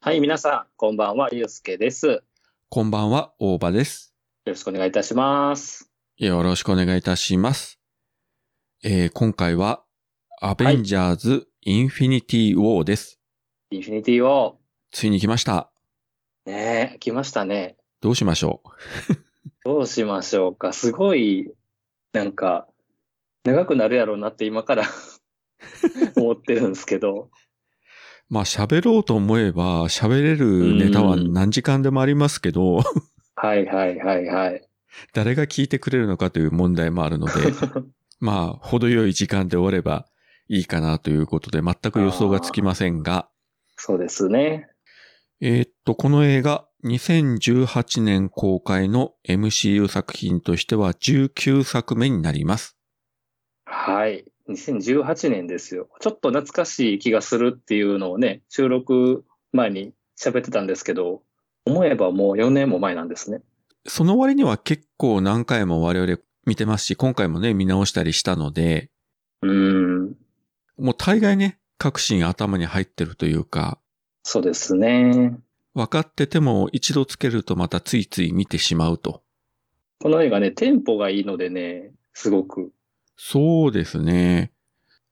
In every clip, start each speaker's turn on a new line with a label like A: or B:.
A: はい、皆さん、こんばんは、ゆうすけです。よ
B: こんばんは、大場です。
A: ろしくお願いいたします。
B: よろしくお願いいたします。えー、今回は、アベンジャーズ・インフィニティ・ウォーです。
A: インフィニティを、
B: ついに来ました。
A: ねえ、来ましたね。
B: どうしましょ
A: どうしましょうか。すごい、なんか、長くなるやろうなって 今から思ってるんですけど。
B: うまあ、喋ろうと思えば、喋れるネタは何時間でもありますけど、
A: はいはいはいはい。
B: 誰が聞いてくれるのかという問題もあるので、まあ、程よい時間で終わればいいかなということで、全く予想がつきませんが、
A: そうですね。
B: えーっと、この映画、2018年公開の MCU 作品としては19作目になります。
A: はい。2018年ですよ。ちょっと懐かしい気がするっていうのをね、収録前に喋ってたんですけど、思えばもう4年も前なんですね。
B: その割には結構何回も我々見てますし、今回もね、見直したりしたので、
A: うーん。
B: もう大概ね、各シーン頭に入ってるというか、
A: そうですね。
B: 分かってても一度つけるとまたついつい見てしまうと。
A: この映画ね、テンポがいいのでね、すごく。
B: そうですね。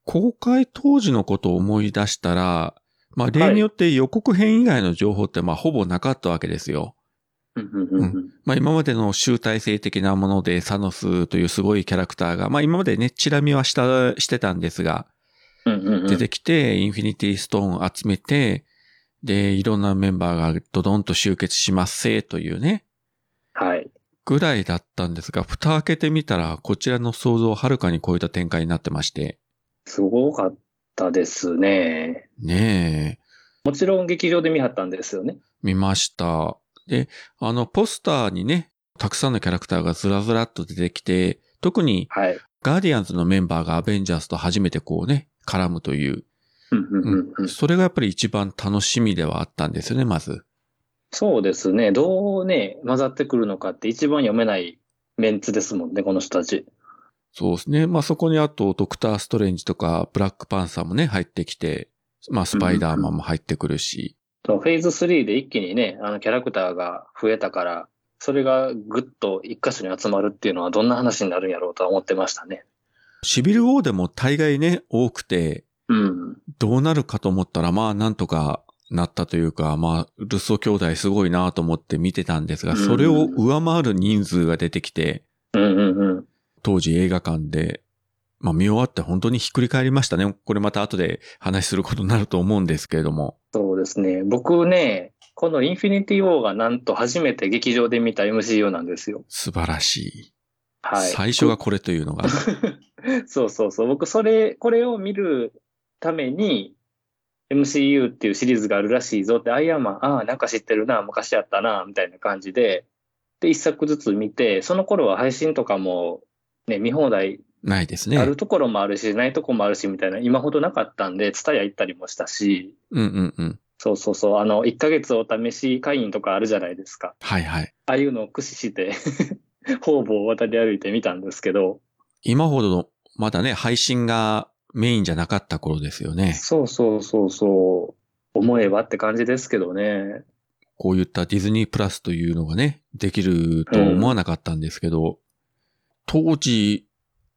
B: 公開当時のことを思い出したら、まあ例によって予告編以外の情報ってまあほぼなかったわけですよ。
A: うんうんうんうん
B: まあ今までの集大成的なものでサノスというすごいキャラクターが、まあ今までね、チラ見はした、してたんですが、
A: うんうんうん
B: 出てきて、インフィニティストーン集めて、で、いろんなメンバーがドドンと集結しますせというね、
A: はい。
B: ぐらいだったんですが、蓋開けてみたら、こちらの想像をはるかに超えた展開になってまして、
A: すごかったですね。
B: ねえ、
A: もちろん劇場で見張ったんですよね。
B: 見ました。で、あの、ポスターにね、たくさんのキャラクターがずらずらっと出てきて、特に
A: はい。
B: ガーディアンズのメンバーがアベンジャーズと初めてこうね、絡むという。
A: うんうんうんうん
B: それがやっぱり一番楽しみではあったんですよね、まず。
A: そうですね。どうね、混ざってくるのかって一番読めないメンツですもんね、この人たち。
B: そうですね。まあそこにあと、ドクター・ストレンジとか、ブラック・パンサーもね、入ってきて、まあスパイダーマンも入ってくるし、
A: そのフェーズ3で一気にね、あのキャラクターが増えたから、それがぐっと一箇所に集まるっていうのはどんな話になるんやろうとは思ってましたね。
B: シビル・ウォーでも大概ね、多くて、
A: うん。
B: どうなるかと思ったら、まあなんとかなったというか、まあ、ルッソ兄弟すごいなと思って見てたんですが、それを上回る人数が出てきて、
A: うんうんうん。
B: 当時映画館で、まあ見終わって本当にひっくり返りましたね。これまた後で話することになると思うんですけれども。
A: そうですね。僕ね、このインフィニティ・ウォーがなんと初めて劇場で見た MCU なんですよ。
B: 素晴らしい。
A: はい。
B: 最初がこれというのが。
A: そうそうそう。僕、それ、これを見るために、MCU っていうシリーズがあるらしいぞって、アイアンマン、ああ、なんか知ってるな、昔やったな、みたいな感じで、で、一作ずつ見て、その頃は配信とかも、ね、見放題、
B: ないですね。
A: あるところもあるし、ないとこもあるし、みたいな、今ほどなかったんで、ツタヤ行ったりもしたし、
B: うんうんうん。
A: そうそうそう、あの、1ヶ月お試し会員とかあるじゃないですか。
B: はいはい。
A: ああいうのを駆使して、 方々を渡り歩いてみたんですけど、
B: 今ほどの、まだね、配信がメインじゃなかった頃ですよね。
A: そうそうそうそう。思えばって感じですけどね。
B: こういったディズニープラスというのがね、できると思わなかったんですけど、当時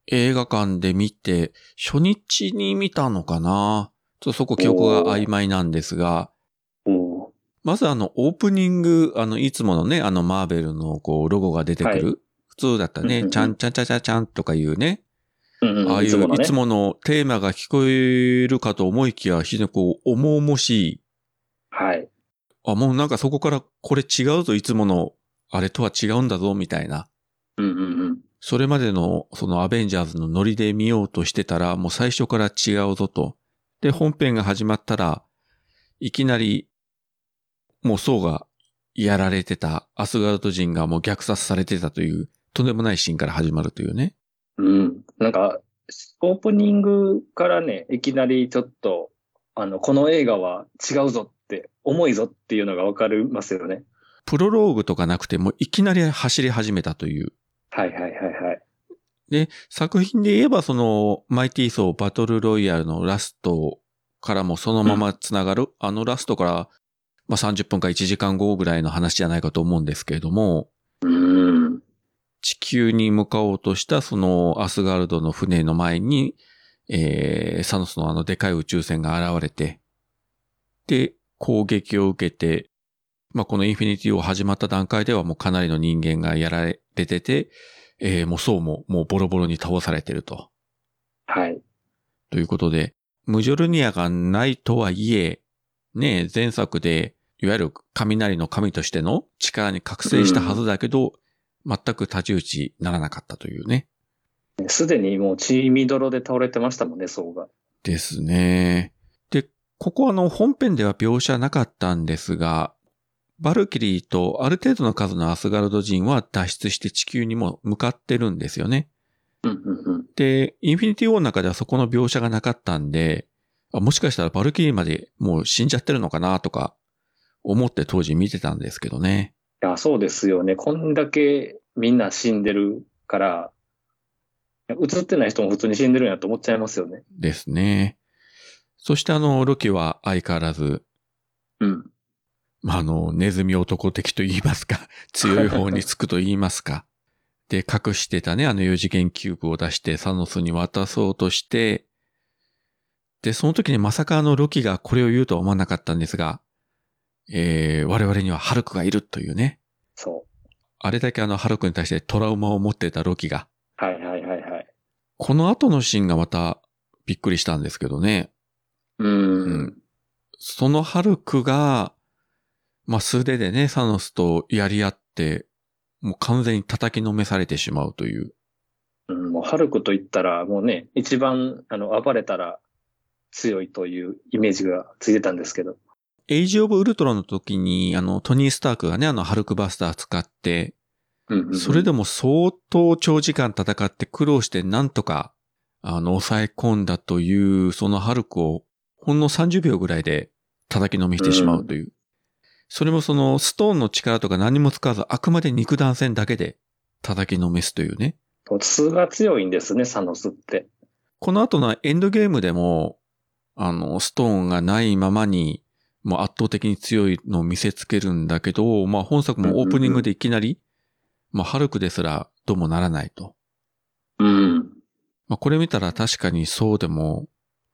B: 映画館で見て、初日に見たのかなちょっとそこ記憶が曖昧なんですが、
A: お
B: まずあの、オープニング、あの、いつものね、あの、マーベルの、こう、ロゴが出てくる。
A: は
B: 普通だった
A: う
B: ら
A: んうんう
B: ね、
A: ん
B: ちゃんちゃんちゃんちゃんちゃんとかいうね、
A: うんうん、
B: ああいう、い
A: いつ
B: つ
A: ものね。
B: ものテーマが聞こえるかと思いきや、非常にこう、重々しい。
A: はい。
B: あ、もうなんかそこから、これ違うぞ、いつもの、あれとは違うんだぞ、みたいな。
A: うんうんうん。
B: それまでの、そのアベンジャーズのノリで見ようとしてたら、もう最初から違うぞと。で、本編が始まったら、いきなり、もう層がやられてた、アスガルド人がもう虐殺されてたという、とんでもないシーンから始まるというね。
A: うん。なんか、オープニングからね、いきなりちょっと、あの、この映画は違うぞって、重いぞっていうのがわかりますよね。
B: プロローグとかなくても、いきなり走り始めたという。
A: はいはいはいはい。
B: で、作品で言えばその、マイティーソーバトルロイヤルのラストからもそのままつながる、あのラストから、まあまあ、30分か1時間後ぐらいの話じゃないかと思うんですけれども、
A: うん。
B: 地球に向かおうとしたそのアスガルドの船の前に、えーサノスのあのでかい宇宙船が現れて、で、攻撃を受けて、まあ、このインフィニティを始まった段階ではもうかなりの人間がやられてて、えーもうそうももうボロボロに倒されてると。
A: はい。
B: ということで、ムジョルニアがないとはいえ、ねえ、前作で、いわゆる雷の神としての力に覚醒したはずだけど、全く太刀打ちならなかったというね。
A: すでにもう血みどろで倒れてましたもんね、そうが。
B: ですね。で、ここはあの本編では描写なかったんですが、バルキリーとある程度の数のアスガルド人は脱出して地球にも向かってるんですよね。
A: うんうんうん。
B: で、インフィニティウォーの中ではそこの描写がなかったんで、あもしかしたらバルキリーまでもう死んじゃってるのかなとか思って当時見てたんですけどね。
A: いや、そうですよね。こんだけみんな死んでるから、映ってない人も普通に死んでるんやと思っちゃいますよね。
B: ですね。そしてあの、ロキは相変わらず、
A: うん。
B: まあ、あの、ネズミ男的と言いますか、強い方につくと言いますか。で、隠してたね、あの4次元キューブを出してサノスに渡そうとして、で、その時にまさかあのロキがこれを言うとは思わなかったんですが、えー、我々にはハルクがいるというね。
A: そ
B: あれだけあのハルクに対してトラウマを持っていたロキが、
A: う。はいはいはいはい。
B: この後のシーンがまたびっくりしたんですけどね。
A: うー。
B: うんそのハルクが、まあ、素手でね、サノスとやり合って、もう完全に叩きのめされてしまうという。
A: うん、もう、ハルクと言ったら、もうね、一番、あの、暴れたら強いというイメージがついてたんですけど。
B: エイジ・オブ・ウルトラの時に、あの、トニー・スタークがね、あの、ハルクバスター使って、
A: うんうんうん
B: それでも相当長時間戦って苦労してなんとか、あの、抑え込んだという、そのハルクを、ほんの30秒ぐらいで叩きのめしてしまうという。それもその、ストーンの力とか何も使わず、あくまで肉弾戦だけで叩きのめすというね。
A: 素が強いんですね、サノスって。
B: この後のエンドゲームでも、あの、ストーンがないままに、もう圧倒的に強いのを見せつけるんだけど、まあ本作もオープニングでいきなり、まあハルクですらどうもならないと。
A: うん。
B: まあこれ見たら確かにそうでも、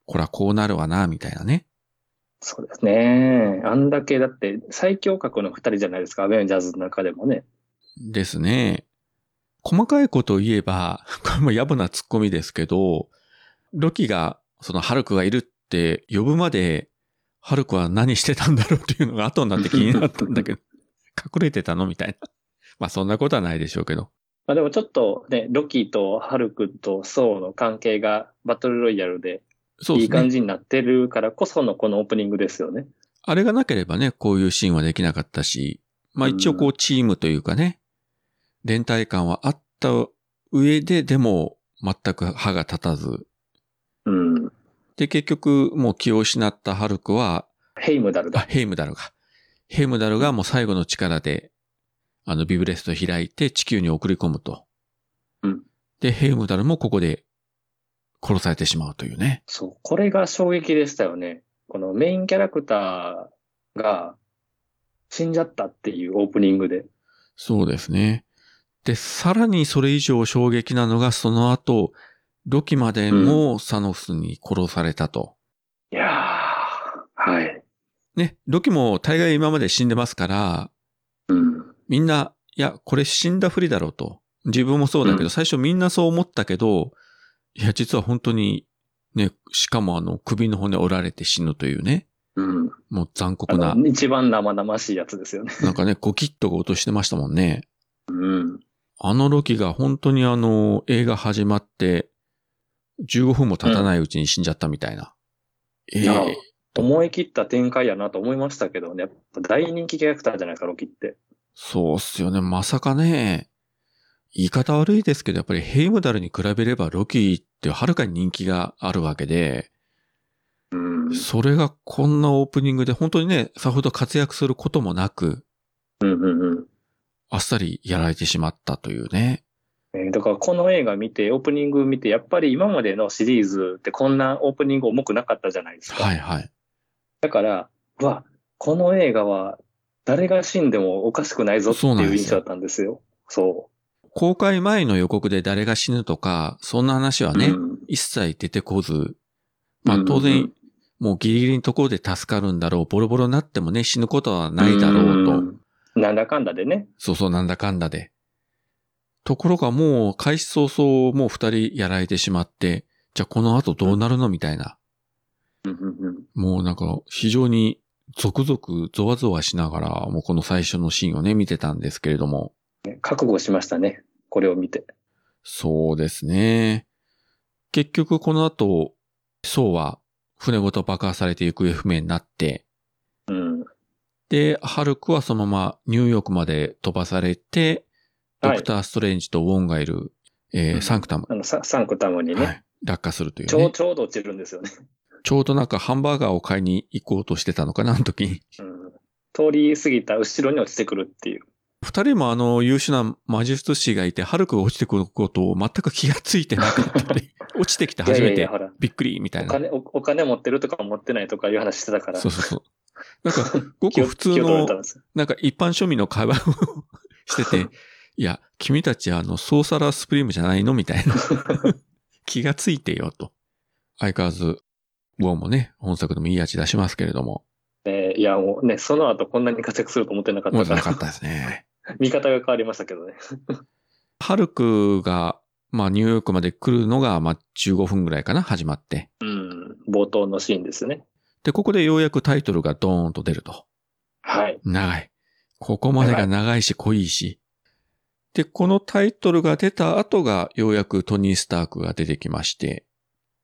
B: こらこうなるわな、みたいなね。
A: そうですね。あんだけ、だって、最強格の二人じゃないですか、アベンジャーズの中でもね。
B: ですね。細かいことを言えば、 これも野暮なツッコミですけど、ロキがそのハルクがいるって呼ぶまで、ハルクは何してたんだろうっていうのが後になって気になったんだけ ど、隠れてたのみたいな。まあそんなことはないでしょうけど。
A: まあでもちょっとね、ロキとハルクとソウの関係がバトルロイヤルで
B: そう
A: い
B: で
A: い
B: すね。
A: 感じになってるからこそのこのオープニングですよね。
B: あれがなければね、こういうシーンはできなかったし、まあ一応こうチームというかね、連帯感はあった上で、でも全く歯が立たず。
A: うん。
B: で、結局もう気を失ったハルクは、
A: ヘイムダル
B: あ、
A: だ。
B: ヘイムダルが。ヘイムダルがもう最後の力で、あの、ビブレストを開いて地球に送り込むと。
A: うん
B: で、ヘイムダルもここで殺されてしまうというね。
A: そう。これが衝撃でしたよね。このメインキャラクターが死んじゃったっていうオープニングで。
B: そうですね。で、さらにそれ以上衝撃なのが、その後、ロキまでもサノスに殺されたと。
A: いやー。はい。
B: ね、ロキも大概今まで死んでますから、
A: うん。
B: みんな、いや、これ死んだふりだろうと。自分もそうだけど、
A: うん
B: 最初みんなそう思ったけど、いや、実は本当に、ね、しかもあの、首の骨折られて死ぬというね、
A: うん。
B: もう残酷
A: あ
B: な、
A: の、一番生々しいやつですよね。
B: なんかね、ゴキッと落としてましたもんね。
A: うん。
B: あのロキが本当にあの、映画始まって、15分も経たないうちに死んじゃったみたいな。え
A: い
B: え
A: や思い切った展開やなと思いましたけどね。やっぱ大人気キャラクターじゃないですか、ロキって。
B: そうっすよね。まさかね、言い方悪いですけど、やっぱりヘイムダルに比べればロキってはるかに人気があるわけで、
A: うん。
B: それがこんなオープニングで本当にね、さほど活躍することもなく、
A: うんうんうん。
B: あっさりやられてしまったというね。
A: えーだからこの映画見て、オープニング見て、やっぱり今までのシリーズってこんなオープニング重くなかったじゃないですか。
B: はいはい。
A: だから、うわ、この映画は誰が死んでもおかしくないぞって
B: そうないん
A: う
B: で
A: 印
B: すよ
A: 象だったんですよ。そ
B: 公開前の予告で誰が死ぬとか、そんな話は
A: う。
B: ね、
A: うん
B: 一切出てこず、まあ当
A: うんう
B: 然
A: ん、
B: もうギリギリのところで助かるんだろう、ボロボロになってもね、死ぬことはないだろうと、
A: と。なんだかんだでね。
B: そうそうなんだかんだで。ところがもう開始早々もう二人やられてしまって、じゃあこの後どうなるのみたいな。
A: うんうんうん
B: もうなんか非常に続々ゾワゾワしながら、もうこの最初のシーンをね、見てたんですけれども。
A: 覚悟しましたね。これを見て。
B: そうですね。結局この後、ソウは船ごと爆破されて行方不明になって、
A: うん。
B: で、ハルクはそのままニューヨークまで飛ばされて、ド
A: はい
B: クター・ストレンジとウォンがいる、えー
A: うん
B: サンクタム、
A: あの、ササンクタムに
B: は
A: ね、
B: い、落下するとい
A: ち
B: う
A: ょう
B: ね。
A: ちょうど落ちるんですよね。
B: ちょうどなんかハンバーガーを買いに行こうとしてたのかな、あの時に。
A: うん通り過ぎた後ろに落ちてくるっていう。
B: 二人もあの優秀な魔術師がいて、ハルクが落ちてくることを全く気がついてなかっ たり、落ちてきて初
A: いや
B: め
A: いやいや、
B: て
A: ほら。
B: びっくりみたい
A: お
B: な。
A: 金お、お金持ってるとか持ってないとかいう話してたから。
B: そうそうそう。なんか、ご
A: 気
B: く
A: を
B: 普通
A: 気を取られ
B: の
A: たんですよ
B: なんか一般庶民の会話をして て、いや、君たちあの、ソーサラースプリームじゃないのみた いな。気がついてよ、と。相変わらず、ウォンもね、本作でもいい味出しますけれども。
A: ねいや、もうね、その後こんなに活躍すると思ってなかっ
B: 思
A: た
B: っ
A: か
B: て
A: ら。
B: なかったですね。
A: 見方が変わりましたけどね。
B: ハルクが、まあ、ニューヨークまで来るのが、まあ、15分ぐらいかな、始まって。
A: うん。冒頭のシーンですね。
B: で、ここでようやくタイトルがドーンと出ると。
A: はい。
B: 長い。ここまでが長いし濃いし。で、このタイトルが出た後が、ようやくトニー・スタークが出てきまして、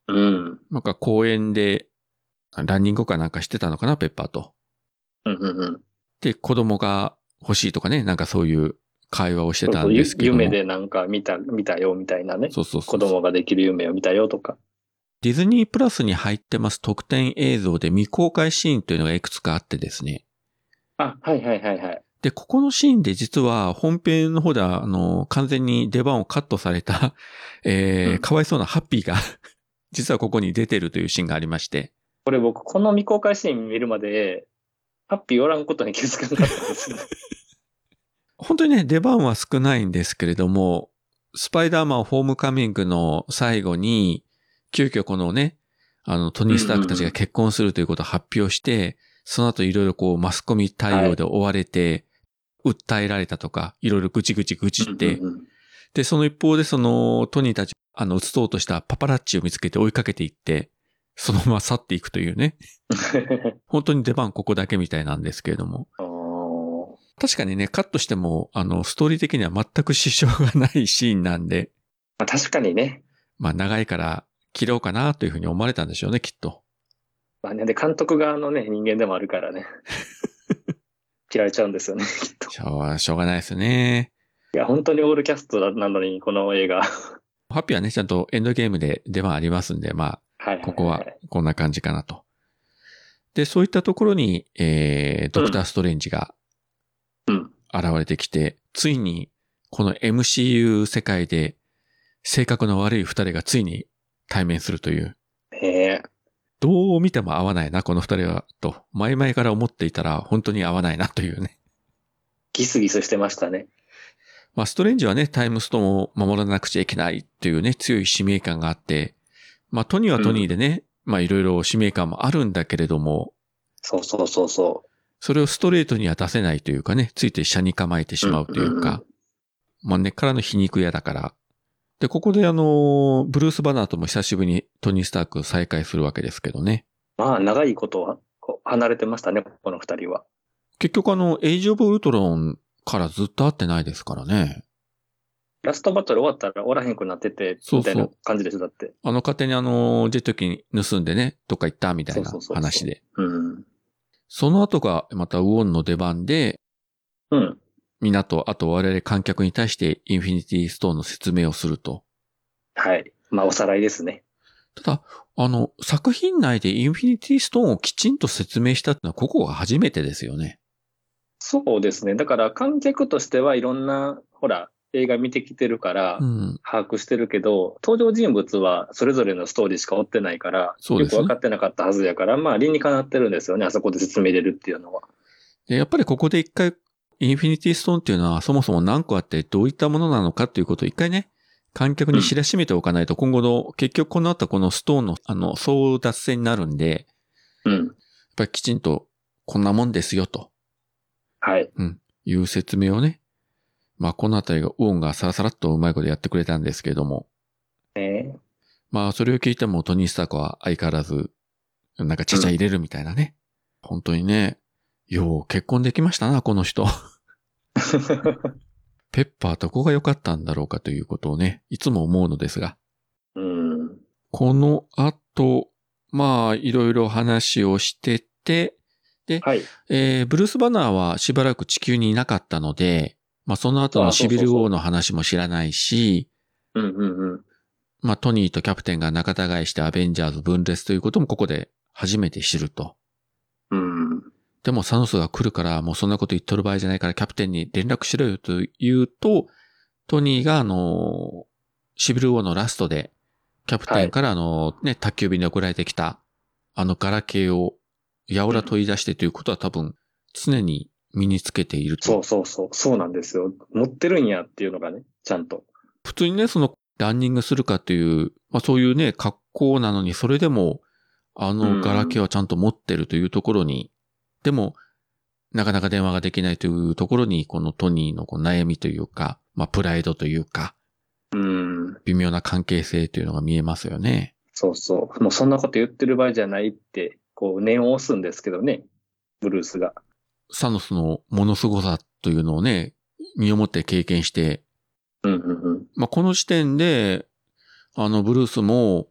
A: うん。
B: なんか公園で、ランニングかなんかしてたのかな、ペッパーと。
A: うんうんうん。
B: で、子供が欲しいとかね、なんかそういう会話をしてたんですけども。
A: 夢でなんか見た、見たよみたいなね。
B: そうそうそ
A: 子
B: う。
A: 供ができる夢を見たよとか。
B: ディズニープラスに入ってます特典映像で未公開シーンというのがいくつかあってですね。
A: あ、はいはいはいはい。
B: で、ここのシーンで実は本編の方では、あの、完全に出番をカットされた、 えー
A: うん
B: かわいそうなハッピーが、 実はここに出てるというシーンがありまして。
A: これ僕、この未公開シーン見るまで、ハッピーおらんことに気づかなかったんですよね。
B: 本当にね、出番は少ないんですけれども、スパイダーマンホームカミングの最後に、急遽このね、あの、トニー・スタークたちが結婚するということを発表して、その後いろいろこう、マスコミ対応で追われて、訴えられたとか、いろいろぐちぐちぐちって、
A: うんうんうん
B: で、その一方でその、トニーたち、あの、映そうとしたパパラッチを見つけて追いかけていって、そのまま去っていくというね、本当に出番ここだけみたいなんですけれども。
A: あー
B: 確かにね、カットしても、あの、ストーリー的には全く支障がないシーンなんで、
A: まあ確かにね。
B: まあ長いから切ろうかなというふうに思われたんでしょうね、きっと。
A: まあね、で、監督側のね、人間でもあるから ね。切られちゃうんですよね、 きっと。
B: しょうしょうがないですね。
A: いや、本当にオールキャストなのに、この映画。は
B: ハッピーはね、ちゃんとエンドゲームで出番ありますんで、ま
A: いいいい
B: あ、ここはこんな感じかなと。で、そういったところに、えー、ドクター・ストレンジが
A: うん。
B: 現れてきて、ついに、この MCU 世界で、性格の悪い二人がついに対面するという。
A: ええ
B: どう見ても合わないな、この二人は、と、前々から思っていたら、本当に合わないなというね。
A: ギスギスしてましたね。
B: まあ、ストレンジはね、タイムストーンを守らなくちゃいけないっていうね、強い使命感があって、まあ、トニーはトニーでね、まあ、いろいろ使命感もあるんだけれども、
A: そうそうそうそ
B: それをストレートには出せないというかね、ついて車に構えてしまうという
A: うんうん
B: か、まあ、根っからの皮肉屋だから。で、ここであの、ブルース・バナーとも久しぶりにトニー・スターク再会するわけですけどね。
A: う。まあ、長いことは、こう離れてましたね、この二人は。
B: 結局あの、エイジ・オブ・ウルトロンからずっと会ってないですからね。
A: ラストバトル終わったらおらへんくなってて、
B: そうそう
A: みたいな感じでしょ、だって。
B: あの、勝手にあの、ジェット機盗んでね、どっか行ったみたい
A: そ
B: な
A: うそうそうそう
B: 話で。
A: うん。
B: その後が、またウォンの出番で、
A: うん。
B: 皆と、あと我々観客に対して、インフィニティストーンの説明をすると。
A: はい。まあ、おさらいですね。
B: ただ、あの、作品内でインフィニティストーンをきちんと説明したってのは、ここが初めてですよね。
A: そうですね。だから観客としてはいろんな、ほら、映画見てきてるから
B: う、ん。
A: 把握してるけど、登場人物はそれぞれのストーリーしか追ってないから、
B: そうですね
A: よく分かってなかったはずやから、まあ理にかなってるんですよね、あそこで説明入れるっていうのは。
B: で、やっぱりここで一回、インフィニティストーンっていうのはそもそも何個あってどういったものなのかっていうことを一回ね、観客に知らしめておかないと、今後の、結局この後このストーンの、あの、争奪戦になるんで、やっ
A: うん。
B: ぱりきちんと、こんなもんですよ、と
A: はい。
B: いう説明をね、まあ、このあたりが、ウォンがさらさらっとうまいことやってくれたんですけれども、
A: ね
B: まあ、それを聞いてもトニー・スタークは相変わらず、なんかちゃちゃ入れるみたいなね。本当にね、よう結婚できましたな、この人。 ペッパーどこが良かったんだろうかということをね、いつも思うのですが。
A: うん。
B: この後、まあ、いろいろ話をしてて、
A: はい。
B: えー、ブルース・バナーはしばらく地球にいなかったので、まあ、その後のシビル・ウォーの話も知らないし、
A: うんうんうん。
B: まあ、トニーとキャプテンが仲違いしてアベンジャーズ分裂ということもここで初めて知ると。
A: うん。
B: でもサノスが来るから、もうそんなこと言っとる場合じゃないから、キャプテンに連絡しろよと言うと、トニーが、あの、シビルウォーのラストで、キャプテンから、あの、ね、宅急便で送られてきた、あのガラケーを、やおら取り出してということは多分、常に身につけている
A: そう
B: と。
A: そうそう。そうなんですよ。持ってるんやっていうのがね、ちゃんと。
B: 普通にね、その、ランニングするかという、まあそういうね、格好なのに、それでも、あ
A: う
B: の
A: ん
B: ガラケーはちゃんと持ってるというところに、でも、なかなか電話ができないというところに、このトニーのこう悩みというか、まあプライドというか、
A: うん。
B: 微妙な関係性というのが見えますよね。
A: そうそう。もうそんなこと言ってる場合じゃないって、こう、念を押すんですけどね、ブルースが。
B: サノスのものすごさというのをね、身をもって経験して、
A: うんうんうん。
B: まあこの時点で、あのブルースも、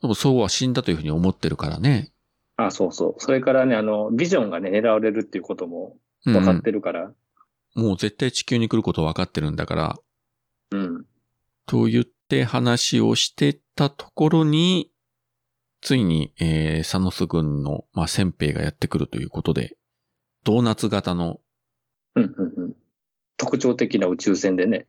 B: でもそうは死んだというふうに思ってるからね。
A: あ、そうそう。それからね、あの、ビジョンがね、狙われるっていうことも
B: うん
A: 分かってるから。
B: もう絶対地球に来ること分かってるんだから、
A: うん。
B: と言って話をしてたところに、ついに、えーサノス軍の、まあ、先兵がやってくるということで、ドーナツ型の、
A: うんうんうん。特徴的な宇宙船でね、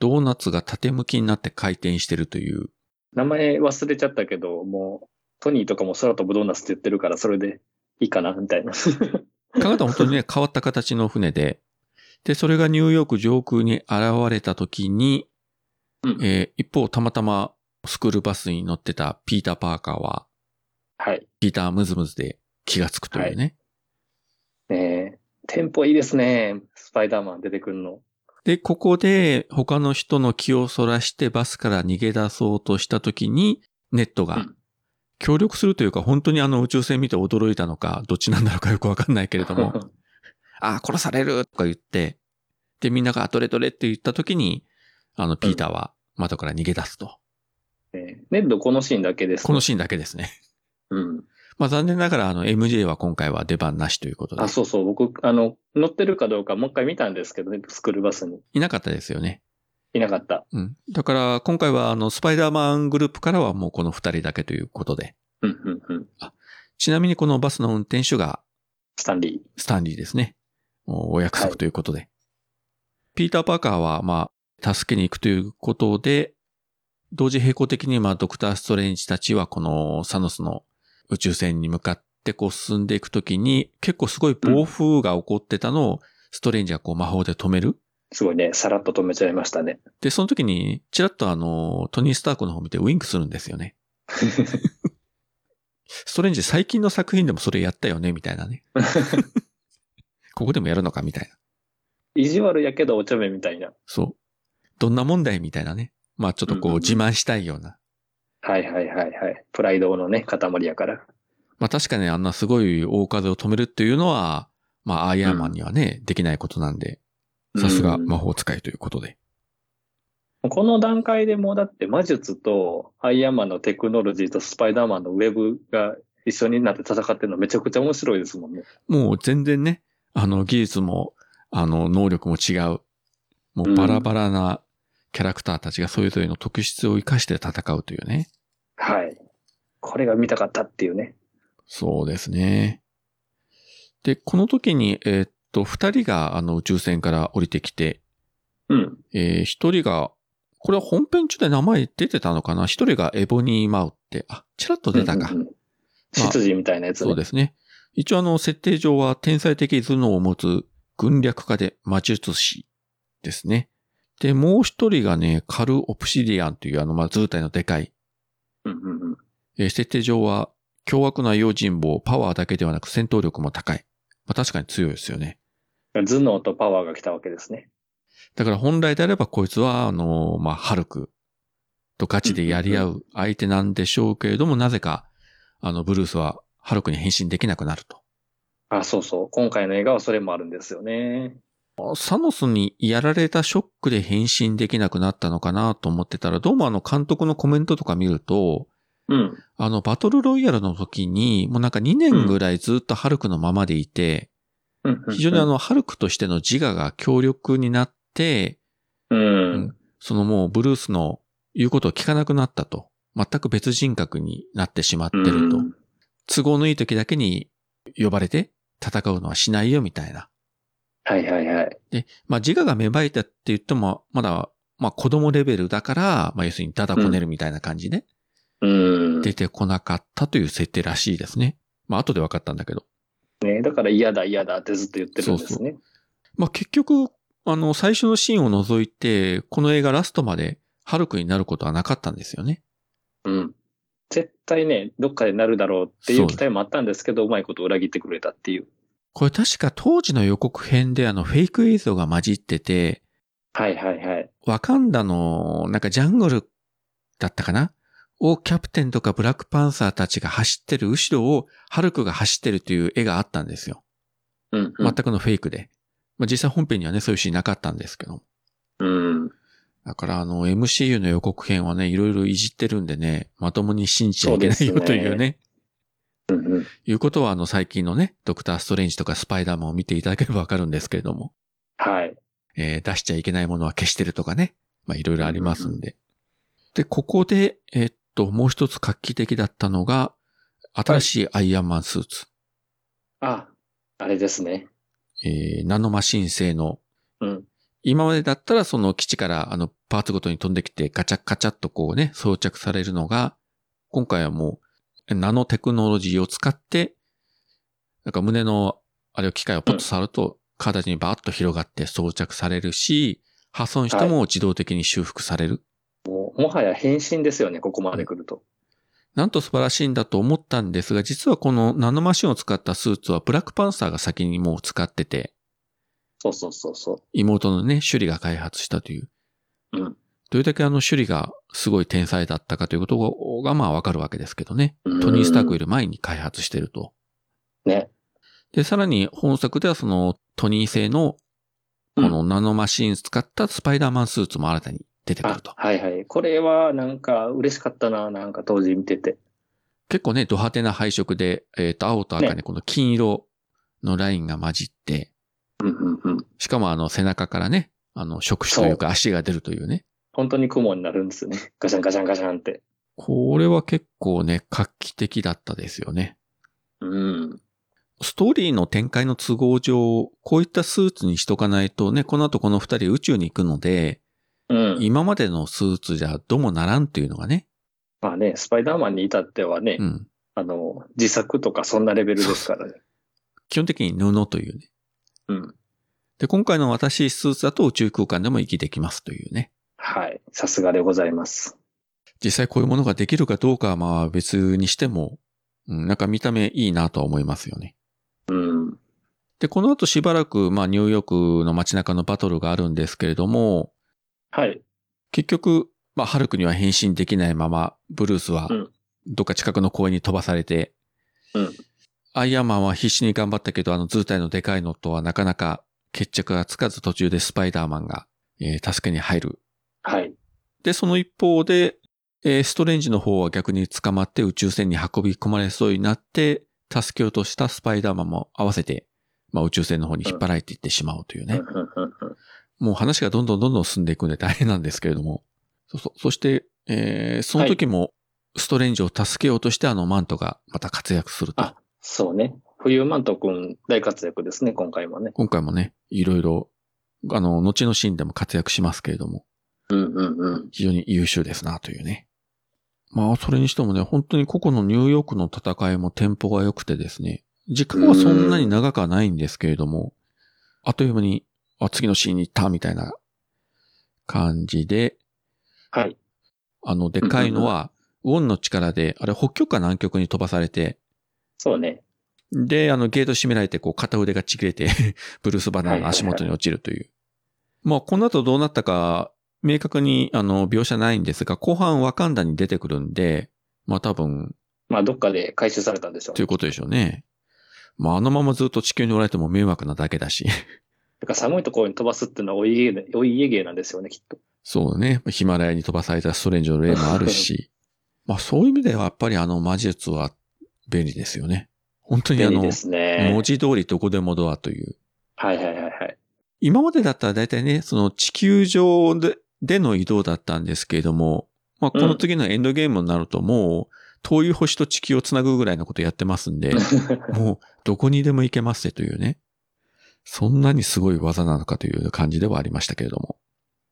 B: ドーナツが縦向きになって回転してるという、
A: 名前忘れちゃったけど、もう、トニーとかも空飛ぶドーナツって言ってるから、それでいいかな、み たいな。
B: 方は本当にね、変わった形の船で、で、それがニューヨーク上空に現れた時に、
A: うん
B: えー一方、たまたまスクールバスに乗ってたピーター・パーカーは、
A: はい。
B: ピーター・ムズムズで気がつくというね。
A: ねえテンポいいですね。スパイダーマン出てくるの。
B: で、ここで他の人の気をそらしてバスから逃げ出そうとした時に、ネット
A: う
B: が
A: ん
B: 協力するというか、本当にあの宇宙船見て驚いたのか、どっちなんだろうかよくわかんないけれども、 あー殺されるとか言って、で、みんながどれどれって言った時に、あの、ピーターは窓から逃げ出すと。
A: ねえネッドこのシーンだけです。
B: このシーンだけですね。
A: うん。
B: まあ残念ながら、あの、MJ は今回は出番なしということで
A: あ、、そうそう。僕、あの、乗ってるかどうかもう一回見たんですけどね、スクールバスに。
B: いなかったですよね。
A: いなかった。
B: うん。だから、今回はあの、スパイダーマングループからはもうこの二人だけということで。
A: うん、うん、うん。
B: ちなみにこのバスの運転手が
A: スタンリ
B: スタンリーですね。おお約束ということで。ピーター・パーカーは、まあ、助けに行くということで、同時並行的に、まあ、ドクター・ストレンジたちは、このサノスの宇宙船に向かって、こう、進んでいくときに、結構すごい暴風が起こってたのを、ストレンジがこう、魔法で止める。
A: ー。すごいね、さらっと止めちゃいましたね。
B: で、その時に、ちらっとあの、トニー・スタークの方見てウインクするんですよね。ストレンジ最近の作品でもそれやったよね、みたいなね。ここでもやるのか、みたいな。
A: 意地悪やけどお茶目みたいな。
B: そう。どんな問題みたいなね。まあちょっと
A: う
B: こ
A: んうん
B: う
A: うん
B: 自慢したいような。
A: はいはいはいはい。プライドのね、塊やから。
B: まあ確かにあんなすごい大風を止めるっていうのは、まあアイアンマンにはね、できないことなんで、さすが
A: うん
B: 魔法使いということで。
A: この段階でもうだって魔術とアイアンマンのテクノロジーとスパイダーマンのウェブが一緒になって戦ってるのめちゃくちゃ面白いですもんね。
B: もう全然ね、あの技術も、あの能力も違う。もうバラバラなキャラクターたちがそれぞれの特質を生かして戦うというね。
A: はい。これが見たかったっていうね。
B: そうですね。で、この時に、えーっと、二人があの宇宙船から降りてきて、
A: うん。
B: えー一人が、これは本編中で名前出てたのかな一人がエボニー・マウって、あ、チラッと出たか。
A: うんうんうん。執事みたいなやつね
B: そうですね。一応あの、設定上は天才的頭脳を持つ軍略家で魔術師ですね。で、もう一人がね、カル・オプシディアンというあの、まあ、図体のでかい、
A: うんうんうん。
B: えー設定上は凶悪な用心棒、パワーだけではなく戦闘力も高い。まあ、確かに強いですよね。
A: 頭脳とパワーが来たわけですね。
B: だから本来であればこいつは、あの、まあ、ハルクとガチでやり合う相手なんでしょうけれども、なぜか、あの、ブルースはハルクに変身できなくなると。
A: あ、そうそう。今回の映画はそれもあるんですよね。
B: サノスにやられたショックで変身できなくなったのかなと思ってたら、どうもあの監督のコメントとか見ると、
A: うん。
B: あのバトルロイヤルの時に、もうなんか2年ぐらいずっとハルクのままでいて、
A: うんうん
B: 非常にあ、のハルクとしての自我が強力になって、
A: うん。
B: そのもうブルースの言うことを聞かなくなったと。全く別人格になってしまってると
A: う。ん
B: 都合のいい時だけに呼ばれて戦うのはしないよみたいな。
A: はいはいはい。
B: で、まあ自我が芽生えたって言っても、まだ、まあ子供レベルだから、まあ要するにダダこねるみたいな感じで、
A: うん。
B: 出てこなかったという設定らしいですね。まあ後で分かったんだけど。
A: ね、だから嫌だ嫌だってずっと言ってるんですね。
B: まあ結局、あの、最初のシーンを除いて、この映画ラストまで、ハルクになることはなかったんですよね。
A: うん。絶対ね、どっかでなるだろうってい
B: そう
A: う
B: で
A: 期
B: す
A: 待もあったんですけど、うまいこと裏切ってくれたっていう。
B: これ確か当時の予告編であのフェイク映像が混じってて、
A: はいはいはい。
B: ワカンダのなんかジャングルだったかなをキャプテンとかブラックパンサーたちが走ってる後ろをハルクが走ってるという絵があったんですよ。
A: うん、うん。
B: 全くのフェイクで。まあ、実際本編にはね、そういうシーンなかったんですけど。
A: うん。
B: だからあの MCU の予告編はね、いろいろいじってるんでね、まともに信じちゃいけないよ
A: そうですね
B: というね。
A: うんうん。
B: いうことはあの最近のね、ドクターストレンジとかスパイダーマンを見ていただければわかるんですけれども。
A: はい。
B: えー出しちゃいけないものは消してるとかね。まあ、いろいろありますんで。で、ここで、えーっと、もう一つ画期的だったのが、新しいアイアンマンスーツ。
A: あ、あれですね。
B: えーナノマシン製の。
A: うん。
B: 今までだったらその基地からあのパーツごとに飛んできてガチャガチャっとこうね、装着されるのが、今回はもうナノテクノロジーを使って、なんか胸のあれを機械をポッと触ると形にバーッと広がって装着されるし、破損しても自動的に修復される。
A: もう、もはや変身ですよね、ここまで来ると。
B: なんと素晴らしいんだと思ったんですが、実はこのナノマシンを使ったスーツはブラックパンサーが先にもう使ってて、
A: そうそうそうそ
B: 妹のね、シュリが開発したという。
A: う。うん。
B: どれだけあのシュリがすごい天才だったかということが、がまあわかるわけですけどね。
A: うん
B: トニー・スタークより前に開発してると。
A: ね。
B: で、さらに本作ではそのトニー製のこのナノマシン使ったスパイダーマンスーツも新たに出てく
A: あ
B: ると、。
A: はいはい。これはなんか嬉しかったな、なんか当時見てて。
B: 結構ね、ド派手な配色で、えっ、と、青と赤にこの金色のラインが混じって、
A: うんうんうん。
B: しかもあの背中からね、あの触手というか足が出るというね。
A: 本当に雲になるんですよね。ガシャンガシャンガシャンって。
B: これは結構ね、画期的だったですよね。
A: うん。
B: ストーリーの展開の都合上、こういったスーツにしとかないとね、この後この二人宇宙に行くので、
A: うん。
B: 今までのスーツじゃどうもならんというのがね。
A: まあね、スパイダーマンに至ってはね、
B: うん。
A: あの、自作とかそんなレベルですからね。
B: 基本的に布というね。
A: うん。
B: で、今回の私スーツだと宇宙空間でも息できますというね。
A: はい。さすがでございます。
B: 実際こういうものができるかどうかはまあ別にしても、うん、なんか見た目いいなとは思いますよね。
A: うん。
B: で、この後しばらく、まあ、ニューヨークの街中のバトルがあるんですけれども、
A: はい。
B: 結局、まあ、ハルクには変身できないまま、ブルースは
A: うん、
B: どっか近くの公園に飛ばされて、
A: うん
B: アイアンマンは必死に頑張ったけど、あの、図体のでかいのとはなかなか決着がつかず途中でスパイダーマンが、えー助けに入る。
A: はい。
B: で、その一方で、えーストレンジの方は逆に捕まって宇宙船に運び込まれそうになって、助けようとしたスパイダーマンも合わせて、まあ、宇宙船の方に引っ張られていってしまうというね。
A: うんうんうんうん
B: もう話がどんどんどんどん進んでいくんで大変なんですけれども。そうそう。そして、えーその時も、ストレンジを助けようとしてあのマントがまた活躍すると
A: あ。そうね。冬マント君大活躍ですね、今回もね。
B: 今回もね、いろいろあの、後のシーンでも活躍しますけれども、
A: うんうんうん。
B: 非常に優秀ですなというね。まあ、それにしてもね、本当に個々のニューヨークの戦いもテンポが良くてですね、時間はそんなに長くはないんですけれども、あっという間に、あ、次のシーンに行ったみたいな感じで、
A: はい。
B: あの、でかいのは、ウォンの力で、あれ北極か南極に飛ばされて、
A: そうね。
B: で、あの、ゲート閉められて、こう、片腕がちぎれて、 ブルース・バナーの足元に落ちるという。まあ、この後どうなったか、明確に、あの、描写ないんですが、後半ワカンダに出てくるんで、まあ、多分、
A: まあ、どっかで回収されたんでしょう。
B: ということでしょうね。まあ、あのままずっと地球におられても迷惑なだけだし。
A: だから寒いところに飛ばすっていうのはお家芸、お家芸なんですよね、きっと。
B: そうね。ヒマラヤに飛ばされたストレンジの例もあるし。まあ、そういう意味では、やっぱりあの魔術は便利ですよね。本当にあ
A: 便利
B: の、
A: ですね。
B: 文字通りどこでもドアという。
A: はいはいはいはい。
B: 今までだったら大体ね、その地球上ででの移動だったんですけれども、まあ、この次のエンドゲームになるともう、遠い星と地球をつなぐぐらいのことやってますん で、もうどこにでも行けますねというね。そんなにすごい技なのかという感じではありましたけれども。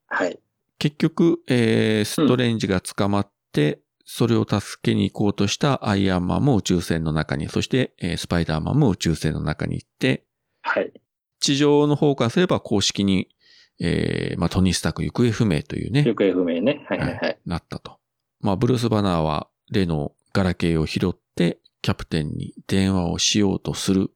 A: はい。
B: 結局、えー、ストレンジが捕まって、それを助けに行こうとしたアイアンマンも宇宙船の中に、そして、えースパイダーマンも宇宙船の中に行って、
A: はい。
B: 地上の方からすれば公式に、えー、まあ、トニー・スターク行方不明というね
A: 行、方不明ね。はいはいはい。
B: なったと。まあ、ブルース・バナーは例のガラケーを拾って、キャプテンに電話をしようとする。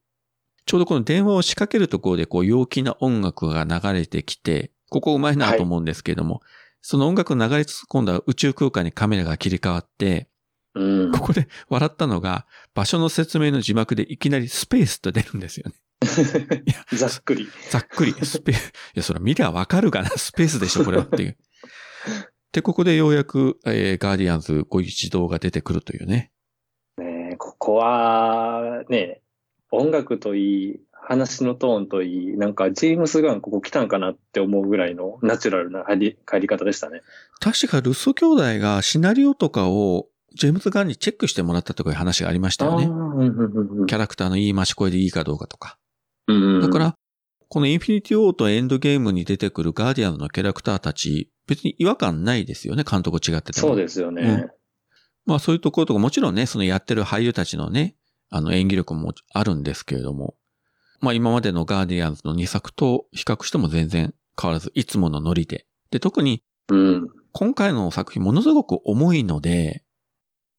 B: ちょうどこの電話を仕掛けるところで、こう、陽気な音楽が流れてきて、ここうまいなと思うんですけれども、その音楽が流れつつ、今度は宇宙空間にカメラが切り替わって、
A: うん
B: こ。こで笑ったのが、場所の説明の字幕でいきなりスペースと出るんですよね。
A: ざっくり。
B: ざっ くり、スペース、いや、それ見りゃわかるがな、 スペースでしょ、これはっていう。で、ここでようやく、えーガーディアンズご一同が出てくるというね。
A: ねえここは、ね、音楽といい、話のトーンといい、なんかジェームス・ガンここ来たんかなって思うぐらいのナチュラルな入り、帰り方でしたね。
B: 確かルッソ兄弟がシナリオとかをジェームズ・ガンにチェックしてもらったとかいう話がありましたよ
A: ー
B: ね。
A: うんうんうん
B: キャラクターの言い回し声でいいかどうかとか。
A: うん。
B: だから、このインフィニティ・オーとエンドゲームに出てくるガーディアンズのキャラクターたち、別に違和感ないですよね、監督違ってても。
A: そうですよね。
B: まあそういうところとか、もちろんね、そのやってる俳優たちのね、あの演技力もあるんですけれども、まあ今までのガーディアンズの2作と比較しても全然変わらず、いつものノリで。で、特に
A: うん。
B: 今回の作品ものすごく重いので、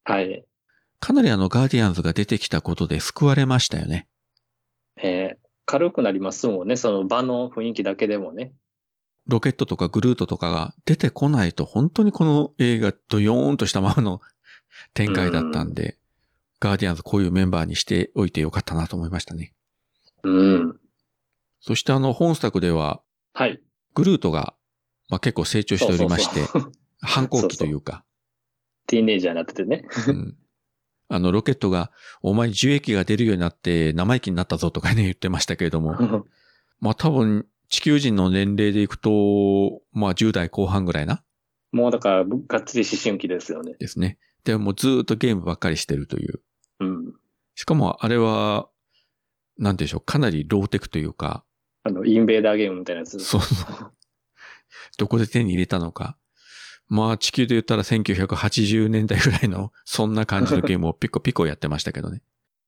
A: はい。
B: かなりあのガーディアンズが出てきたことで救われましたよね。
A: えー軽くなりますもんね。その場の雰囲気だけでもね。
B: ロケットとかグルートとかが出てこないと本当にこの映画ドヨーンとしたままの展開だったんで、ガーディアンズこういうメンバーにしておいてよかったなと思いましたね。
A: うん。
B: そしてあの本作では
A: はい。
B: グルートが、まあ、結構成長しておりまし
A: そ
B: て、
A: う そうそう
B: 反抗期というか、
A: ティーンエイジャーになっててね。
B: うんあの、ロケットが、お前樹液が出るようになって生意気になったぞとかね、言ってましたけれども、まあ多分、地球人の年齢でいくと、まあ10代後半ぐらいな
A: もうだから、がっつり思春期ですよね。
B: ですね。でもうずーっとゲームばっかりしてるという。
A: うん。
B: しかもあれは、なんていうんでしょう、かなりローテクというか、
A: あの、インベーダーゲームみたいなやつ。
B: そう そう。どこで手に入れたのか。まあ地球で言ったら1980年代ぐらいの、そんな感じのゲー ムをピコピコやってましたけどね。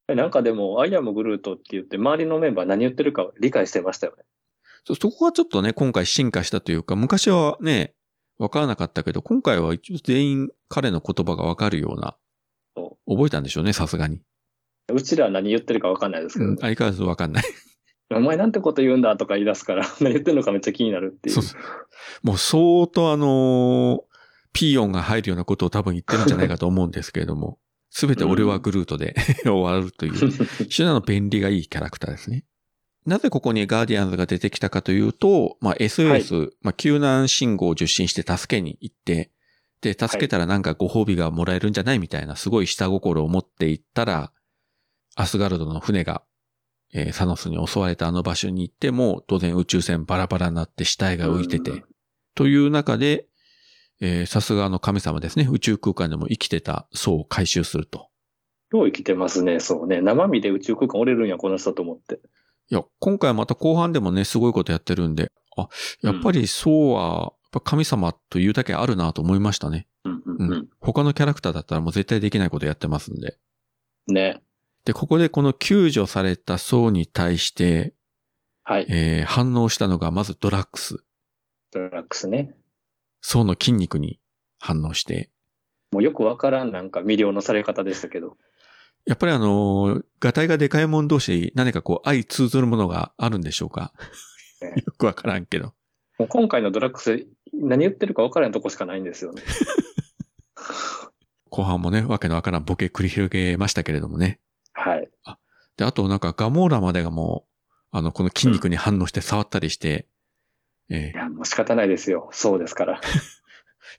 A: えなんかでも、アイアムグルートって言って、周りのメンバー何言ってるか理解してましたよね。
B: そ、そこがちょっとね、今回進化したというか、昔はね、わからなかったけど、今回は一応全員彼の言葉がわかるような
A: そ、
B: 覚えたんでしょうね、さすがに。
A: うちらは何言ってるか分かんないですけど、
B: うん相変わらずわかんない。
A: お前なんてこと言うんだとか言い出すから、 何言ってんのかめっちゃ気になるっていう。
B: そうそうもう相当あのーピーヨンが入るようなことを多分言ってるんじゃないかと思うんですけれども、すべて俺はグルートで 終わるという、 シュナの便利がいいキャラクターですね。なぜここにガーディアンズが出てきたかというと、まあ、SOS、まあ、救難信号を受信して助けに行って、で、助けたらなんかご褒美がもらえるんじゃないみたいな、すごい下心を持って行ったら、アスガルドの船が、えーサノスに襲われたあの場所に行っても、当然宇宙船バラバラになって死体が浮いてて、
A: うん
B: という中で、えーさすがの神様ですね、宇宙空間でも生きてた層を回収すると。
A: よう生きてますね、そうね。生身で宇宙空間折れるんや、この人と思って。
B: いや、今回また後半でもね、すごいことやってるんで、あ、やっぱりそうは、やっぱ神様というだけあるなと思いましたね。
A: うんうんうん。
B: 他のキャラクターだったらもう絶対できないことやってますんで。
A: ね。
B: で、ここでこの救助された層に対して、
A: はい。
B: えー反応したのがまずドラッグス。
A: ドラッグスね。
B: 層の筋肉に反応して、
A: もうよくわからんなんか魅了のされ方でしたけど。
B: やっぱりあのー、ガタイがでかいもん同士何かこう相通ずるものがあるんでしょうか
A: ね
B: よくわからんけど。
A: もう今回のドラッグス、何言ってるかわからんとこしかないんですよね。
B: 後半もね、わけのわからんボケ繰り広げましたけれどもね。
A: はい。
B: で、あとなんかガモーラまでがもう、あの、この筋肉に反応して触ったりして、え
A: いや、もう仕方ないですよ。そうです から。
B: ー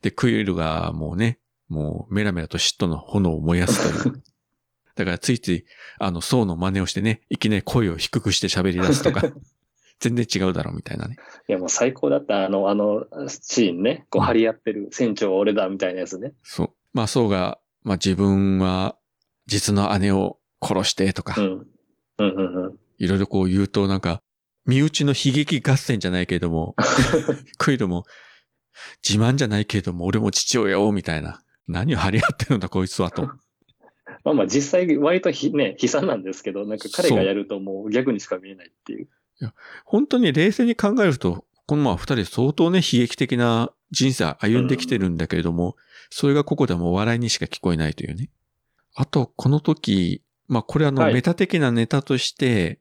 B: で、クイルがもうね、もうメラメラと嫉妬の炎を燃や すという。だからついつい、あの、層の真似をしてね、いきなり声を低くして喋り出すとか、全然違うだろうみたいなね。
A: いや、もう最高だった。あの、あのシーンね。こう
B: うん
A: 張り合ってる。船長は俺だ、みたいなやつね。
B: そう。まあ、そうが、まあ、自分は、実の姉を殺してとか、
A: うん。うんうんうん。
B: いろいろこう言うと、なんか、身内の悲劇合戦じゃないけれ ども、クイルも、自慢じゃないけれども、俺も父親を、みたいな。何を張り合ってるんだ、こいつは、と。
A: まあまあ実際割とひね、悲惨なんですけど、なんか彼
B: そ
A: が
B: う
A: やるともう逆にしか見えないっていう。
B: 本当に冷静に考えると、このまあ二人相当ね、悲劇的な人生歩んできてるんだけれども、それがここではもう笑いにしか聞こえないというね。あと、この時、まあこれあの、
A: はい
B: メタ的なネタとして、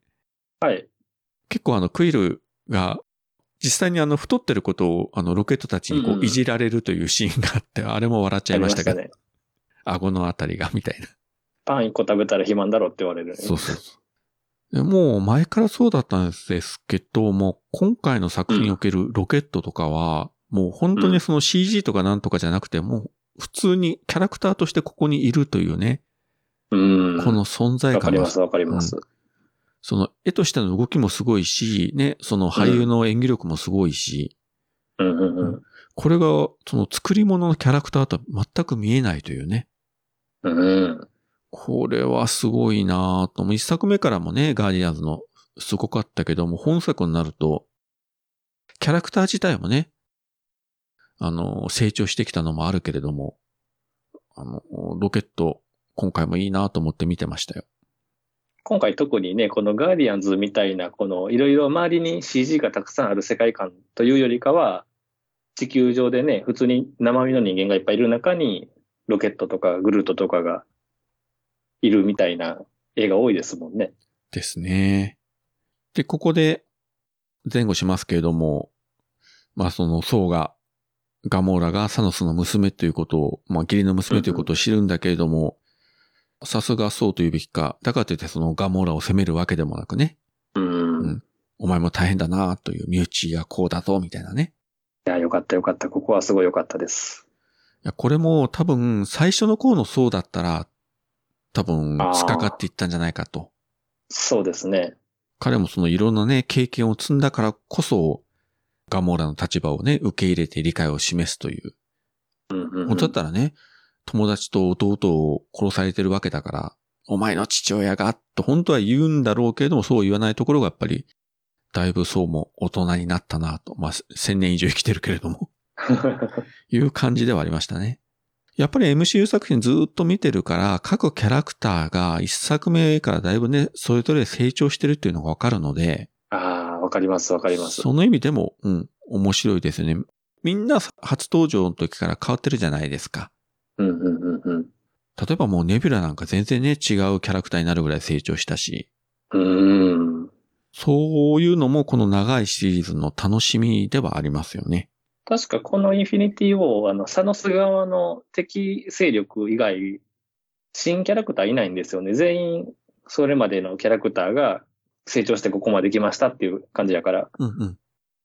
A: はい。
B: 結構あのクイルが実際にあの太ってることをあのロケットたちにこ
A: うんう
B: うんいじられるというシーンがあって、あれも笑っちゃいましたけ
A: あり
B: ど、
A: まね。
B: 顎のあたりがみたいな。
A: パン一個食べたら肥満だろって言われる、ね。
B: そうそうそうで。もう前からそうだったんですけど、もう今回の作品におけるロケットとかは、もう本当にその CG とかなんとかじゃなくて、もう普通にキャラクターとしてここにいるというね、
A: うん。
B: この存在
A: わか
B: 感
A: り
B: が
A: ます、わかります。
B: その絵としての動きもすごいし、ね、その俳優の演技力もすごいし、
A: うんうんうん。
B: これが、その作り物のキャラクターとは全く見えないというね。
A: うん。
B: これはすごいなぁと。もう一作目からもね、ガーディアンズのすごかったけども、本作になると、キャラクター自体もね、あの、成長してきたのもあるけれども、あの、ロケット、今回もいいなぁと思って見てましたよ。
A: 今回特にね、このガーディアンズみたいな、このいろいろ周りに CG がたくさんある世界観というよりかは、地球上でね、普通に生身の人間がいっぱいいる中に、ロケットとかグルートとかがいるみたいな映画多いですもんね。
B: ですね。で、ここで前後しますけれども、まあその、ソウが、ガモーラがサノスの娘ということを、まあ義理の娘ということを知るんだけれども、さすがソウというべきか、だからといってそのガモーラを責めるわけでもなくね、
A: うん。
B: うん
A: い
B: お前も大変だなという、身内がこうだぞ、みたいなね。
A: や、よかったよかった。ここはすごいよかったです。
B: いや、これも多分最初の頃のソウだったら、多分
A: あー
B: 突っかかっていったんじゃないかと。
A: そうですね。
B: 彼もそのいろんなね、経験を積んだからこそ、ガモーラの立場をね、受け入れて理解を示すという。
A: うんうん、うん。
B: 本当だったらね、友達と弟を殺されてるわけだから、お前の父親が、と本当は言うんだろうけれども、そう言わないところがやっぱり、だいぶそうも大人になったなと。まあ、千年以上生きてるけれども、いう感じではありましたね。やっぱり MCU 作品ずっと見てるから、各キャラクターが一作目からだいぶね、それぞれ成長してるっていうのがわかるので、
A: ああ、わかります、わかります。
B: その意味でも、うん、面白いですよね。みんな初登場の時から変わってるじゃないですか。
A: うんうんうんうん。
B: 例えばもうネビュラなんか全然ね、違うキャラクターになるぐらい成長したし、
A: うん。
B: そういうのもこの長いシリーズの楽しみではありますよね。
A: 確かこのインフィニティを、あの、サノス側の敵勢力以外、新キャラクターいないんですよね。全員、それまでのキャラクターが成長してここまで来ましたっていう感じだから、
B: うんうん。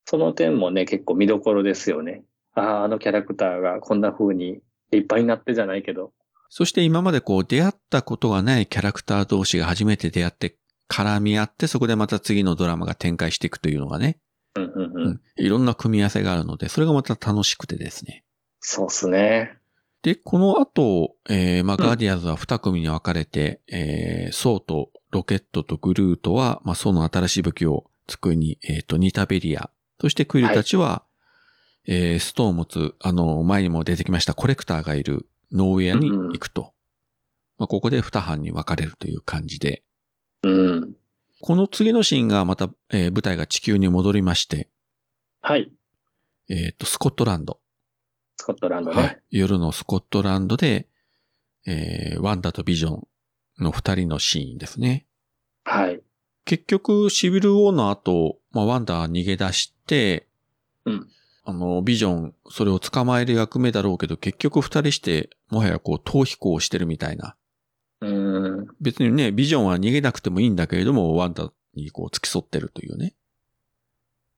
A: その点もね、結構見どころですよね。ああ、あのキャラクターがこんな風にいっぱいになってじゃないけど。
B: そして今までこう出会ったことがないキャラクター同士が初めて出会って絡み合ってそこでまた次のドラマが展開していくというのがね、
A: うんうん
B: う
A: うん。
B: ん、いろんな組み合わせがあるので、それがまた楽しくてですね。
A: そうっすね。
B: で、この後、えー、まあ、
A: うん
B: ガーディアンズは二組に分かれて、えー、ソウとロケットとグルートは、まあ、ソウの新しい武器を机に、えっ、と、ニタベリア、そしてクイルたちは、えーストーンを持つ、あの、前にも出てきましたコレクターがいるノーウェアに行くと。まあ、ここで二班に分かれるという感じで。
A: うん。
B: この次のシーンがまた、えー舞台が地球に戻りまして、
A: はい。
B: えっ、と、スコットランド。
A: スコットランドね。
B: はい。夜のスコットランドで、えーワンダとビジョンの二人のシーンですね。
A: はい。
B: 結局、シビル王の後、まあ、ワンダは逃げ出して、
A: うん
B: あの、ビジョン、それを捕まえる役目だろうけど、結局二人して、もはやこう、逃避行をしてるみたいな。
A: うん。
B: 別にね、ビジョンは逃げなくてもいいんだけれども、ワンダにこう、付き添ってるというね。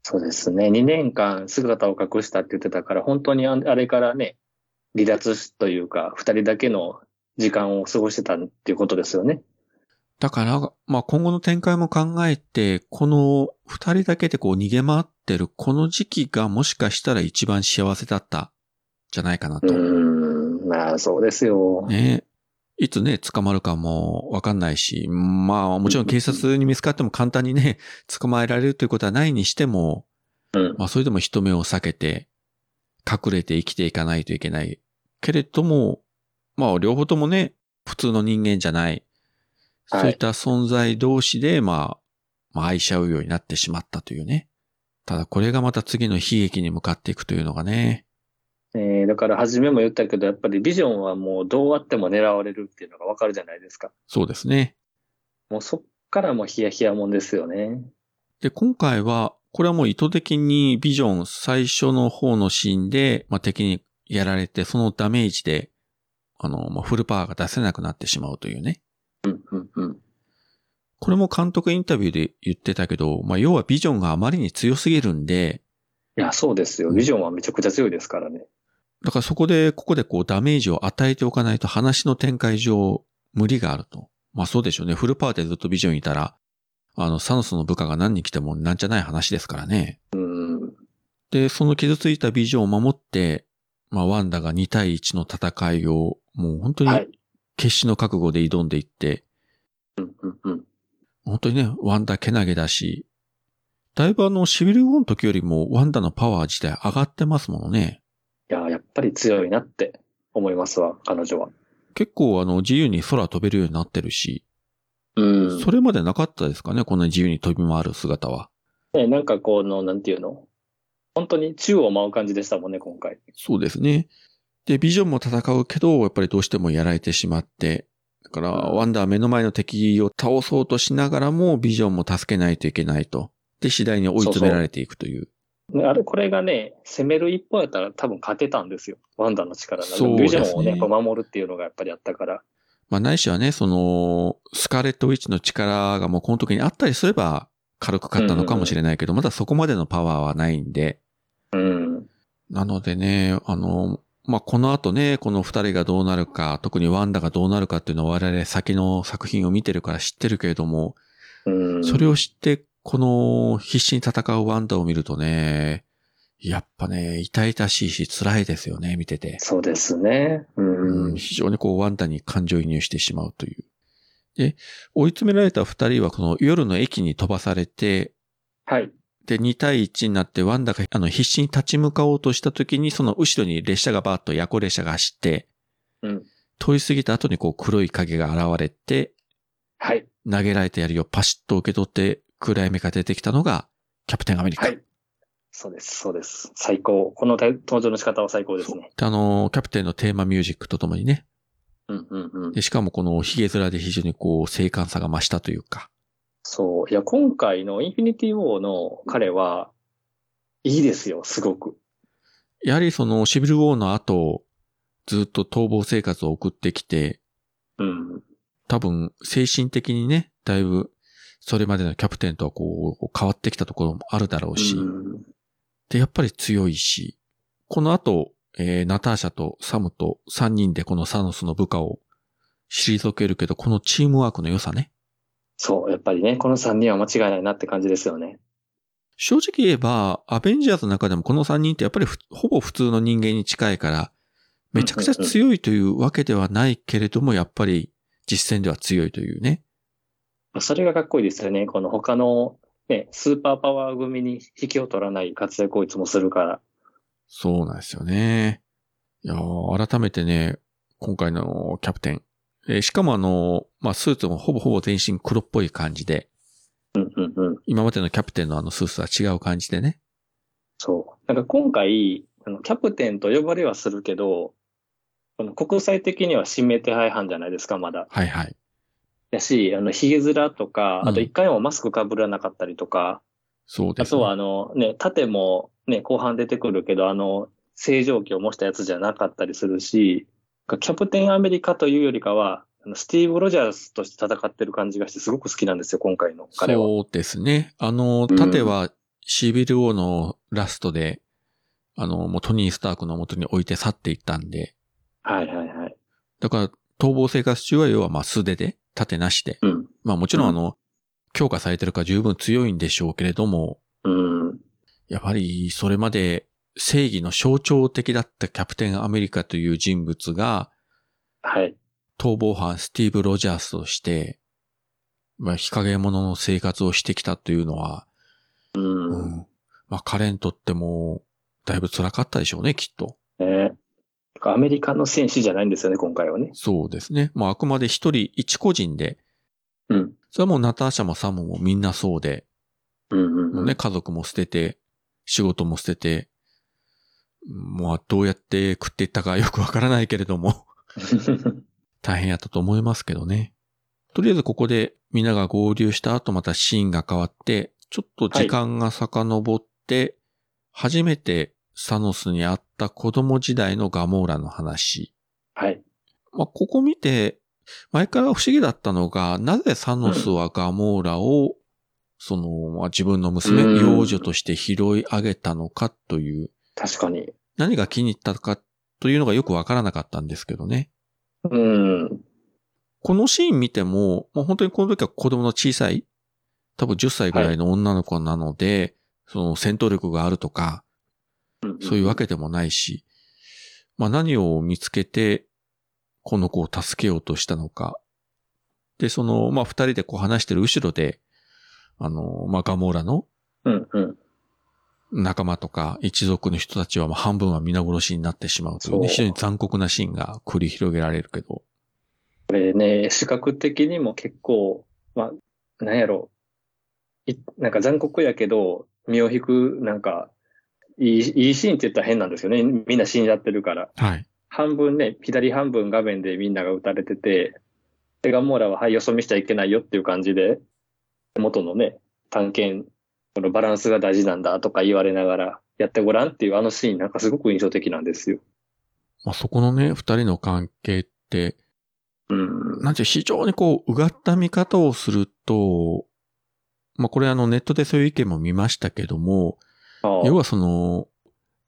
A: そうですね。2年間姿を隠したって言ってたから、本当にああれからね、離脱しというか、2人だけの時間を過ごしてたっていうことですよね。
B: だから、まあ、今後の展開も考えて、この二人だけでこう逃げ回ってる、この時期がもしかしたら一番幸せだった、じゃないかな
A: う
B: と。
A: ん。まあ、そうですよ。
B: ねいつね、捕まるかもわかんないし、まあ、もちろん警察に見つかっても簡単にね、 捕まえられるということはないにしても、
A: うん。
B: まあ、それでも人目を避けて、隠れて生きていかないといけない。けれども、まあ、両方ともね、普通の人間じゃない。
A: はい
B: そういった存在同士で、まあ、まあ、愛し合うようになってしまったというね。ただ、これがまた次の悲劇に向かっていくというのがね。
A: えーだから、初めも言ったけど、やっぱりビジョンはもうどうあっても狙われるっていうのがわかるじゃないですか。
B: そうですね。
A: もうそっからもヒヤヒヤもんですよね。
B: で、今回は、これはもう意図的にビジョン最初の方のシーンで、まあ、敵にやられて、そのダメージで、あの、まあ、フルパワーが出せなくなってしまうというね。
A: うん、うん、うん。
B: これも監督インタビューで言ってたけど、まあ、要はビジョンがあまりに強すぎるんで、
A: いや、そうですよ。ビジョンはめちゃくちゃ強いですからね。
B: だからそこで、ここでこうダメージを与えておかないと話の展開上無理があると。まあそうでしょうね。フルパワーでずっとビジョンいたら、あの、サノスの部下が何人来てもなんじゃない話ですからね。
A: うん。
B: で、その傷ついたビジョンを守って、まあワンダが2対1の戦いをもう本当
A: は
B: に
A: い。
B: 決死の覚悟で挑んでいって、
A: うん、うん、うん。
B: 本当にね、ワンダけなげだし、だいぶあの、シビルゴンの時よりもワンダのパワー自体上がってますものね。
A: いや、やっぱり強いなって思いますわ、彼女は。
B: 結構あの、自由に空飛べるようになってるし、
A: うん。
B: それまでなかったですかね、こんな自由に飛び回る姿は。
A: ね、なんかこの、なんていうの本当に宙を舞う感じでしたもんね、今回。
B: そうですね。で、ビジョンも戦うけど、やっぱりどうしてもやられてしまって、だから、ワンダは目の前の敵を倒そうとしながらも、ビジョンも助けないといけないと。で、次第に追い詰められていくという。
A: ねあれ、これがね、攻める一方やったら多分勝てたんですよ。ワンダの力が。
B: そうで
A: ビ
B: す
A: ジ
B: ね
A: ョンをね、やっぱ守るっていうのがやっぱりあったから。
B: まあ、ないしはね、その、スカーレットウィッチの力がもうこの時にあったりすれば、軽く勝ったのかもしれないけど、まだそこまでのパワーはないんで、
A: うん。
B: なのでね、あの、まあ、この後ね、この二人がどうなるか、特にワンダがどうなるかっていうのは我々先の作品を見てるから知ってるけれども、
A: うん。
B: それを知って、この必死に戦うワンダを見るとね、やっぱね、痛々しいし辛いですよね、見てて。
A: そうですね。う。
B: うんん非常にこうワンダに感情移入してしまうという。で、追い詰められた二人はこの夜の駅に飛ばされて、
A: はい。
B: で、2対1になってワンダがあの必死に立ち向かおうとした時に、その後ろに列車がバーッと夜行列車が走って、
A: うん
B: 通り過ぎた後にこう黒い影が現れて、
A: はい。
B: 投げられた槍をパシッと受け取って、暗闇が出てきたのが、キャプテンアメリカ。
A: はい。そうです、そうです。最高。このた登場の仕方は最高ですね。
B: であの、キャプテンのテーマミュージックとともにね、
A: うんうんうん
B: で。しかもこのヒゲ面で非常にこう、静観さが増したというか、
A: そう。いや、今回のインフィニティ・ウォーの彼は、いいですよ、すごく。
B: やはりそのシビルウォーの後、ずっと逃亡生活を送ってきて、
A: うん。
B: 多分精神的にね、だいぶそれまでのキャプテンとはこう変わってきたところもあるだろうし、
A: うん
B: で、やっぱり強いし、この後、えーナターシャとサムと3人でこのサノスの部下を退けるけど、このチームワークの良さね。
A: そう、やっぱりね、この3人は間違いないなって感じですよね。
B: 正直言えば、アベンジャーズの中でもこの3人ってやっぱりふほぼ普通の人間に近いから、めちゃくちゃ強いというわけではないけれども、やっぱり実戦では強いというね。
A: それがかっこいいですよね。この他のね、スーパーパワー組に引きを取らない活躍をいつもするから。
B: そうなんですよね。いやー改めてね、今回のキャプテン。えーしかもあのーまあ、スーツもほぼほぼ全身黒っぽい感じで、
A: うんうんうん。
B: 今までのキャプテンのあのスーツとは違う感じでね。
A: そう。なんか今回、あのキャプテンと呼ばれはするけど、この国際的には指名手配犯じゃないですか、まだ。
B: はいはい。
A: やし、あの、髭面とか、
B: うん
A: あと一回もマスクかぶらなかったりとか、
B: そうで
A: あ
B: す、ね。
A: とはあの、ね、縦もね、後半出てくるけど、あの、正常期を模したやつじゃなかったりするし、キャプテンアメリカというよりかは、あのスティーブ・ロジャースとして戦ってる感じがして、すごく好きなんですよ、今回の彼は。
B: そうですね。あの、
A: うん
B: 盾はシビル王のラストで、あの、もうトニー・スタークの元に置いて去っていったんで、
A: はいはいはい。
B: だから、逃亡生活中は要はまあ素手で、盾なしで。
A: うん。
B: まあもちろん
A: う
B: あ
A: ん
B: の、強化されてるから十分強いんでしょうけれども、
A: うん。
B: やはりそれまで正義の象徴的だったキャプテンアメリカという人物が、
A: はい。
B: 逃亡犯スティーブ・ロジャースとして、まあ日陰者の生活をしてきたというのは、
A: うん。
B: うん。まあ、彼にとっても、だいぶ辛かったでしょうね、きっと。
A: ねだからアメリカの戦士じゃないんですよね、今回はね。
B: そうですね。まあ、あくまで一人一個人で、
A: うん。
B: それはもうナターシャもサムもみんなそうで、
A: うんうん、
B: も
A: う。
B: うんね、家族も捨てて、仕事も捨てて、まあ、どうやって食っていったかよくわからないけれども、大変やったと思いますけどね。とりあえずここで、皆が合流した後またシーンが変わって、ちょっと時間が遡って、初めてサノスに会った子供時代のガモーラの話。
A: はい。
B: まあ、ここ見て、前から不思議だったのが、なぜサノスはガモーラを、その、まあ、自分の娘、
A: うん
B: 幼女として拾い上げたのかという、
A: 確かに。
B: 何が気に入ったかというのがよくわからなかったんですけどね。
A: うん。
B: このシーン見ても、もう本当にこの時は子供の小さい、多分10歳ぐらいの女の子なので、その戦闘力があるとか、そういうわけでもないし、まあ何を見つけて、この子を助けようとしたのか。で、その、まあ二人でこう話してる後ろで、あの、まあガモーラの
A: うんうん。
B: 仲間とか一族の人たちはまあ半分は皆殺しになってしまうというね、
A: そう
B: 非常に残酷なシーンが繰り広げられるけど。
A: これね、視覚的にも結構、まあ、なんやろいなんか残酷やけど、身を引く、なんか、いい、いいシーンって言ったら変なんですよね。みんな死んじゃってるから。
B: はい。
A: 半分ね、左半分画面でみんなが撃たれてて、で、ガモーラは、はい、よそ見しちゃいけないよっていう感じで、元のね、探検、このバランスが大事なんだとか言われながら、やってごらんっていうあのシーンなんかすごく印象的なんですよ。
B: まあそこのね、二人の関係って、
A: うん。
B: なんていう非常にこう、うがった見方をすると、まあこれあのネットでそういう意見も見ましたけども、
A: ああ
B: 要はその、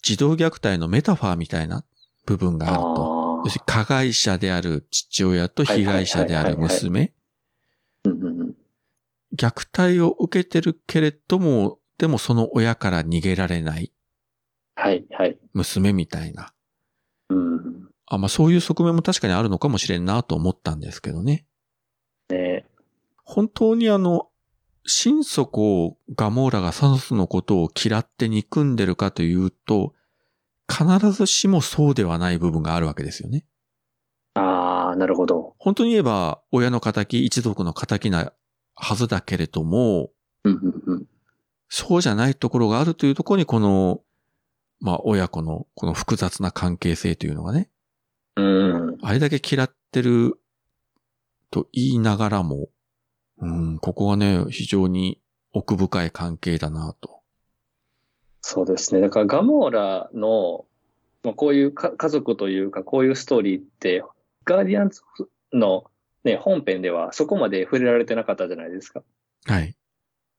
B: 児童虐待のメタファーみたいな部分があると。
A: ああ
B: 要するに加害者である父親と被害者である娘。
A: うんうんうん
B: 虐待を受けてるけれども、でもその親から逃げられない
A: はい、はい。
B: 娘みたいな。
A: うん。
B: あ、まあそういう側面も確かにあるのかもしれんなと思ったんですけどね。
A: ね
B: 本当にあの、心底ガモーラがサノスのことを嫌って憎んでるかというと、必ずしもそうではない部分があるわけですよね。
A: ああ、なるほど。
B: 本当に言えば、親の仇、一族の仇なはずだけれども、
A: うんうんうん。
B: そうじゃないところがあるというところに、この、まあ、親子の、この複雑な関係性というのがね、
A: うん。
B: あれだけ嫌ってると言いながらも、うん、ここはね、非常に奥深い関係だなと。
A: そうですね。だからガモーラの、まあ、こういうか家族というか、こういうストーリーって、ガーディアンズの、ね、本編ではそこまで触れられてなかったじゃないですか。
B: はい。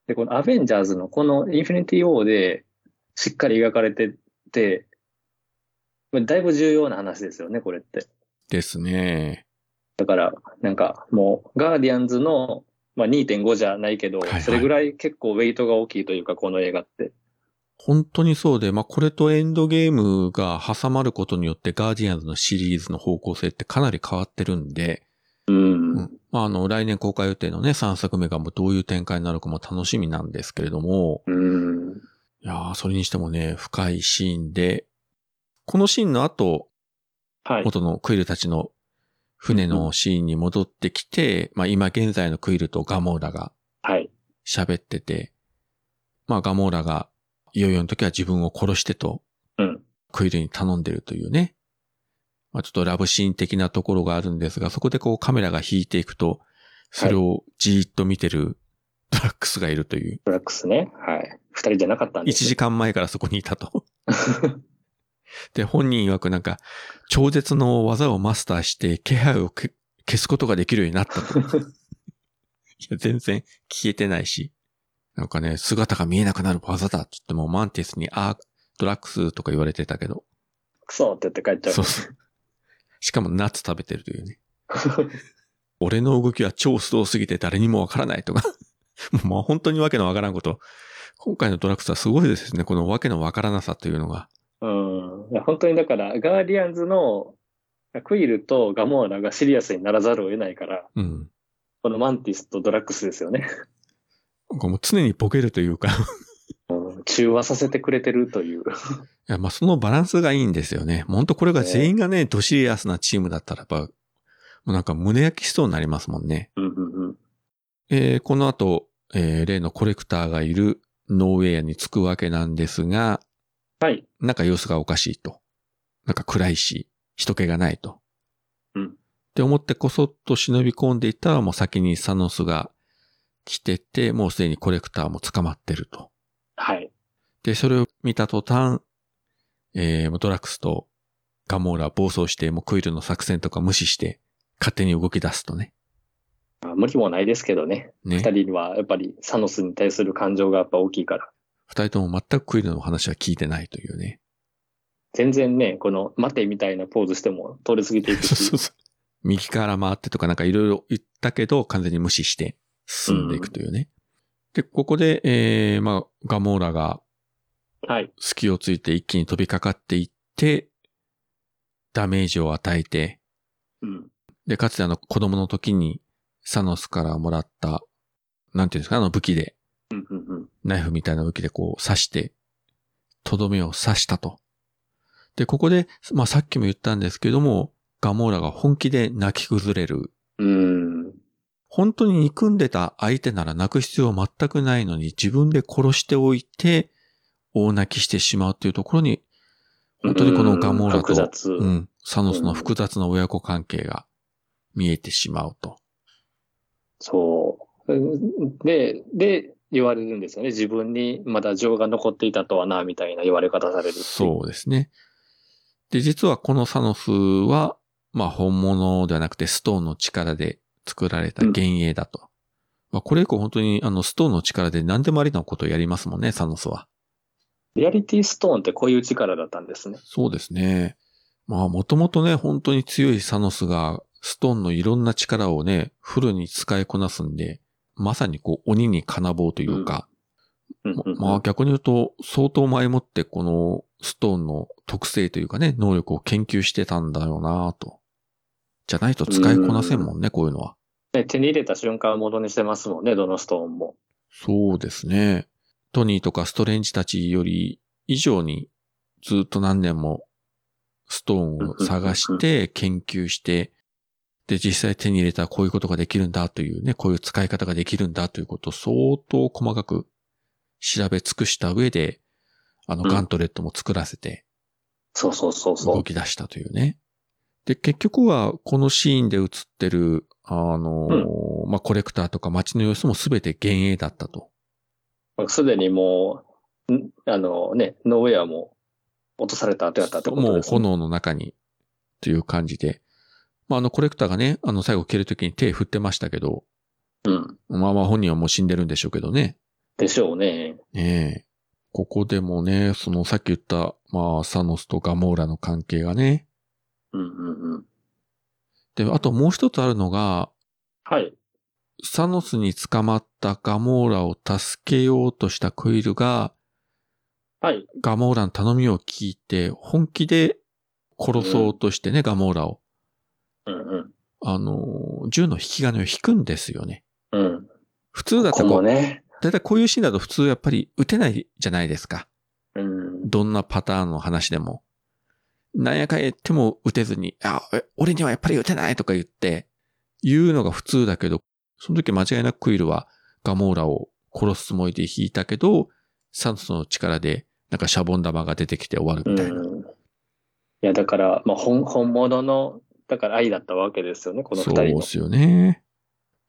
A: で、このアベンジャーズのこのインフィニティ・ウォーでしっかり描かれてて、まあだいぶ重要な話ですよね、これって。
B: ですね。
A: だから、なんかもう、ガーディアンズの、まあ、2.5じゃないけど、
B: はいはい
A: それぐらい結構ウェイトが大きいというか、この映画って。
B: 本当にそうで、まあ、これとエンドゲームが挟まることによって、ガーディアンズのシリーズの方向性ってかなり変わってるんで、
A: うん。
B: うん。まあ、あの、来年公開予定のね、3作目がもうどういう展開になるかも楽しみなんですけれども、
A: うん。
B: いやー、それにしてもね、深いシーンで、このシーンの後、
A: はい。
B: 元のクイルたちの船のシーンに戻ってきて、まあ今現在のクイルとガモーラが
A: はい。
B: 喋ってて、まあガモーラがいよいよの時は自分を殺してと
A: うん。
B: クイルに頼んでるというね。まあちょっとラブシーン的なところがあるんですが、そこでこうカメラが引いていくと、それをじーっと見てるドラックスがいるという。
A: ブラックスね。はい。二人じゃなかったんで
B: 1
A: す
B: 時間前からそこにいたと。 で、本人曰くなんか、超絶の技をマスターして、気配をけ消すことができるようになったと。いや、全然消えてないし。なんかね、姿が見えなくなる技だって言っても、マンティスに、あードラックスとか言われてたけど。
A: クソって言って帰っちゃう。
B: そうそう。しかもナッツ食べてるというね。俺の動きは超スローすぎて誰にもわからないとか。 もうまあ本当にわけのわからんこと。今回のドラックスはすごいですね。このわけのわからなさというのが。
A: うん。いや本当にだから、ガーディアンズのクイルとガモーラがシリアスにならざるを得ないから、
B: うん。
A: このマンティスとドラッグスですよね。
B: なんかもう常にボケるというか。
A: うん、中和させてくれてるという。
B: いや、まあ、そのバランスがいいんですよね。もうほんとこれが全員がね、ドシリアスなチームだったらば、もうなんか胸焼きしそうになりますもんね。
A: うんうんうん。
B: えーこの後、えー例のコレクターがいるノーウェアに着くわけなんですが、
A: はい。
B: なんか様子がおかしいと。なんか暗いし、人気がないと。
A: うん
B: って思ってこそっと忍び込んでいったらもう先にサノスが来てて、もうすでにコレクターも捕まってると。
A: はい。
B: で、それを見た途端、えー、もうドラックスとガモーラは暴走して、もうクイルの作戦とか無視して、勝手に動き出すとね。
A: まあ無理もないですけどね。
B: ね。
A: 二人にはやっぱりサノスに対する感情がやっぱ大きいから。
B: 二人とも全くクイルの話は聞いてないというね。
A: 全然ね、この待てみたいなポーズしても通り過ぎていく
B: そう
A: し
B: そう。そう。右から回ってとかなんかいろいろ言ったけど、完全に無視して進んでいくというね。で、ここで、えー、まあ、ガモーラが
A: はい。
B: 隙をついて一気に飛びかかっていって、ダメージを与えて、
A: うん。
B: で、かつてあの子供の時にサノスからもらった、なんていうんですか、あの武器で、
A: うんうんうん。
B: ナイフみたいな武器でこう刺して、とどめを刺したと。で、ここで、まあさっきも言ったんですけども、ガモーラが本気で泣き崩れる。
A: うん。
B: 本当に憎んでた相手なら泣く必要は全くないのに自分で殺しておいて、大泣きしてしまうというところに、本当にこのガモーラと
A: 複雑。
B: うん。サノスの複雑な親子関係が見えてしまうと。
A: そう。で、で、言われるんですよね。自分にまだ情が残っていたとはな、みたいな言われ方されるってい
B: そうですね。で、実はこのサノスは、まあ本物ではなくてストーンの力で作られた幻影だと。まあこれ以降本当にあのストーンの力で何でもありなことをやりますもんね、サノスは。
A: リアリティストーンってこういう力だったんですね。
B: そうですね。まあもともとね、本当に強いサノスがストーンのいろんな力をね、フルに使いこなすんで、まさにこう鬼に金棒というか、
A: うんうんうん
B: まあ逆に言うと、相当前もってこのストーンの特性というかね、能力を研究してたんだろうなと。じゃないと使いこなせんもんね、こういうのは。
A: ね手に入れた瞬間をものにしてますもんね、どのストーンも。
B: そうですね。トニーとかストレンジたちより以上にずっと何年もストーンを探して研究して、で、実際手に入れたらこういうことができるんだというね、こういう使い方ができるんだということを相当細かく調べ尽くした上で、あの
A: うん
B: ガントレットも作らせて
A: そうそうそうそ
B: 動
A: う。
B: き出したというね。で、結局はこのシーンで映ってる、あのーまあ、コレクターとか街の様子も全て幻影だったと。
A: まあすでにもう、んあのね、ノーウェアも落とされた後やったってことです、ね。
B: もう炎の中に、という感じで。まあ、あの、コレクターがね、あの、最後蹴るときに手振ってましたけど、
A: うん。
B: まあまあ本人はもう死んでるんでしょうけどね。
A: でしょうね。
B: ねえ。ここでもね、そのさっき言った、まあ、サノスとガモーラの関係がね。
A: うんうんうん。
B: で、あともう一つあるのが、
A: はい。
B: サノスに捕まったガモーラを助けようとしたクイルが、
A: はい。
B: ガモーラの頼みを聞いて、本気で殺そうとしてね、ガモーラを。
A: うんうん。
B: あの、銃の引き金を引くんですよね。
A: うん。
B: 普通だっ
A: こ
B: たら
A: の
B: こう、
A: ね。
B: だいたいこういうシーンだと普通やっぱり撃てないじゃないですか。
A: うん。
B: どんなパターンの話でも。なんやかんや言っても打てずに、あ、え俺にはやっぱり打てないとか言って、言うのが普通だけど、その時間違いなくクイルはガモーラを殺すつもりで引いたけど、酸素の力でなんかシャボン玉が出てきて終わる
A: う
B: みたいな。
A: ん。いや、だから、まあ、本、本物の、だから愛だったわけですよね、この二
B: そ
A: 人
B: うで
A: の。
B: すよね。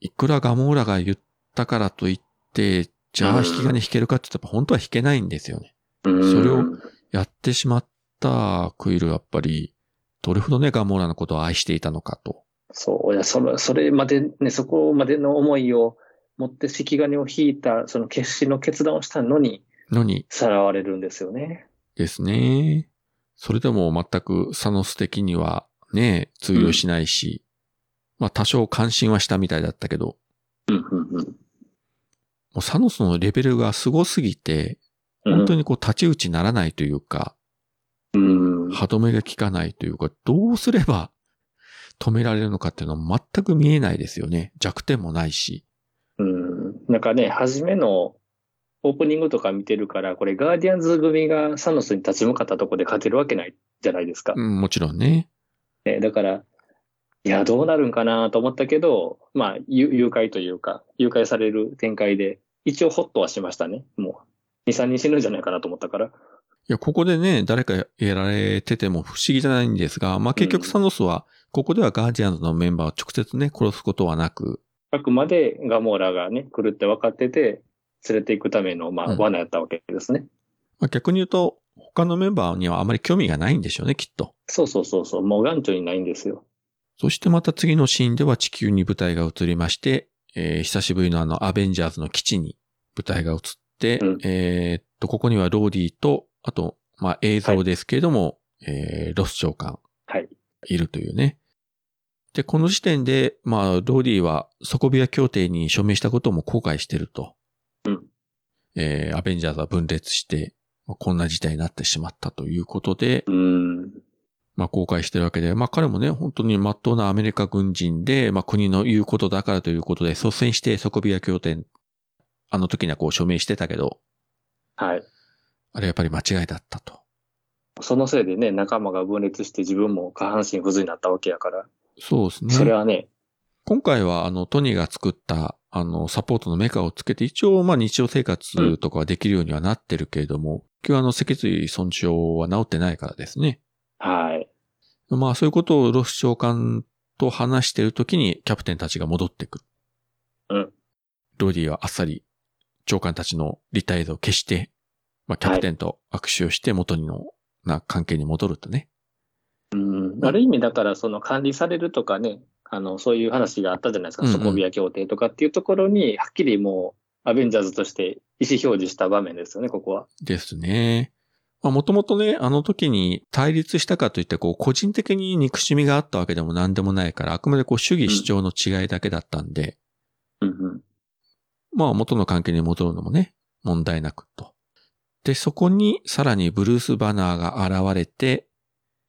B: いくらガモーラが言ったからといって、じゃあ
A: うん
B: 引き金引けるかって言ったら本当は引けないんですよね。
A: うん
B: それをやってしまったクイルはやっぱり、どれほどね、ガモーラのことを愛していたのかと。
A: そう、いや、それ、それまで、ね、そこまでの思いを持って引き金を引いた、その決死の決断をしたのに、
B: のに
A: さらわれるんですよね。
B: ですね。それでも全くサノス的にはね、通用しないし、まあ多少関心はしたみたいだったけど、
A: うん、うん、
B: もうサノスのレベルがすごすぎて、
A: うん。
B: 本当
A: に。
B: にこう立ち打ちならないというか、
A: うん。
B: 歯止めが効かないというか、どうすれば止められるのかっていうのは全く見えないですよね。弱点もないし。
A: うん。なんかね、初めのオープニングとか見てるから、これガーディアンズ組がサノスに立ち向かったとこで勝てるわけないじゃないですか。
B: うん、もちろんね。
A: ねだから、いや、どうなるんかなと思ったけど、まあ、ゆ誘拐というか、誘拐される展開で、一応ホッとはしましたね。もう、2、3人死ぬんじゃないかなと思ったから。
B: いや、ここでね、誰かやられてても不思議じゃないんですが、まあ、結局
A: うん
B: サノスは、ここではガーディアンズのメンバーを直接ね、殺すことはなく、
A: あくまでガモーラがね、来るって分かってて、連れて行くための、ま
B: う
A: あ、
B: ん
A: 罠やったわけですね。
B: まあ、逆に言うと、他のメンバーにはあまり興味がないんでしょうね、きっと。
A: そうそうそうそう、もう眼中にないんですよ。
B: そしてまた次のシーンでは地球に舞台が移りまして、えー久しぶりのあのアベンジャーズの基地に舞台が移って、
A: うん
B: えーっと、ここにはローディと、あと、まあ、映像ですけれども、えーロス長官。
A: はい。
B: いるというね。で、この時点で、まあ、ローディは底ビア協定に署名したことも後悔してると。
A: うん
B: えーアベンジャーズは分裂して、まあこんな事態になってしまったということで、
A: うん。
B: まあ、後悔してるわけで、まあ、彼もね、本当に真っ当なアメリカ軍人で、まあ、国の言うことだからということで、率先して底ビア協定、あの時にはこう署名してたけど、
A: はい。
B: あれはやっぱり間違いだったと。
A: そのせいでね、仲間が分裂して自分も下半身不随になったわけやから、
B: そうですね。
A: それはね、
B: 今回は、あの、トニーが作った、あの、サポートのメカをつけて、一応、まあ、日常生活とかはできるようにはなってるけれども、今日あの、脊椎損傷は治ってないからですね。
A: はい。
B: まあ、そういうことをロス長官と話してるときに、キャプテンたちが戻ってくる。
A: うん。
B: ロディはあっさり、長官たちの立体像を消して、まあ、キャプテンと握手をして、元にの、な、関係に戻るとね。
A: うん。ある意味、だから、その管理されるとかね、あの、そういう話があったじゃないですか、
B: うんうん
A: ソコビア協定とかっていうところに、はっきりもう、アベンジャーズとして意思表示した場面ですよね、ここは。
B: ですね。まあもともとね、あの時に対立したかといって、こう、個人的に憎しみがあったわけでも何でもないから、あくまでこう、主義主張の違いだけだったんで、
A: うんうん。
B: まあ元の関係に戻るのもね、問題なくと。で、そこにさらにブルース・バナーが現れて、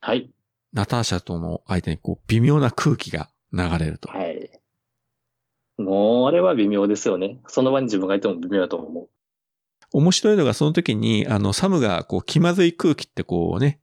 A: はい。
B: ナターシャとの間にこう、微妙な空気が流れると。
A: はい。もう、あれは微妙ですよね。その場に自分がいても微妙だと思う。
B: 面白いのがその時に、あの、サムがこう、気まずい空気ってこうね、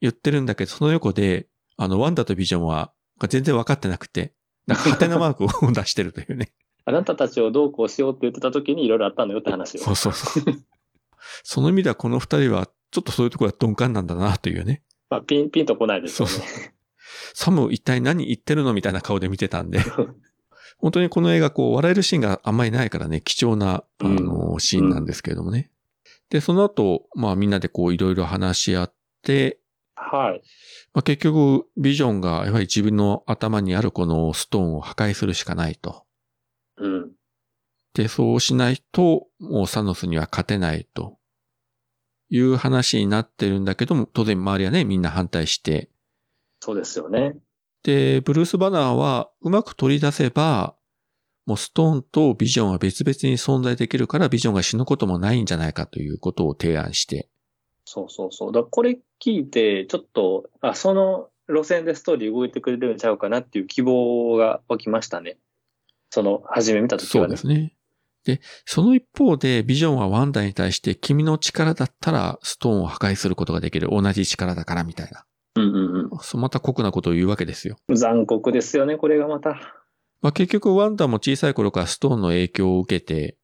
B: 言ってるんだけど、その横で、あの、ワンダとビジョンは、全然分かってなくて、なんか、ハテナマークを 出してるというね。
A: あなたたちをどうこうしようって言ってた時にいろいろあったんだよって話を。
B: そうそうそう。 その意味では、この二人は、ちょっとそういうところは鈍感なんだな、というね。
A: まあ、ピン、ピンとこないですよね。
B: そうサム、一体何言ってるのみたいな顔で見てた んで。本当にこの映画、こう、笑えるシーンがあんまりないからね、貴重な、あ
A: うん
B: の、シーンなんですけれどもね。で、その後、まあ、みんなでこう、いろいろ話し合って、
A: はい。
B: まあ、結局、ビジョンが、やはり自分の頭にあるこのストーンを破壊するしかないと。
A: うん。
B: で、そうしないと、もうサノスには勝てないと。いう話になってるんだけども、当然周りはね、みんな反対して。
A: そうですよね。
B: で、ブルース・バナーはうまく取り出せば、もうストーンとビジョンは別々に存在できるから、ビジョンが死ぬこともないんじゃないかということを提案して。
A: そうそうそう。だからこれ聞いて、ちょっと、あ、その路線でストーリー動いてくれるんちゃうかなっていう希望が湧きましたね。その、初め見た時
B: そ
A: は
B: う
A: ね。
B: ですね。で、その一方で、ビジョンはワンダに対して、君の力だったら、ストーンを破壊することができる。同じ力だから、みたいな。
A: うんうん
B: そうまた酷なことを言うわけですよ。
A: うん。残酷ですよね、これがまた。
B: まあ結局、ワンダも小さい頃からストーンの影響を受けて、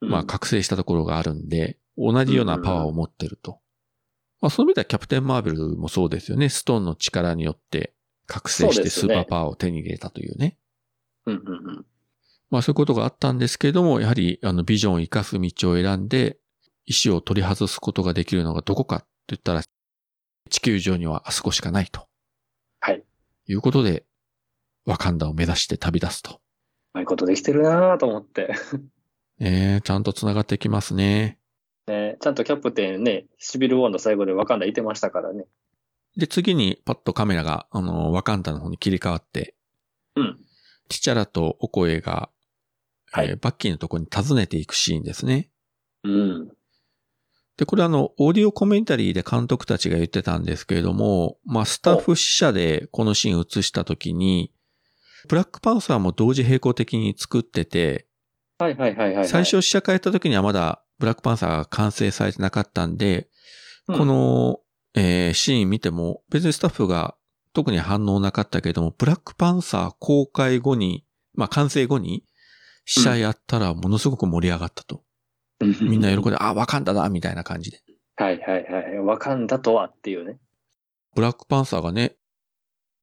A: うん
B: まあ覚醒したところがあるんで、同じようなパワーを持ってると。まあそういう意味ではキャプテン・マーベルもそうですよね。ストーンの力によって覚醒
A: そ
B: し
A: う
B: て
A: です
B: スー
A: ね
B: パーパワーを手に入れたというね。
A: うんうんうん。
B: まあそういうことがあったんですけれども、やはりあのビジョンを生かす道を選んで、石を取り外すことができるのがどこかって言ったら、地球上にはあそこしかないと。
A: はい。
B: いうことで、ワカンダを目指して旅立つ
A: う
B: と。
A: まいことできてるなぁと思って。
B: えー、ちゃんと繋がってきますね。
A: ね、ちゃんとキャプテンね、シビル・ウォーの最後でワカンダいてましたからね。
B: で、次にパッとカメラが、あの、ワカンダの方に切り替わって、
A: うん。
B: ティチャラとオコエが、
A: はい
B: えーバッキーのところに訪ねていくシーンですね。
A: うん。
B: で、これあの、オーディオコメンタリーで監督たちが言ってたんですけれども、まあ、スタッフ支社でこのシーン映したときに、ブラックパンサーも同時並行的に作ってて、
A: はいはいはいはい、はい。
B: 最初試写会やった時にはまだブラックパンサーが完成されてなかったんで、
A: うん
B: この、えーシーン見ても別にスタッフが特に反応なかったけれども、ブラックパンサー公開後に、まあ完成後に試写やったらものすごく盛り上がったと。みんな喜んで、あ、わかんだな、みたいな感じで。
A: はいはいはい。ワカンダとはっていうね。
B: ブラックパンサーがね、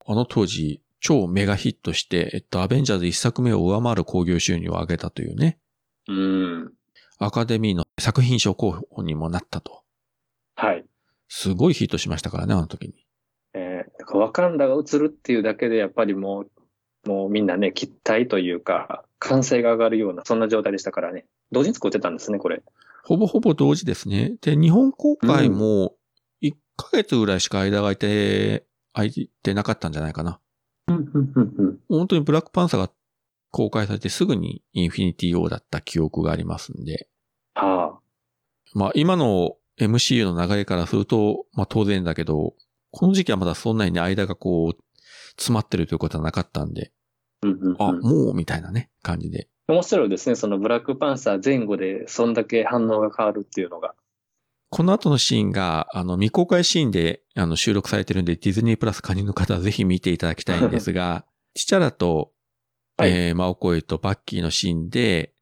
B: あの当時超メガヒットして、えっと、アベンジャーズ一作目を上回る興行収入を上げたというね、
A: うん。
B: アカデミーの作品賞候補にもなったと。
A: はい。
B: すごいヒットしましたからね、あの時に。
A: えー、だからワカンダが映るっていうだけで、やっぱりもう、もうみんなね、期待というか、歓声が上がるような、そんな状態でしたからね。同時に作ってたんですね、これ。
B: ほぼほぼ同時ですね。で、日本公開も1ヶ月ぐらいしか間が空いて、空いてなかったんじゃないかな。
A: うん、うん、うん、
B: 本当にブラックパンサーが公開されてすぐにインフィニティ王だった記憶がありますんで。
A: はあ。
B: まあ今の MCU の流れからすると、まあ当然だけど、この時期はまだそんなにね間がこう、詰まってるということはなかったんで、
A: うん、うん、
B: あ、
A: うん。
B: もうみたいなね、感じで。
A: 面白いですね、そのブラックパンサー前後で、そんだけ反応が変わるっていうのが。
B: この後のシーンが、あの、未公開シーンで、あの、収録されてるんで、ディズニープラス加入の方はぜひ見ていただきたいんで すが、チチャラと、
A: はい
B: えー、マオコエとバッキーのシーンで、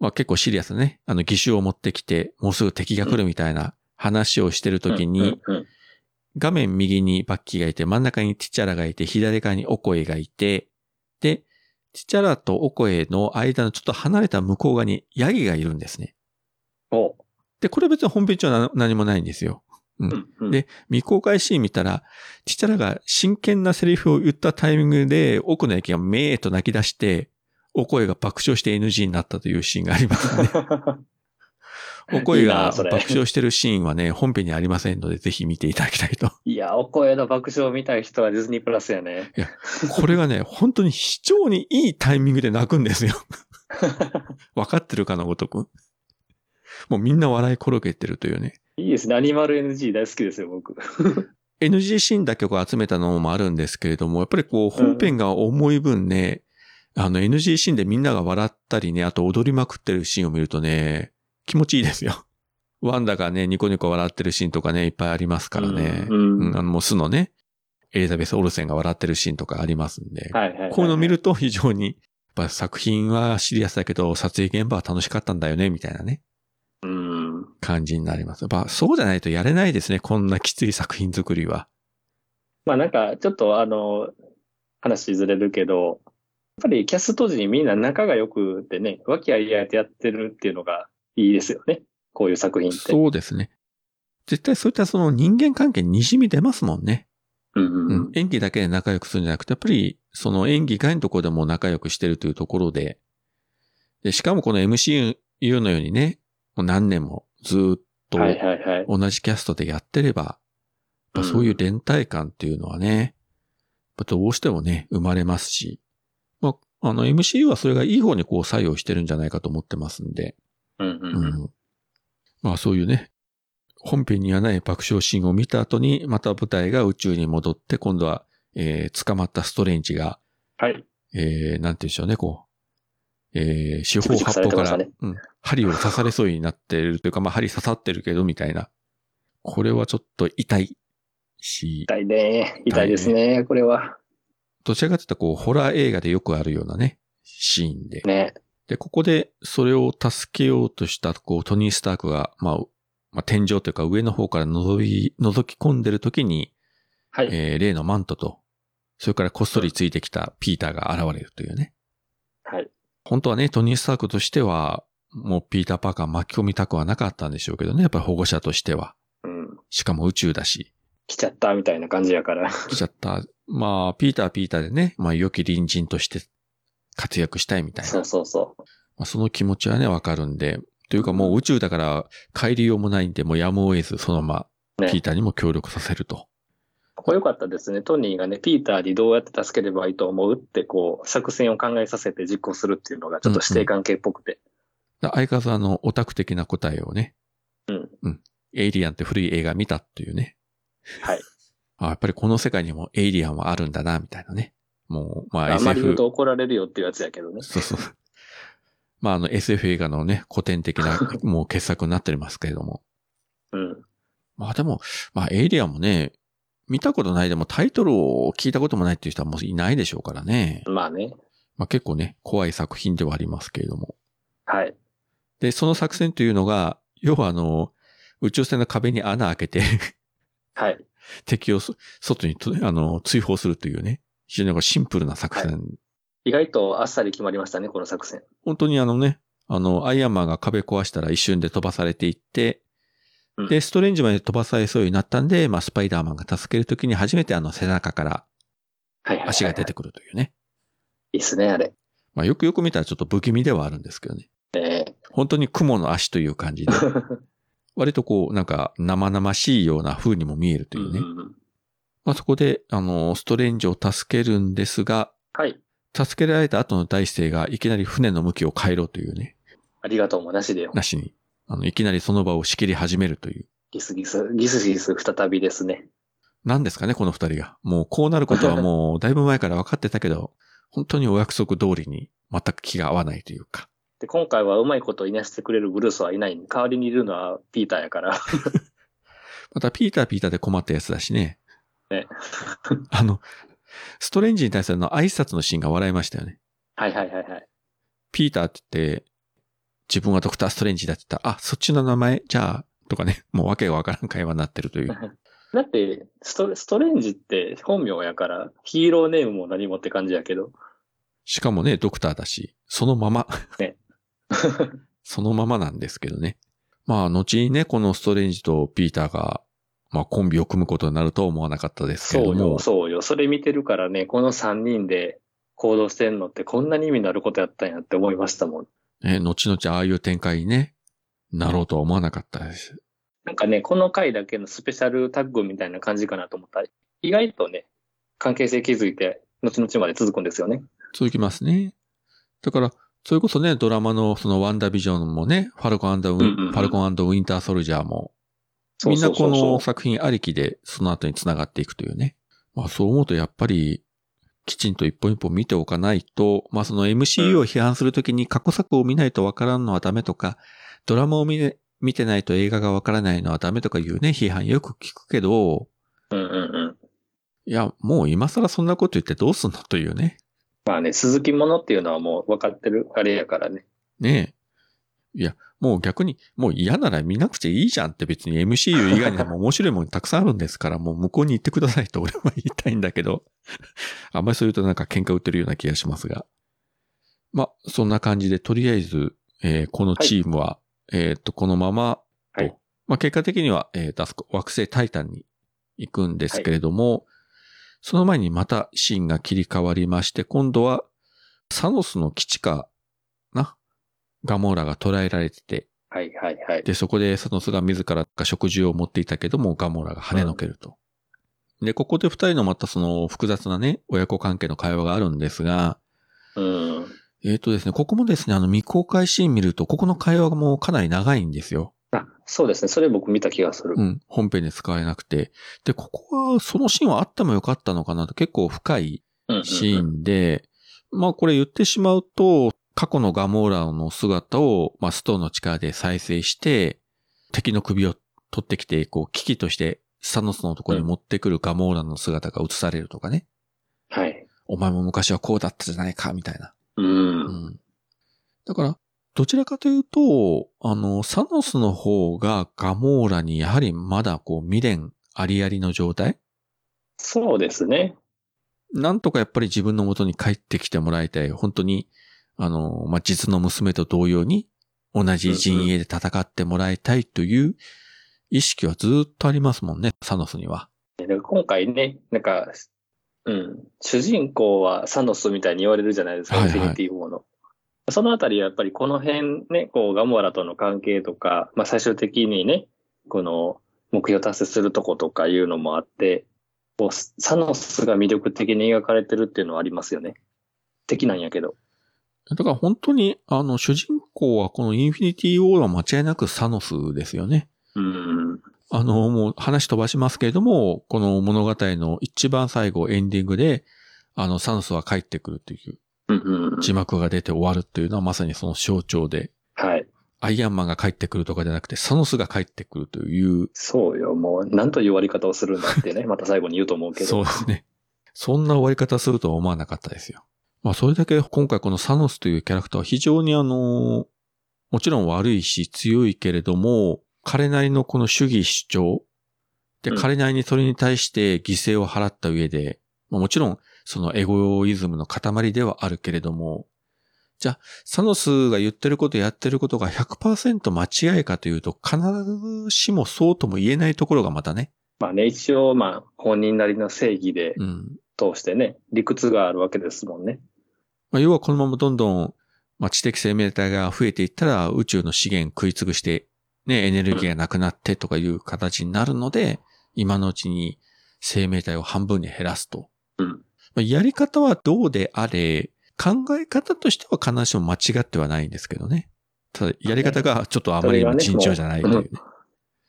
B: まあ結構シリアスなね、あの、義手を持ってきて、もうすぐ敵が来るみたいな話をしてる時に、
A: うん、うん、
B: 画面右にバッキーがいて、真ん中にティチャラがいて、左側にオコエがいて、で、ティチャラとオコエの間のちょっと離れた向こう側にヤギがいるんですね。
A: うん。お
B: で、これ別に本編中は何何もないんですよ。
A: うん、うん。
B: で未公開シーン見たら、ちっちゃらが真剣なセリフを言ったタイミングで、奥の駅がめーと泣き出して、お声が爆笑して NG になったというシーンがありますね。お 声
A: いい
B: が
A: なそれ
B: 爆笑してるシーンはね、本編にありませんので、ぜひ見ていただきたいと。
A: いや、お声の爆笑を見たい人はディズニープラスやね。
B: これがね、本当に非常にいいタイミングで泣く んですよ。わかってるかのごとく。もうみんな笑い転げてるというね。
A: いいですね。アニマル NG 大好きですよ、僕。
B: NG シーンだけを集めたのもあるんですけれども、やっぱりこう本編が重い分ね、あの NG シーンでみんなが笑ったりね、あと踊りまくってるシーンを見るとね、気持ちいいですよ。 ワンダがね、ニコニコ笑ってるシーンとかね、いっぱいありますからね。
A: うんうん
B: あの、もう巣のね、エリザベス・オルセンが笑ってるシーンとかありますんで。
A: はいはい、はい。
B: こういうのを見ると非常に、やっぱ作品はシリアスだけど、撮影現場は楽しかったんだよね、みたいなね、
A: うん。
B: 感じになります。やっぱそうじゃないとやれないですね、こんなきつい作品作りは。
A: まあなんか、ちょっとあの、話ずれるけど、やっぱりキャスト時にみんな仲が良くてね、和気あいあいとやってるっていうのがいいですよね。こういう作品って。
B: そうですね。絶対そういったその人間関係に滲み出ますもんね。
A: うんうんうん。
B: 演技だけで仲良くするんじゃなくて、やっぱりその演技以外のところでも仲良くしてるというところで、で、しかもこの MCU のようにね、もう何年もずっと
A: はいはいはい。
B: 同じキャストでやってれば、やっぱそういう連帯感っていうのはね、やっぱどうしてもね、生まれますし、まあ、あの MCU はそれがいい方にこう作用してるんじゃないかと思ってますんで、
A: うんうん
B: う
A: うん。
B: ん。まあそういうね、本編にはない爆笑シーンを見た後に、また舞台が宇宙に戻って、今度はえー捕まったストレンジが、
A: はい。
B: えー、なんて言うんでしょうね、こう、えー、四
A: チ
B: 方
A: クチク
B: 八
A: され
B: 方
A: て
B: か
A: まし
B: ら、
A: たね
B: うん、針を刺されそうになってるというか、まあ、針刺さってるけど、みたいな。これはちょっと痛いし、
A: 痛いね。痛いですね、これは。
B: どちらかというと、こう、ホラー映画でよくあるようなね、シーンで。
A: ね。
B: で、ここで、それを助けようとした、こう、トニー・スタークが、まあ、まあ、天井というか上の方から覗き、覗き込んでる時に、
A: はい。
B: えー例のマントと、それからこっそりついてきたピーターが現れるというね。
A: はい。
B: 本当はね、トニー・スタークとしては、もうピーター・パーカー巻き込みたくはなかったんでしょうけどね、やっぱり保護者としては。
A: うん。
B: しかも宇宙だし、
A: 来ちゃったみたいな感じやから。
B: 来ちゃった。まあ、ピーター・ピーターでね、まあ、良き隣人として活躍したいみたいな
A: そ。うそうそう。
B: まあ、その気持ちはね、わかるんで。というかもう宇宙だから帰りようもないんで、もうやむを得ず、そのまま、
A: ね
B: ピーターにも協力させると。
A: ここ良かったですね。トニーがね、ピーターにどうやって助ければいいと思うって、こう、作戦を考えさせて実行するっていうのが、ちょっと師弟関係っぽくて。
B: だ相変わらずあの、オタク的な答えをね。
A: うん。
B: エイリアンって古い映画見たっていうね。
A: はい。
B: あやっぱりこの世界にもエイリアンはあるんだな、みたいなね。もう、まあ
A: あまり言
B: SF
A: う。と怒られるよっていうやつやけどね。
B: そうそう。まああの SF 映画のね、古典的 な、もう傑作になっておりますけれども。
A: うん。
B: まあでも、まあエイリアンもね、見たことないでもタイトルを聞いたこともないっていう人はもういないでしょうからね。
A: まあね。
B: まあ、結構ね、怖い作品ではありますけれども。
A: はい。
B: で、その作戦というのが、要はあの、宇宙船の壁に穴開けて
A: はい。
B: 敵をそ外にとあの追放するというね、非常にこうシンプルな作戦。
A: 意外とあっさり決まりましたね、この作戦。
B: 本当にあのね、あの、アイアンマンが壁壊したら一瞬で飛ばされていって、
A: うん
B: で、ストレンジまで飛ばされそうになったんで、まあ、スパイダーマンが助けるときに初めてあの背中から
A: はいはいはい、はい。
B: 足が出てくるというね。
A: いいっすね、あれ。
B: まあ、よくよく見たらちょっと不気味ではあるんですけどね。
A: え
B: 本当に雲の足という感じで。
A: ー
B: 割とこう、なんか生々しいような風にも見えるというね。
A: うんうん
B: まあそこで、あの、ストレンジを助けるんですが、
A: はい。
B: 助けられた後の大勢がいきなり船の向きを変えろというね、
A: ありがとうもなしでよ。
B: なしに、あの、いきなりその場を仕切り始めるという。
A: ギスギス、ギスギス再びですね。
B: 何ですかね、この二人が。もうこうなることはもうだいぶ前から分かってたけど、本当にお約束通りに全く気が合わないというか。
A: で、今回はうまいこといなしてくれるブルースはいない。代わりにいるのはピーターやから。
B: またピーターピーターで困ったやつだしね。
A: ね
B: あの、ストレンジに対するあの挨拶のシーンが笑いましたよね。
A: はいはいはいはい。
B: ピーターって言って、自分はドクターストレンジだって言ったら、あ、そっちの名前じゃあ、とかね、もうわけがわからん会話になってるという。
A: だってスト、ストレンジって本名やから、ヒーローネームも何もって感じやけど。
B: しかもね、ドクターだし、そのま ま、そのままなんですけどね。まあ、後にね、このストレンジとピーターが、まあ、コンビを組むことになるとは思わなかったですけれ
A: そ
B: ど
A: うよ、
B: も、
A: そうよ。それ見てるからね、この3人で行動してんのってこんなに意味のあることやったんやって思いましたもん。
B: ね、後々ああいう展開にね、なろうとは思わなかったです。
A: なんかね、この回だけのスペシャルタッグみたいな感じかなと思ったら、意外とね、関係性築いて、後々まで続くんですよね。
B: 続きますね。だから、それこそね、ドラマのそのワンダービジョンもね、ファルコ
A: う
B: ンウ
A: んうんうん
B: ィンファルコンウィンターソルジャーも、
A: そう
B: みんな
A: そうそ
B: こ
A: うそう
B: の作品ありきでその後に繋がっていくというね。まあそう思うとやっぱり、きちんと一本一本見ておかないと、まあその MCU を批判するときに過去作を見ないとわからんのはダメとか、ドラマを見,、ね、見てないと映画がわからないのはダメとかいうね、批判よく聞くけど、
A: うんうんうん。
B: いや、もう今更そんなこと言ってどうすんのというね。
A: まあね、続きものっていうのはもう分かってるあれやからね。
B: ねえ。いや、もう逆に、もう嫌なら見なくていいじゃんって別に MCU 以外にも面白いものたくさんあるんですから、もう向こうに行ってくださいと俺は言いたいんだけど、 あんまりそう言うとなんか喧嘩売ってるような気がしますが。ま、そんな感じで、とりあえず、えーこのチームは、えーっと、このまま、
A: はい
B: まあ、結果的には、えーとあそこ惑星タイタンに行くんですけれども、その前にまたシーンが切り替わりまして、今度は、サノスの基地かな、ガモーラが捕らえられてて、
A: はいはいはい。
B: で、そこでサノスが自らが食事を持っていたけども、ガモーラが跳ねのけると。で、ここで二人のまたその複雑なね、親子関係の会話があるんですが、
A: うん。
B: えっ、とですね、ここもですね、あの未公開シーン見ると、ここの会話もかなり長いんですよ。
A: あ、そうですね。それ僕見た気がする。
B: うん、本編で使えなくて。で、ここは、そのシーンはあってもよかったのかなと、結構深い
A: うんうんうん
B: シーンで、まあこれ言ってしまうと、過去のガモーラの姿を、まあストーンの力で再生して、敵の首を取ってきて、こう、危機として、サノスのところに持ってくるガモーラの姿が映されるとかね。
A: はい。
B: お前も昔はこうだったじゃないか、みたいな。
A: うん。
B: うん。だから、どちらかというと、あの、サノスの方がガモーラにやはりまだこう未練ありありの状態
A: そうですね。
B: なんとかやっぱり自分の元に帰ってきてもらいたい。本当に、あの、まあ、実の娘と同様に、同じ陣営で戦ってもらいたいという意識はずっとありますもんね、サノスには。
A: でなんか今回ね、なんか、うん、主人公はサノスみたいに言われるじゃないですか、
B: はい
A: イン
B: はい
A: フィニティ・ウォーの。そのあたりはやっぱりこの辺ね、こう、ガモアラとの関係とか、まあ最終的にね、この目標達成するとことかいうのもあって、こう、サノスが魅力的に描かれてるっていうのはありますよね。敵なんやけど。
B: だから本当に、あの、主人公はこのインフィニティ・ウォールは間違いなくサノスですよね。
A: うん。
B: あの、もう話飛ばしますけれども、この物語の一番最後、エンディングで、あの、サノスは帰ってくるという
A: うんうん。
B: 字幕が出て終わるっていうのはまさにその象徴で、
A: はい。
B: アイアンマンが帰ってくるとかじゃなくて、サノスが帰ってくるという、
A: そうよ。もう、なんという終わり方をするんだってね、また最後に言うと思うけど。
B: そうですね。そんな終わり方するとは思わなかったですよ。まあ、それだけ今回このサノスというキャラクターは非常にあの、もちろん悪いし強いけれども、彼なりのこの主義主張、で、
A: うん
B: 彼なりにそれに対して犠牲を払った上で、まあもちろんそのエゴイズムの塊ではあるけれども、じゃあ、サノスが言ってることやってることが100%間違いかというと、必ずしもそうとも言えないところがまたね、
A: まあね、一応、まあ、本人なりの正義で
B: うん、
A: 通してね、理屈があるわけですもんね。
B: まあ、要はこのままどんどん、まあ、知的生命体が増えていったら宇宙の資源食いつぶして、ね、エネルギーがなくなってとかいう形になるので、今のうちに生命体を半分に減らすと。
A: うん。
B: まあ、やり方はどうであれ、考え方としては必ずしも間違ってはないんですけどね。ただ、やり方がちょっとあまりにも尋常じゃないというね。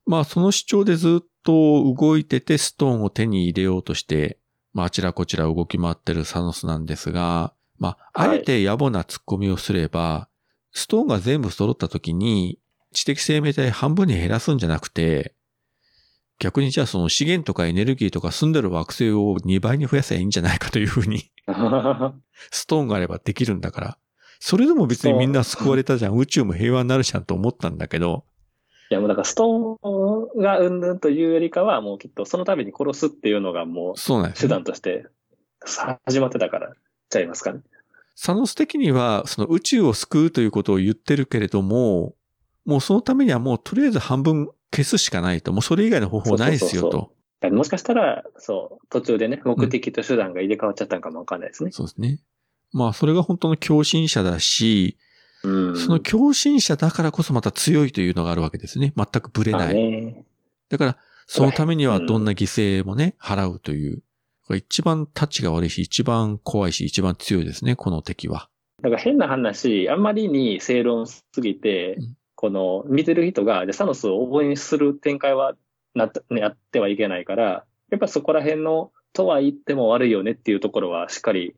B: まあ、その主張でずっと動いてて、ストーンを手に入れようとして、まあ、あちらこちら動き回ってるサノスなんですが、まあ、あ
A: はい
B: えて野暮な突っ込みをすれば、ストーンが全部揃った時に、知的生命体半分に減らすんじゃなくて、逆にじゃあその資源とかエネルギーとか住んでる惑星を2倍に増やせばいいんじゃないかというふうに、 ストーンがあればできるんだから、それでも別にみんな救われたじゃん、宇宙も平和になるじゃんと思ったんだけど、
A: いや、もうだから、ストーンがうんぬんというよりかは、もうきっとそのために殺すっていうのがも
B: そうなん
A: う
B: です
A: 手
B: よ
A: 段として始まってたから、ちゃいますかね。
B: サノス的には、その宇宙を救うということを言ってるけれども、もうそのためにはもうとりあえず半分消すしかないと。もうそれ以外の方法ないですよ
A: そう
B: と。
A: だからもしかしたら、そう、途中でね、目的と手段が入れ替わっちゃったんかもわかんないですね。
B: そうですね。まあそれが本当の共振者だし、
A: うん。
B: その共振者だからこそまた強いというのがあるわけですね。全くブレ
A: まあ
B: ない。
A: ね。
B: だから、そのためにはどんな犠牲もね、払うという。これ一番タッチが悪いし、一番怖いし、一番強いですね、この敵は。
A: だから変な話、あんまりに正論すぎて、
B: うん
A: この見てる人が、じゃあサノスを応援する展開はなった、ね、あってはいけないから、やっぱそこら辺の、とは言っても悪いよねっていうところはしっかり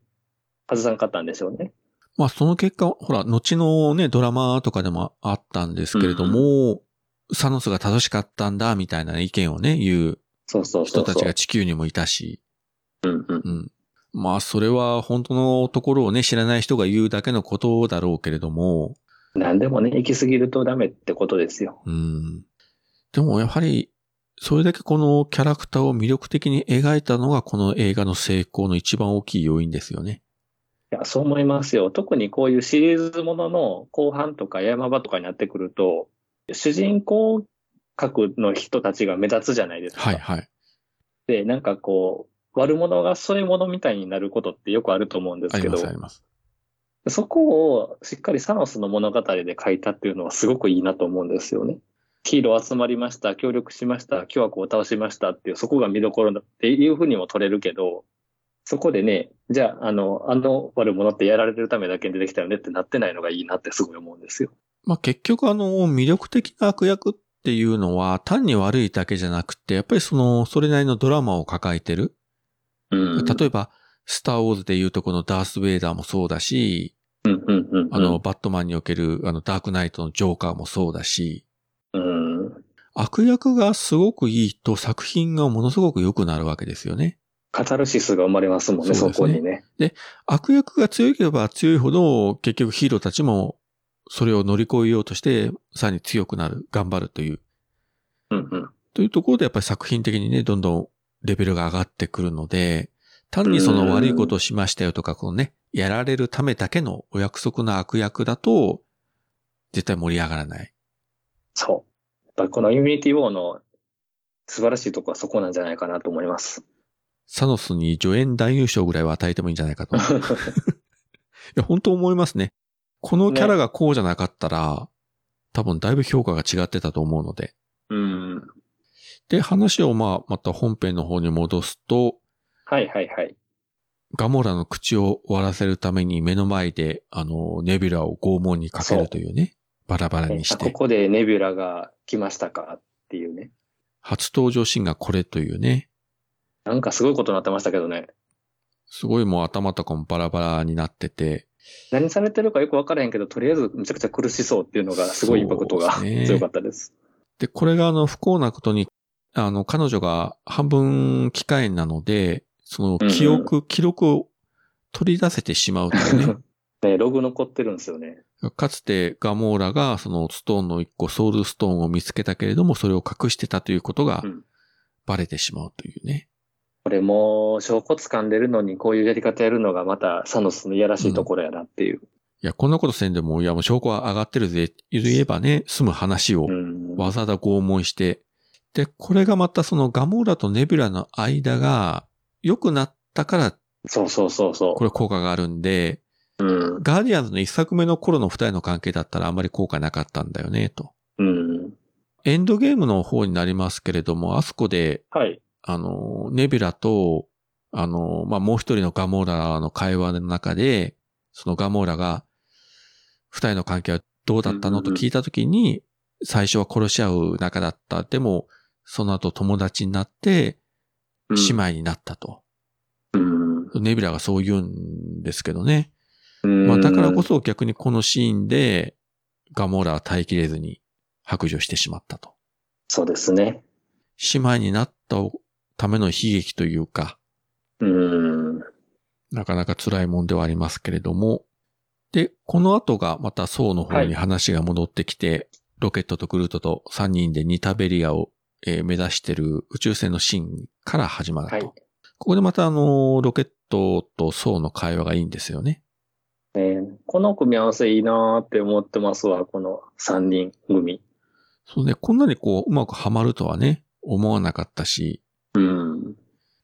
A: 外さんかったんでしょうね。
B: まあその結果、ほら、後のね、ドラマとかでもあったんですけれども、サノスが正しかったんだ、みたいな意見をね、言う
A: そうそうそ
B: 人
A: うそ
B: た
A: う。
B: ちが地球にもいたし、
A: うんうん。
B: うん。まあそれは本当のところをね、知らない人が言うだけのことだろうけれども、
A: 何でもね、行き過ぎるとダメってことですよ。
B: うん。でもやはり、それだけこのキャラクターを魅力的に描いたのが、この映画の成功の一番大きい要因ですよね。
A: いや、そう思いますよ。特にこういうシリーズものの後半とか山場とかになってくると、主人公格の人たちが目立つじゃないですか。
B: はいはい。
A: で、なんかこう、悪者が添え物みたいになることってよくあると思うんで
B: あ
A: す
B: り
A: け
B: ま
A: ど
B: す、あります。
A: そこをしっかりサノスの物語で書いたっていうのはすごくいいなと思うんですよね。ヒーロー集まりました、協力しました、巨悪を倒しましたっていう、そこが見どころだっていうふうにも取れるけど、そこでね、じゃあ、あの、あの悪者ってやられるためだけに出てきたよねってなってないのがいいなってすごい思うんですよ。
B: まあ結局あの、魅力的な悪役っっていうのは単に悪いだけじゃなくて、やっぱりその、それなりのドラマを抱えてる。
A: うん。
B: 例えば、スターウォーズでいうとこのダース・ベイダーもそうだし、
A: うんうんうんうん
B: あの、、バットマンにおけるあの、ダークナイトのジョーカーもそうだし、
A: うん。
B: 悪役がすごくいいと作品がものすごく良くなるわけですよね。
A: カタルシスが生まれますもんね、
B: そう
A: そ
B: ですね
A: こにね。
B: 悪役が強ければ強いほど、結局ヒーローたちもそれを乗り越えようとして、さらに強くなる、頑張るという、
A: うんうん。
B: というところでやっぱり作品的にね、どんどんレベルが上がってくるので、単にその悪いことをしましたよとか、このね、やられるためだけのお約束の悪役だと、絶対盛り上がらない。
A: そう。やっぱりこのユニティウォーの素晴らしいとこはそこなんじゃないかなと思います。
B: サノスに助演男優賞ぐらいは与えてもいいんじゃない かと。いや、本当思いますね。このキャラがこうじゃなかったら、多分だいぶ評価が違ってたと思うので。
A: うん。
B: で、話をまあ、また本編の方に戻すと、
A: はいはいはい。
B: ガモラの口を割らせるために目の前で、あの、ネビュラを拷問にかけるというね、バラバラにし
A: あこ
B: て、
A: こでネビュラが来ましたかっていうね。
B: 初登場シーンがこれというね、
A: なんかすごいことになってましたけどね。
B: すごいもう頭とかもバラバラになってて、
A: 何されてるかよく分からへんけど、とりあえずめちゃくちゃ苦しそうっていうのがすごいインパクトが
B: そうですね
A: 強かったです。
B: で、これがあの、不幸なことに、あの、彼女が半分機械なので、その記憶、記録を取り出せてしまうというね、
A: ね、ログ残ってるんですよね。
B: かつてガモーラがそのストーンの一個、ソウルストーンを見つけたけれども、それを隠してたということが
A: うん
B: バレてしまうというね。
A: これもう証拠掴んでるのにこういうやり方やるのがまたサノスのいやらしいところやなっていう。
B: いや、こんなことせんでも、いや、もう証拠は上がってるぜ、言えばね、済む話を
A: うん。
B: わざわざ拷問して、で、これがまたそのガモーラとネビュラの間が良くなったから、
A: そうそうそうそ
B: これ効果があるんで、
A: う。うん。
B: ガーディアンズの一作目の頃の二人の関係だったらあんまり効果なかったんだよね、と。
A: うん。
B: エンドゲームの方になりますけれども、あそこで
A: はい。
B: あの、ネビュラと、あの、まあ、もう一人のガモーラの会話の中で、そのガモーラが、二人の関係はどうだったの
A: うんうん
B: と
A: うん
B: 聞いたときに、最初は殺し合う仲だった。でも、その後友達になって、
A: うん
B: 姉妹になったと。
A: うん。
B: ネビュラがそう言うんですけどね。
A: うん
B: まあ、だからこ。そ逆にこのシーンで、ガモーラは耐えきれずに白状してしまったと。
A: そうですね。
B: 姉妹になったための悲劇というか、
A: うん。
B: なかなか辛いもんではありますけれども。で、この後がまた層の方
A: はい
B: に話が戻ってきて、ロケットとグルートと3人でニタベリアを、えー目指してる宇宙船のシーンから始まると。
A: はい
B: ここでまたあのーロケットと層の会話がいいんですよね。
A: ね、この組み合わせいいなーって思ってますわ、この3人組。
B: そうね、こんなにこう、うまくはまるとはね、思わなかったし、
A: うん。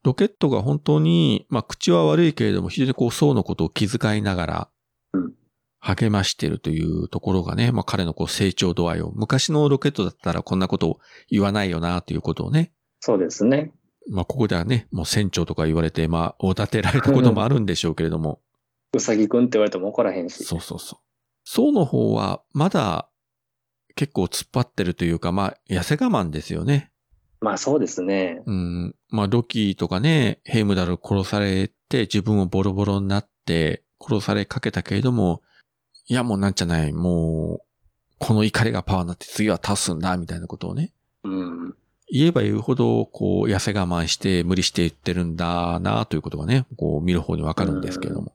B: ロケットが本当に、まあ、口は悪いけれども、非常にこう、層のことを気遣いながら
A: うん、
B: 励ましてるというところがね、まあ、彼のこう、成長度合いを、昔のロケットだったらこんなことを言わないよな、ということをね、
A: そうですね。
B: まあ、ここではね、もう船長とか言われて、まあ、おだてられたこともあるんでしょうけれ ども、
A: うさぎくんって言われても怒らへんし。
B: そうそうそう。層の方は、まだ、結構突っ張ってるというか、まあ、痩せ我慢ですよね。
A: まあそうですね。
B: うん。まあ、ロキとかね、ヘイムダル殺されて、自分をボロボロになって、殺されかけたけれども、いや、もうなんちゃない、もう、この怒りがパワーになって次は倒すんだ、みたいなことをね。
A: うん。
B: 言えば言うほど、こう、痩せ我慢して、無理して言ってるんだな、ということがね、こう、見る方にわかるんですけれども。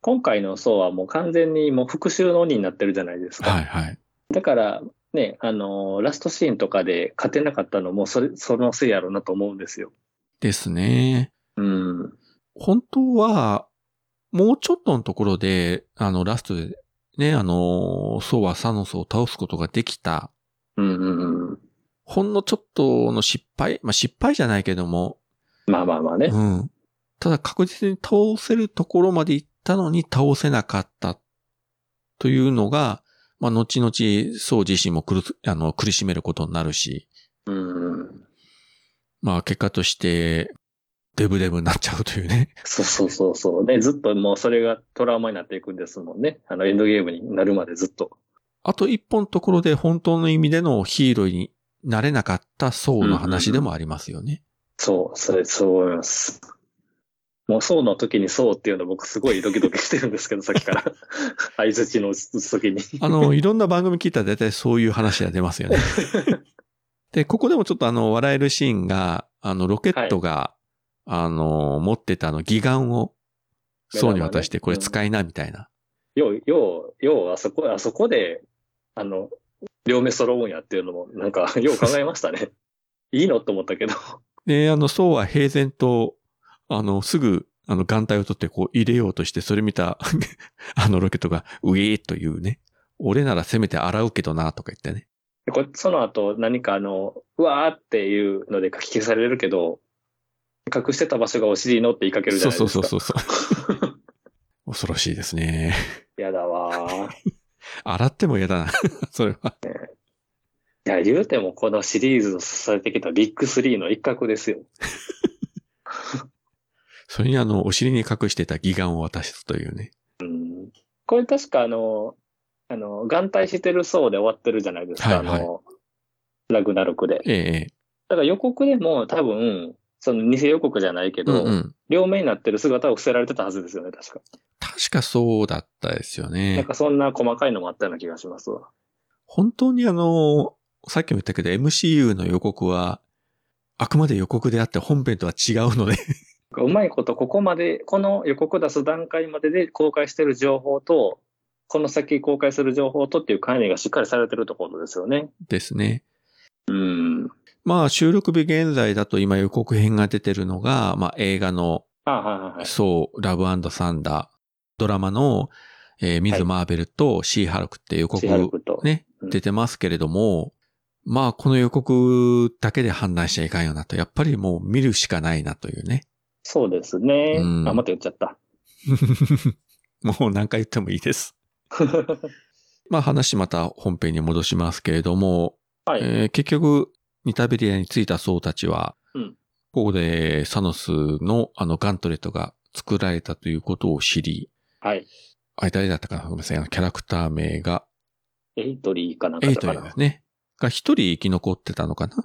A: 今回の層はもう完全にもう復讐の鬼になってるじゃないですか。
B: はいはい。
A: だから、ね、あのーラストシーンとかで勝てなかったのもそれ、そのせいやろうなと思うんですよ。
B: ですね。
A: うん。
B: 本当は、もうちょっとのところで、あの、ラストで、ね、あの、ソウはサノスを倒すことができた
A: うんうんうん。
B: ほんのちょっとの失敗、まあ失敗じゃないけども、
A: まあまあまあね。
B: うん。ただ確実に倒せるところまで行ったのに倒せなかったというのが、まあ後々、そう自身も苦す、あの、苦しめることになるし、
A: うんうん。
B: まあ結果として、デブデブになっちゃうというね。
A: そうそうそうそう。ね、ずっともうそれがトラウマになっていくんですもんね。あの、エンドゲームになるまでずっと。
B: あと一本のところで本当の意味でのヒーローになれなかった層の話でもありますよね。
A: そう、それ、そう思います。もう、そうの時にそうっていうの僕すごいドキドキしてるんですけど、さっき から。相槌の打つ時に。
B: あ の、いろんな番組聞いたら大体そういう話が出ますよね。で、ここでもちょっとあの、笑えるシーンが、あの、ロケットが、あの、持ってたあの、義眼を、層に渡して、これ使いな、みたいな。
A: よう、よう、よう、あそこ、あそこで、あの、両目揃うんやっていうのも、なんか、よう考えましたね。いいのと思ったけど。
B: で、あの、そうは平然と、あの、すぐ、あの、眼帯を取ってこう入れようとして、それ見た、 あのロケットが、うえーというね。俺ならせめて洗うけどな、とか言ってね。
A: でこその後、何かあの、うわーっていうので書き消されるけど、隠してた場所がお尻のって言いかけるじゃ
B: そう
A: ない
B: そ
A: です
B: うそう
A: か。
B: そうそう。 恐ろしいですね。
A: やだわー。い
B: 洗っても嫌だな、それは。
A: や、言うてもこのシリーズを支えてきたビッグスリーの一角ですよ。
B: それにあの、お尻に隠してた義眼を渡すというね。
A: うんこれ確かあの、あの、眼帯してる層で終わってるじゃないですか、
B: はいはい
A: あの、ラグナロクで。
B: えええ
A: だから予告でも多分、その偽予告じゃないけ
B: え。う
A: ど、
B: んうん。
A: 両目になってる姿を伏せられてたはずですよね、確か。
B: 確かそうだったですよ
A: なん
B: ね。
A: かそんな細かいのもあったような気がしますわ。
B: 本当にあの、さっきも言ったけど MCU の予告は、あくまで予告であって本編とは違う ので、
A: うまいことここまで、この予告出す段階までで公開してる情報と、この先公開する情報とっていう管理がしっかりされてるところですよね。
B: ですね。
A: うん。
B: まあ、収録日現在だと今予告編が出てるのが、まあ、映画の
A: あはいはいはい。
B: そう、ラブサンダー、ドラマの、えーミ
A: は
B: ズ・
A: い
B: マーベルとシー・ハルクって予告
A: シハルクと。
B: ね、
A: うん
B: 出てますけれども、まあ、この予告だけで判断しちゃいかんよなと、やっぱりもう見るしかないなという ね。
A: そうですね。
B: うん
A: あ、また言っちゃった。
B: もう何回言ってもいいです。まあ、話また本編に戻しますけれども、
A: はい。
B: えー結局、ニタベリアに着いた僧たちは、
A: うん
B: ここでサノスのあのガントレットが作られたということを知り、
A: はい。
B: あれ誰だったかなごめんなさい。あのキャラクター名が、
A: エイトリーかなんか
B: エ
A: だ
B: イ
A: か
B: ト
A: な
B: リーですね。が一人生き残ってたのかな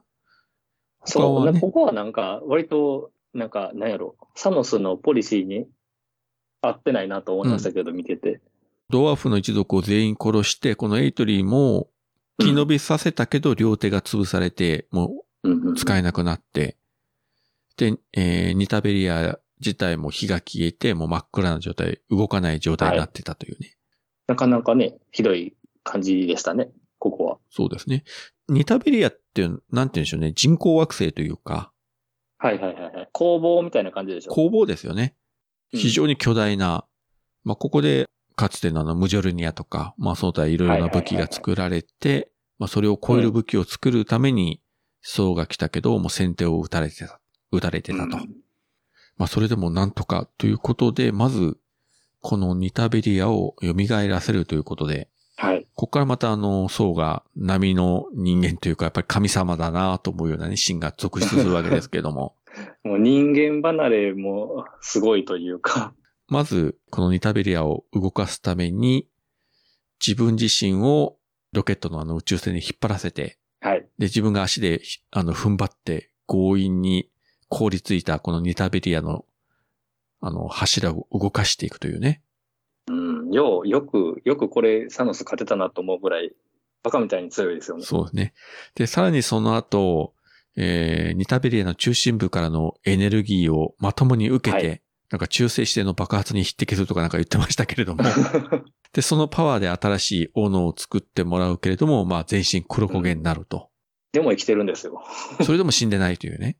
B: 他
A: そう、
B: は
A: な
B: ね。
A: ここはなんか、割と、なんか、なんやろ、サノスのポリシーに合ってないなと思いましたけど、見てて。
B: ドワーフの一族を全員殺して、このエイトリーも生き延びさせたけど、両手が潰されて、も
A: うんうんうん
B: う使えなくなって、で、えーニタベリア自体も火が消えて、もう真っ暗な状態、動かない状態になってたというね。
A: なかなかね、ひどい感じでしたね、ここは。
B: そうですね。ニタベリアっていう、なんて言うんでしょうね、人工惑星というか、
A: はいはいはいはい。工房みたいな感じでしょ。
B: 工房ですよね。
A: うん
B: 非常に巨大な、まあ、ここで、かつてのあの、ムジョルニアとか、まあ、その他いろいろな武器が作られて、まあ、それを超える武器を作るために、僧が来たけど、もう先手を打たれてた、打たれてたと。
A: うん
B: まあ、それでもなんとかということで、まず、このニタベリアを蘇らせるということで、
A: はい。
B: ここからまたあの、僧が波の人間というか、やっぱり神様だなと思うようなね、シーンが続出するわけですけども。
A: もう人間離れもすごいというか、
B: まず、このニタベリアを動かすために、自分自身をロケットのあの宇宙船に引っ張らせて、
A: はい。
B: で、自分が足でひ、あの、踏ん張って、強引に凍りついたこのニタベリアの、あの、柱を動かしていくというね。
A: うん、よう、よく、よくこれ、サノス勝てたなと思うぐらい、バカみたいに強いですよね。
B: そうですね。で、さらにその後、えー、ニタベリアの中心部からのエネルギーをまともに受けて、
A: は
B: なんか中性子での爆発に匹敵するとかなんか言ってましたけれども、で、そのパワーで新しい斧を作ってもらうけれども、まあ全身黒焦げになると。
A: でも生きてるんですよ。
B: それでも死んでないというね。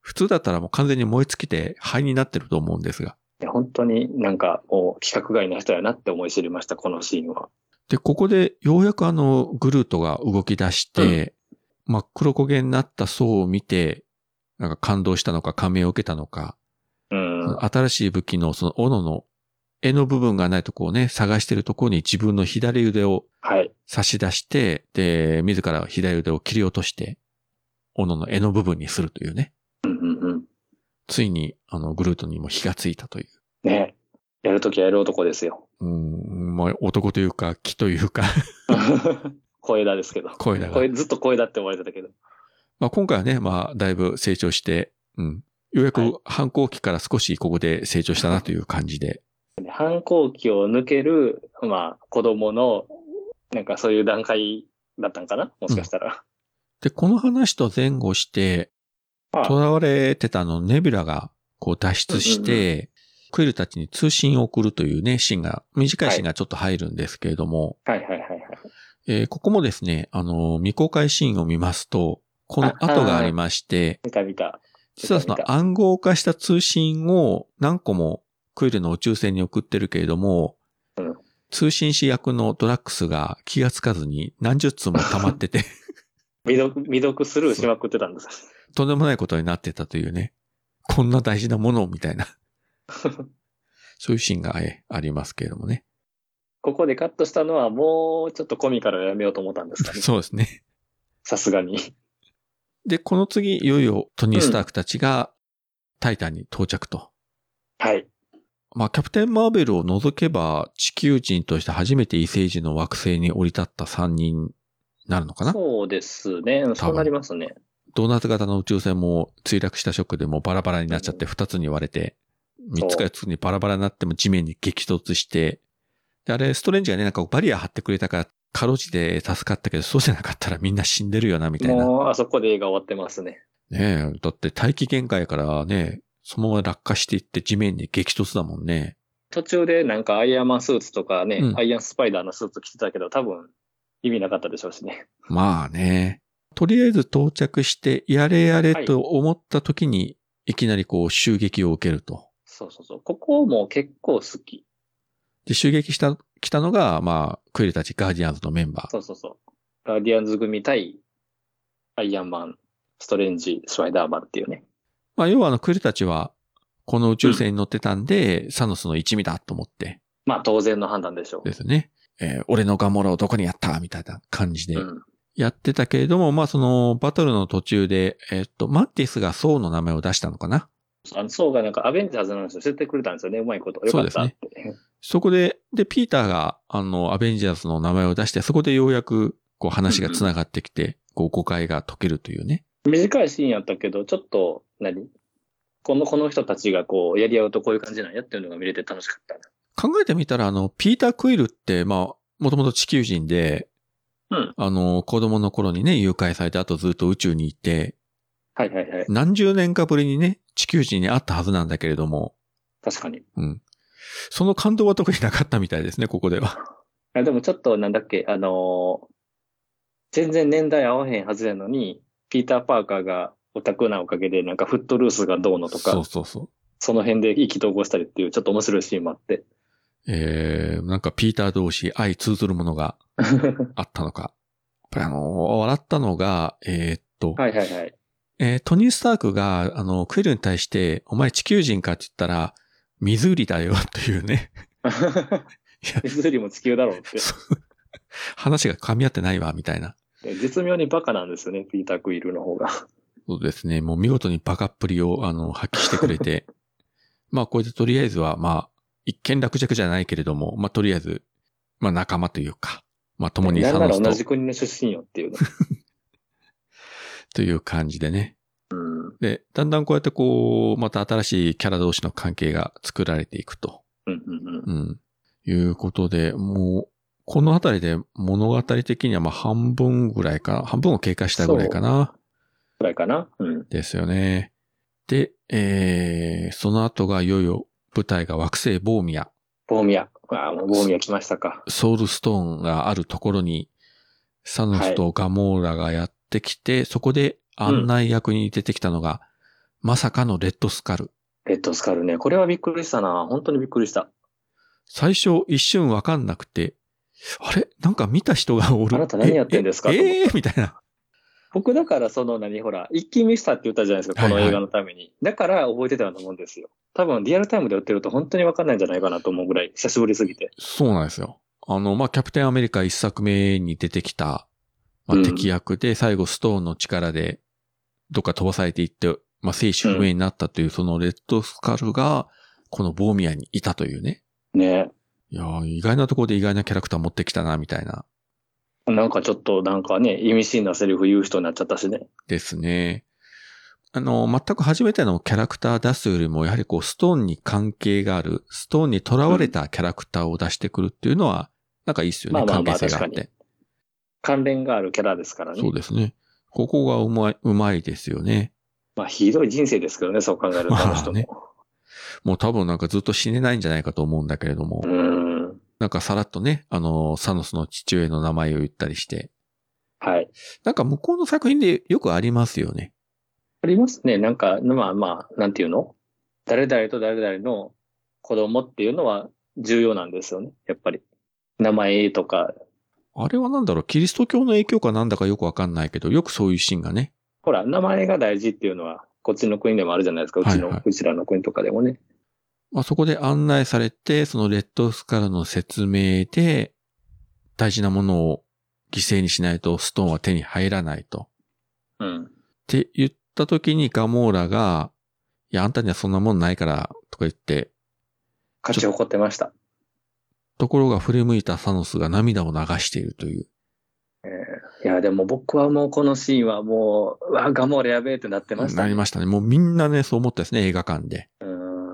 B: 普通だったらもう完全に燃え尽きて灰になってると思うんですが。
A: いや本当になんかもう規格外な人やなって思い知りました、このシーンは。
B: で、ここでようやくあのグルートが動き出して、真っ黒焦げになった層を見て、なんか感動したのか感銘を受けたのか、
A: うん。
B: 新しい武器のその斧の柄の部分がないとこをね、探してるところに自分の左腕を
A: はい。
B: 差し出して、で、自ら左腕を切り落として、斧の柄の部分にするというね。
A: うんうんうん。
B: ついに、あの、グルートにも火がついたという。
A: ね。やるときはやる男ですよ。
B: うーん、もう男というか、木というか、
A: 小枝ですけど。
B: 小枝が
A: 小。枝ずっと小枝って思われてたけど。
B: まあ今回はね、まあだいぶ成長して、うん。ようや
A: はい
B: く反抗期から少しここで成長したなという感じで。
A: 反抗期を抜ける、まあ、子供の、なんかそういう段階だったんかなもしかしたら。
B: で、この話と前後して、
A: はい
B: 囚われてたあのネビュラがこう脱出して、クイルたちに通信を送るというね、シーンが、短いシーンがちょっと入るんですけれども、
A: はいはいはいはい。
B: えーここもですね、あのー未公開シーンを見ますと、この後がありまして、
A: 見た見た。
B: 実はその暗号化した通信を何個もクイルの宇宙船に送ってるけれども、
A: うん
B: 通信士役のドラッグスが気がつかずに何十通も溜まっ てて、
A: 未読、未読スルーしまくってたんです。
B: とんでもないことになってたというね、こんな大事なものをみたいな、そういうシーンが、えーありますけれどもね。
A: ここでカットしたのはもうちょっとコミカルをやめようと思ったんですかね。
B: そうですね。
A: さすがに。
B: で、この次、いよいよトニー・スタークたちがタイタンに到着と。
A: はい。
B: まあ、キャプテン・マーベルを除けば、地球人として初めて異星人の惑星に降り立った3人になるのかな
A: そうですね。そうなりますね。
B: ドーナツ型の宇宙船も墜落したショックでもうバラバラになっちゃって2つに割れて、3つか4つにバラバラになっても地面に激突して、で、あれ、ストレンジがね、なんかバリア張ってくれたから、かろうじて助かったけど、そうじゃなかったらみんな死んでるよな、みたいな。
A: もうあそこで映画終わってますね。
B: ねえ、だって大気限界からね、そのまま落下していって地面に激突だもんね。
A: 途中でなんかアイアンマンスーツとかね、
B: うん
A: アイアンスパイダーのスーツ着てたけど、多分意味なかったでしょうしね。
B: まあね。とりあえず到着して、やれやれと思った時に、い、きなりこう襲撃を受けると。
A: そうそうそう。ここも結構好き。
B: で、襲撃した、来たのが、まあ、クイルたちガーディアンズのメンバー。
A: そうそうそう。ガーディアンズ組対アイアンマン、ストレンジ、スワイダーマンっていうね。
B: まあ、要はあの、クイルたちは、この宇宙船に乗ってたんで、サノスの一味だと思って、
A: まあ当然の判断でしょ
B: ですね。えー俺のガモラをどこにやったみたいな感じで
A: う。うん。
B: やってたけれども、まあそのバトルの途中で、えっと、マンティスがソウの名前を出したのかな
A: あの、そうがなんかアベンジャーズの話を教えてくれたんですよね。うまいこと。よかったって。
B: そこで、で、ピーターが、あの、アベンジャーズの名前を出して、そこでようやく、こう話が繋がってきて、こう誤解が解けるというね。
A: 短いシーンやったけど、ちょっと何、この、この人たちがこう、やり合うとこういう感じなんやっていうのが見れて楽しかったな。
B: 考えてみたら、あの、ピーター・クイルって、まあ、もともと地球人で、
A: うん
B: あの、子供の頃にね、誘拐されて、あとずっと宇宙に行って、
A: はいはいはい。
B: 何十年かぶりにね、地球人に会ったはずなんだけれども、
A: 確かに。い
B: うん。その感動は特になかったみたいですね、ここでは。
A: やでもちょっとなんだっけ、あのー全然年代合わへんはずやのに、ピーター・パーカーがオタクなおかげで、なんかフットルースがどうのとか、
B: そう
A: そ
B: そうそう。
A: の辺で意気投合したりっていうちょっと面白いシーンもあって。
B: えー、なんかピーター同士相通ずるものがあったのか。やっぱりあのー、笑ったのが、えーっと、
A: はいはいはい。
B: えートニー・スタークが、あの、クイルに対して、お前地球人かって言ったら、水売りだよ というね、いや
A: 水よりも地球だろうって。
B: そう話が噛み合ってないわ、みたいな。
A: 絶妙にバカなんですよね、ピーター・クイルの方が。
B: そうですね、もう見事にバカっぷりを、あの、発揮してく れて、まあ、これでとりあえずは、まあ、一見落着じゃないけれども、まあ、とりあえず、まあ、仲間というか、まあ、共に
A: な
B: サ
A: んな
B: ノ
A: ら
B: ス
A: 同
B: と
A: じ国の出身よっていうね。
B: という感じでね。
A: うん。
B: で、だんだんこうやってこう、また新しいキャラ同士の関係が作られていくと。
A: うんうんうん。
B: うん。いうことで、もう、このあたりで物語的にはまあ半分ぐらいかな。半分を経過したぐらいかな。
A: くらいかな。うん。
B: ですよね。で、えー、その後がいよいよ舞台が惑星ボーミア、
A: ボーミア。ああ、もうボーミア来ましたか。
B: ソウルストーンがあるところに、サノスとガモーラがやってきて、そこで案内役に出てきたのが、まさかのレッドスカル。
A: レッドスカルね。これはびっくりしたな。本当にびっくりした。
B: 最初一瞬わかんなくて、あれなんか見た人がおる。
A: あなた何やってんですか
B: え
A: と思っ
B: ええーみたいな。
A: 僕だからその何、ほら、一気見したって言ったじゃないですか、この
B: はいは
A: 映
B: い
A: 画のために。だから覚えてたと思うんですよ。多分リアルタイムで売ってると本当にわかんないんじゃないかなと思うぐらい、久しぶりすぎて。
B: そうなんですよ。あの、まあ、キャプテンアメリカ一作目に出てきた、
A: う
B: まあ、
A: ん
B: 敵役で、最後ストーンの力で、どっか飛ばされていって、まあ、生死不明になったという、そのレッドスカルが、このボーミアにいたというね。
A: ね
B: いやー意外なところで意外なキャラクター持ってきたな、みたいな。
A: なんかちょっとなんかね、意味深なセリフ言う人になっちゃったしね。
B: ですね。あの、全く初めてのキャラクター出すよりも、やはりこう、ストーンに関係がある、ストーンに囚われたキャラクターを出してくるっていうのは、なんかいいっすよ
A: ま
B: ね、
A: あまあ
B: 関
A: まあ
B: 係性があっ
A: 確か
B: て。
A: 関連があるキャラですからね。
B: そうですね。ここがうまい、うまいですよね。
A: まあ、ひどい人生ですけどね、そう考えると、あの人も。
B: まもう多分なんかずっと死ねないんじゃないかと思うんだけれども
A: う、ん。
B: なんかさらっとね、あの、サノスの父親の名前を言ったりして、
A: はい。
B: なんか向こうの作品でよくありますよね。
A: ありますね。なんか、まあまあ、なんていうの誰々と誰々の子供っていうのは重要なんですよね。やっぱり。名前とか、
B: あれはなんだろう、キリスト教の影響かなんだかよくわかんないけど、よくそういうシーンがね。
A: ほら、名前が大事っていうのは、こっちの国でもあるじゃないですか。うちの、
B: はいはいう
A: ちらの国とかでもね。
B: まあ、そこで案内されて、そのレッドスからの説明で、大事なものを犠牲にしないとストーンは手に入らないと。
A: うん。
B: って言った時にガモーラが、いや、あんたにはそんなもんないから、とか言って、
A: 勝ち誇ってました。
B: ところが振り向いたサノスが涙を流しているという。
A: いや、でも僕はもうこのシーンはもう、うわ、ガモーレやべえってなってました
B: なりましたね。もうみんなね、そう思ったですね、映画館で。
A: う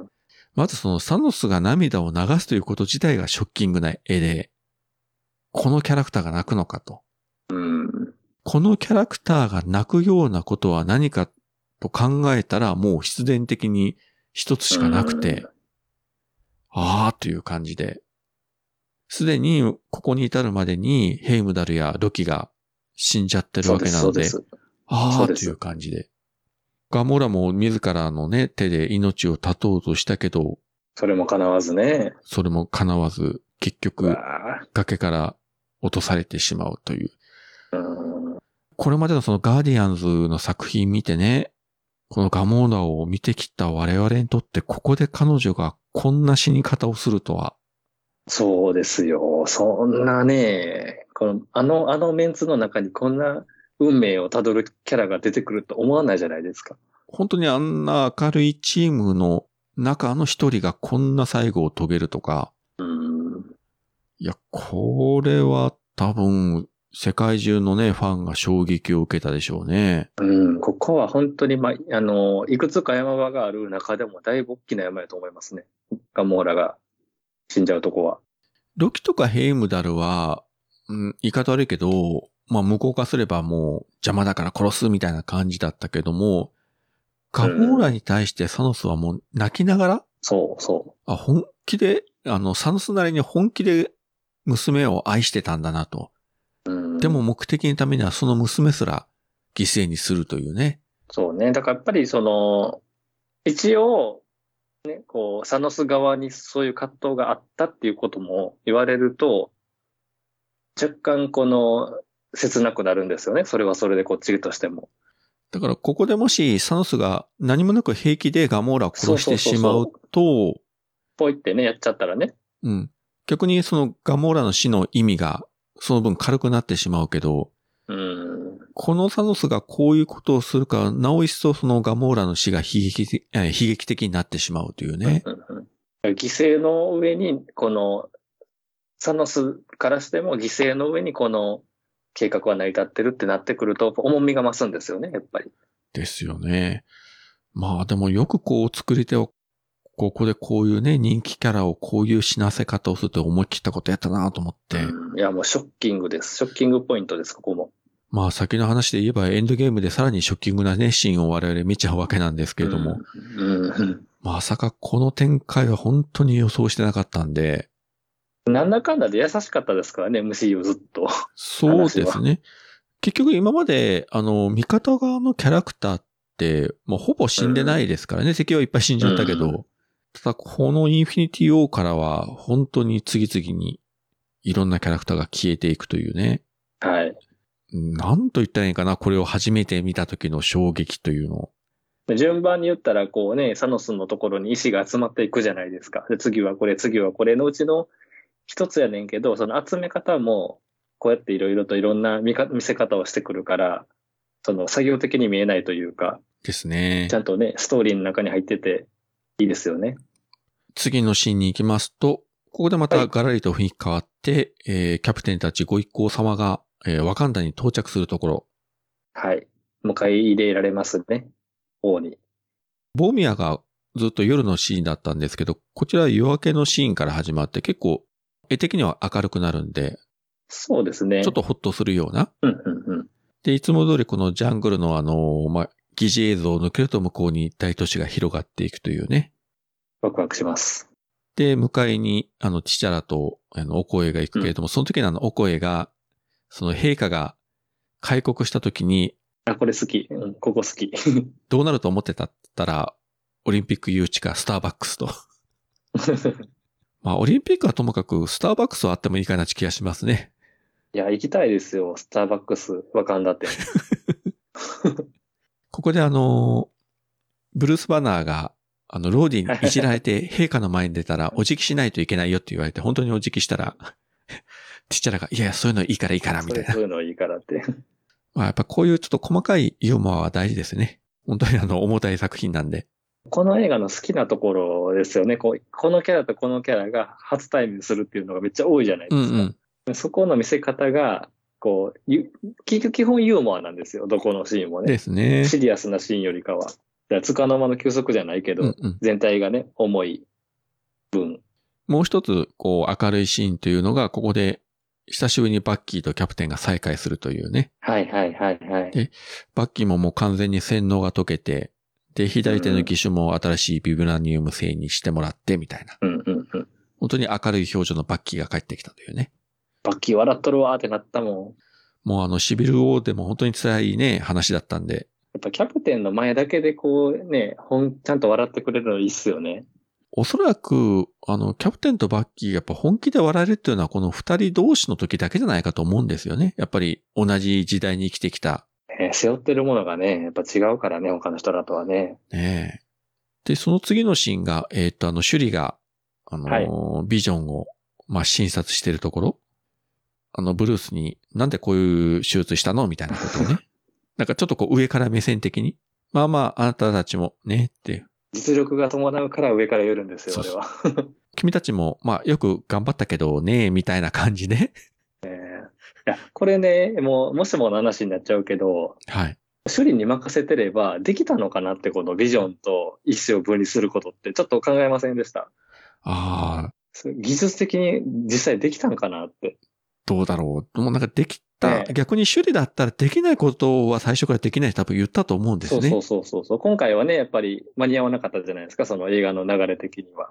A: ん。
B: まずそのサノスが涙を流すということ自体がショッキングな絵で、このキャラクターが泣くのかと。
A: うん。
B: このキャラクターが泣くようなことは何かと考えたら、もう必然的に一つしかなくて、あーという感じで、すでにここに至るまでにヘイムダルやロキが死んじゃってる
A: そう
B: わ
A: で
B: け
A: す、
B: な
A: そ
B: の
A: うで
B: で、
A: す。
B: あ
A: そう
B: あ
A: で
B: と
A: す
B: いう感じで。ガモラも自らのね、手で命を絶とうとしたけど、
A: それも叶わずね。
B: それも叶わず、結
A: う
B: 局
A: わぁ
B: 崖から落とされてしまうという。
A: うん。
B: これまでのそのガーディアンズの作品見てね、このガモーラを見てきた我々にとって、ここで彼女がこんな死に方をするとは、
A: そうですよ。そんなね、この、あの、あのメンツの中にこんな運命をたどるキャラが出てくると思わないじゃないですか。
B: 本当にあんな明るいチームの中の一人がこんな最後を遂げるとか、
A: うん。
B: いや、これは多分、世界中のね、ファンが衝撃を受けたでしょうね。
A: うん。ここは本当に、ま、あの、いくつか山場がある中でもだいぶ大きな山やと思いますね。ガモーラが死んじゃうとこは。
B: ロキとかヘイムダルは、うん、言い方悪いけど、まあ、無効化すればもう邪魔だから殺すみたいな感じだったけども、ガモーラに対してサノスはもう泣きながら、
A: そうそ
B: あ、本気で、あの、サノスなりに本気で娘を愛してたんだなと。
A: う。うん。
B: でも目的のためにはその娘すら犠牲にするというね。
A: そうね。だからやっぱりその、一応、ね、こう、サノス側にそういう葛藤があったっていうことも言われると、若干この、切なくなるんですよね。それはそれでこっちとしても。
B: だからここでもしサノスが何もなく平気でガモーラを殺し
A: そ
B: て
A: うそうそうそう
B: しまうと、
A: ポイってね、やっちゃったらね。
B: うん。逆にそのガモーラの死の意味がその分軽くなってしまうけど、
A: うん。
B: このサノスがこういうことをするから、なお一層そのガモーラの死が悲劇的、えー悲劇的になってしまうというね。
A: うんうん犠牲の上に、この、サノスからしても犠牲の上にこの計画は成り立ってるってなってくると、重みが増すんですよね、やっぱり。
B: ですよね。まあでもよくこう作り手を、ここでこういうね、人気キャラをこういう死なせ方をするって思い切ったことやったなと思って。
A: うんいや、もうショッキングです。ショッキングポイントです、ここも。
B: まあ先の話で言えばエンドゲームでさらにショッキングなね、シーンを我々見ちゃうわけなんですけれども、
A: うん。うん
B: まさかこの展開は本当に予想してなかったんで、
A: なんだかんだで優しかったですからね、MCU ずっと。
B: そうですね。結局今まで、あの、味方側のキャラクターって、もうほぼ死んでないですからね、敵はいっぱい死んじゃったけど、
A: うん
B: ただこのインフィニティ王からは、本当に次々にいろんなキャラクターが消えていくというね、
A: はい。
B: なんと言ったらいいかな、これを初めて見た時の衝撃というのを。
A: で順番に言ったら、こうね、サノスのところに石が集まっていくじゃないですか。で、次はこれ、次はこれのうちの一つやねんけど、その集め方も、こうやっていろいろといろんな見か見せ方をしてくるから、その作業的に見えないというか、
B: ですね
A: ち。ゃんとね、ストーリーの中に入ってて、いいですよね。
B: 次のシーンに行きますと、ここでま
A: は
B: た
A: い
B: ガラリと雰囲気変わって、えーキャプテンたちご一行様が、えーワカンダに到着するところ、
A: はい。迎え入れられますね。王に。
B: ボミアがずっと夜のシーンだったんですけど、こちらは夜明けのシーンから始まって結構絵的には明るくなるんで、
A: そうですね。
B: ちょっと。ホッとするような。
A: うんうんうん。
B: で、いつも通りこのジャングルのあの、まあ、疑似映像を抜けると向こうに大都市が広がっていくというね。
A: ワクワクします。
B: で、迎えに、あの、チチャラと、あの、お声が行くけれども、その時のあの、お声が、その陛下が開国した時に、
A: あ、これ好き。うん、ここ好き。
B: どうなると思ってたったら、オリンピック誘致かスターバックスと。まあ、オリンピックはともかく、スターバックスはあってもいいかなって気がしますね。
A: いや、行きたいですよ。スターバックス、わかんだって。
B: ここであの、ブルース・バナーが、あの、ローディにいじられ て、陛下の前に出たら、お辞儀しないといけないよって言われて、本当にお辞儀したら、 ちっちゃらが、いやいや、そういうのいい からいいから、み
A: そ
B: た
A: う
B: いな
A: そう。いうのいいからって。
B: まあ、やっぱこういうちょっと細かいユーモアは大事ですね。本当にあの、重たい作品なんで。
A: この映画の好きなところですよね。こうこのキャラとこのキャラが初対面するっていうのがめっちゃ多いじゃないで
B: うん
A: すか。
B: うん。
A: そこの見せ方が、こう、ゆ結局基本ユーモアなんですよ。どこのシーンもね。
B: ですね。
A: シリアスなシーンよりかは。だからつかの間の休息じゃないけど、
B: うんうん。
A: 全体がね、重い分。
B: もう一つ、こう、明るいシーンというのが、ここで、久しぶりにバッキーとキャプテンが再会するというね。
A: はいはいはいはい
B: で。バッキーももう完全に洗脳が解けて、で、左手の義手も新しいビブラニウム製にしてもらって、みたいな。
A: うんうんうん。
B: 本当に明るい表情のバッキーが帰ってきたというね。
A: バッキー笑っとるわーってなったもん。
B: もうあの、シビル王でも本当に辛いね、話だったんで、
A: やっぱキャプテンの前だけでこうね、ほん、ちゃんと笑ってくれるのいいっすよね。
B: おそらく、あの、キャプテンとバッキーがやっぱ本気で笑えるっていうのはこの二人同士の時だけじゃないかと思うんですよね。やっぱり同じ時代に生きてきた。
A: ね背負ってるものがね、やっぱ違うからね、他の人らとはね。
B: ねえ。で、その次のシーンが、えっ、と、あの、シュリが、あのービジョンを、まあ、診察してるところ、あの、ブルースに、なんでこういう手術したのみたいなことをね。 なんかちょっとこう上から目線的に。まあまあ、あなたたちもね、っていう。
A: 実力が伴うから上から言えるんですよ、
B: そう
A: 俺
B: そう
A: は。
B: 君たちも、まあ、よく頑張ったけどね、みたいな感じで。
A: いや、これね、もう、もしもの話になっちゃうけど、
B: はい。
A: 処理に任せてれば、できたのかなって、このビジョンと意思を分離することって、ちょっと考えませんでした。
B: ああ、
A: そう技術的に実際できたんかなって。
B: どうだろう。もうなんかできた、
A: ええ
B: 逆に首里だったらできないことは最初からできないって多分言ったと思うんです
A: そう
B: ね。
A: そうそうそうそう。今回はね、やっぱり間に合わなかったじゃないですか、その映画の流れ的には。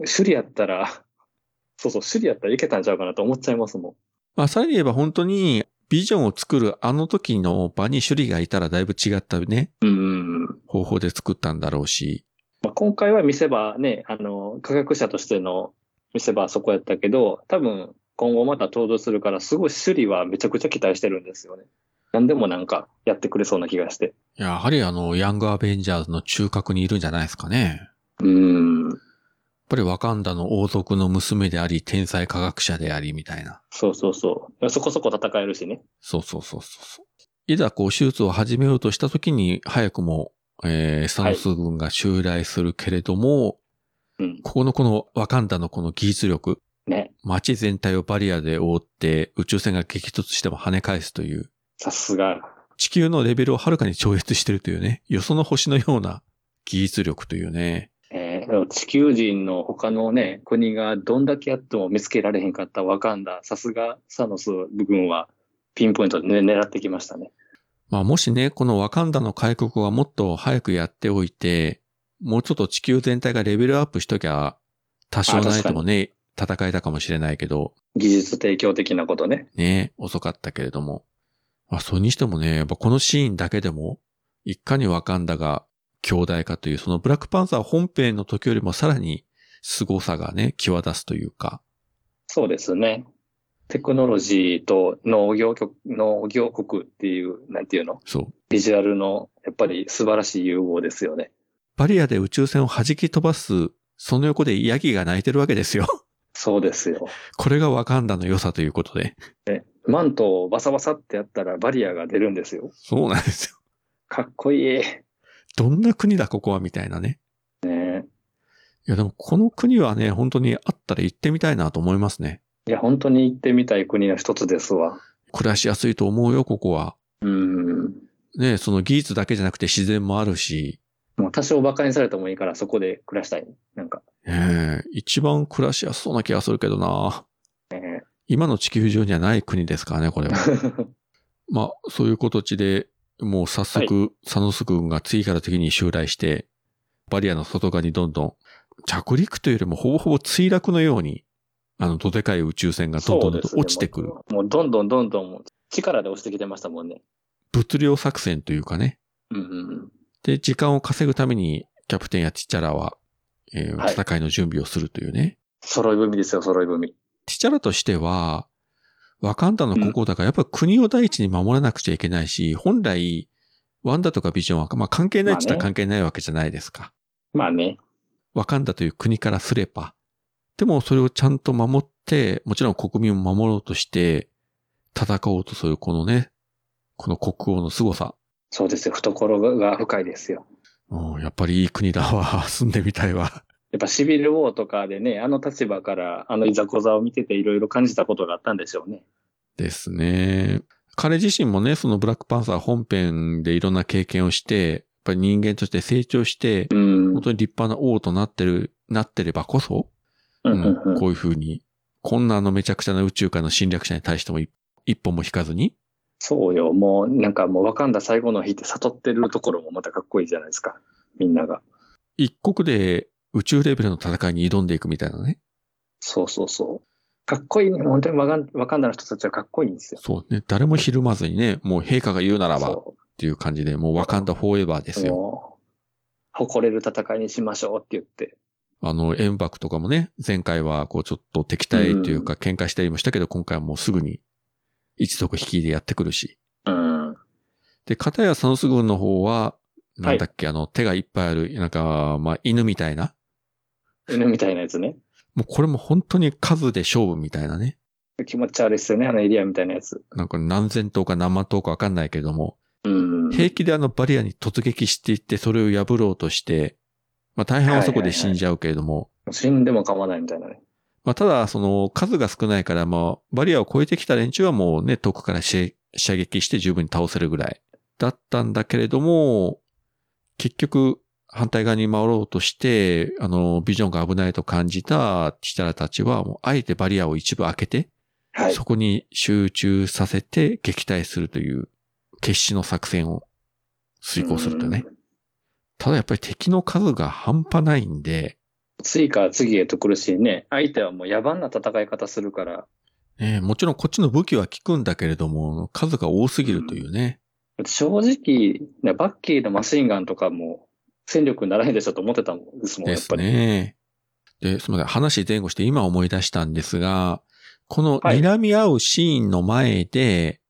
A: 処理やったら、 そうそう、処理やったらいけたんちゃうかなと思っちゃいますもん。
B: まあさらに言えば本当にビジョンを作るあの時の場に首里がいたらだいぶ違ったね、
A: うんうんうん。
B: 方法で作ったんだろうし。
A: まあ、今回は見せ場ね、あの、科学者としての見せ場はそこやったけど、多分今後また登場するから、すごい首里はめちゃくちゃ期待してるんですよね。何でもなんかやってくれそうな気がして。
B: やはりあの、ヤングアベンジャーズの中核にいるんじゃないですかね。や
A: う
B: っ
A: ん。
B: ぱりワカンダの王族の娘であり、天才科学者であり、みたいな。
A: そうそうそう。そこそこ戦えるしね。
B: そうそうそうそうそう。いざこう手術を始めようとした時に、早くも、えー、スタノス軍が襲来するけれども、
A: うん。
B: ここのこのワカンダのこの技術力、
A: ね。
B: 街全体をバリアで覆って宇宙船が激突しても跳ね返すという、
A: さすが。
B: 地球のレベルをはるかに超越してるというね、よその星のような技術力というね。
A: えー地球人の他のね、国がどんだけやっても見つけられへんかったワカンダ、さすがサノス軍はピンポイントで、ね、狙ってきましたね。
B: まあもしね、このワカンダの開国はもっと早くやっておいて、もうちょっと地球全体がレベルアップしときゃ、多少ないともね、戦えたかもしれないけど、
A: 技術提供的なことね。
B: ね、遅かったけれども。まあ、それにしてもね、やっぱこのシーンだけでも、いかにワカンダが兄弟かという、そのブラックパンサー本編の時よりもさらに凄さがね、際立つというか。
A: そうですね。テクノロジーと農業局、農業国っていう、なんていうの
B: そう。
A: ビジュアルの、やっぱり素晴らしい融合ですよね。
B: バリアで宇宙船を弾き飛ばす、その横でヤギが鳴いてるわけですよ。
A: そうですよ。
B: これがワカンダの良さということで。
A: マントをバサバサってやったらバリアが出るんですよ。
B: そうなんですよ。
A: かっこいい。
B: どんな国だここはみたいなね。
A: ね
B: いやでもこの国はね、本当にあったら行ってみたいなと思いますね。
A: いや、本当に行ってみたい国の一つですわ。
B: 暮らしやすいと思うよ、ここは。
A: うん。
B: ね、その技術だけじゃなくて自然もあるし、
A: もう多少馬鹿にされてもいいからそこで暮らしたい。なんか、
B: ねえ一番暮らしやすそうな気がするけどな
A: ね
B: 今の地球上にはない国ですからね、これは。まあ、そういう形で、もう早速、サノス軍が次から次に襲来して、バリアの外側にどんどん、着陸というよりもほぼほぼ墜落のように、あの、どでかい宇宙船がどんどんどんどん落ちてくる。
A: もうもうどんどんどんどんもう力で落ちてきてましたもんね。
B: 物量作戦というかね。
A: うんうん。
B: で、時間を稼ぐために、キャプテンやティチャラは、えー
A: はい
B: 戦いの準備をするというね。
A: 揃い踏みですよ、揃い踏み。
B: ティチャラとしては、ワカンダの国王だから、やっぱり国を第一に守らなくちゃいけないし、本来、ワンダとかビジョンは、まあ関係ないって言ったら
A: まあ
B: 関係ないわけじゃないですか。
A: まあね。
B: ワカンダという国からすれば。でもそれをちゃんと守って、もちろん国民を守ろうとして、戦おうとするこのね、この国王の凄さ。
A: そうですよ、懐が深いですよ。
B: うん、やっぱりいい国だわ。 住んでみたいわ。
A: やっぱシビルウォーとかでね、あの立場から、あのいざこざを見てていろいろ感じたことがあったんでしょうね。
B: ですね。彼自身もね、そのブラックパンサー本編でいろんな経験をして、やっぱり人間として成長して、
A: うん。う
B: 本当に立派な王となってる、なってればこそ、
A: んう
B: うん
A: うん
B: こういうふうに、こんなあのめちゃくちゃな宇宙からの侵略者に対しても一一歩も引かずに、
A: そうよ、もうなんかもうわかんだ最後の日って悟ってるところもまたかっこいいじゃないですか。みんなが。
B: 一国で宇宙レベルの戦いに挑んでいくみたいなね。
A: そうそうそう。かっこいいね。本当にわかんわかんだの人たちはかっこいいんですよ。
B: そうね。誰もひるまずにね、もう陛下が言うならばっ
A: そ
B: ていう感じで、もうワカンダフォーエバーで
A: う
B: すよ。
A: もう誇れる戦いにしましょうって言って。
B: あの、円幕とかもね、前回はこうちょっと敵対というか喧嘩したりもしたけど、今回はもうすぐに一族引きでやってくるし。
A: うん。
B: で、片やサノス軍の方は、なんだっけ、あの、手がいっぱいある、なんか、まあ、犬みたいな。
A: 犬みたいなやつね。
B: もうこれも本当に数で勝負みたいなね。
A: 気持ち悪いっすよね。あのエリアみたいなやつ。
B: なんか何千頭か何万頭かわかんないけども、
A: うん。
B: 平気であのバリアに突撃していって、それを破ろうとして、まあ大半はそこで死んじゃうけれども、
A: 死んでも構わないみたいなね。
B: まあただその数が少ないから、まあバリアを越えてきた連中はもうね、遠くからし射撃して十分に倒せるぐらいだったんだけれども、結局反対側に回ろうとして、あの、ビジョンが危ないと感じたティタラたちは、もうあえてバリアを一部開けて、
A: はい。
B: そこに集中させて撃退するという決死の作戦を遂行するとね
A: う。ん。
B: ただやっぱり敵の数が半端ないんで、
A: 次から次へと来るしね。相手はもう野蛮な戦い方するから、
B: ねもちろんこっちの武器は効くんだけれども、数が多すぎるというね。
A: 正直、ね、バッキーのマシンガンとかも戦力にならへんでしょと思ってたもんですもん、
B: で
A: やっ
B: す
A: ぱり。
B: ね。で、すみません。話前後して今思い出したんですが、この
A: はい
B: 睨み合うシーンの前で、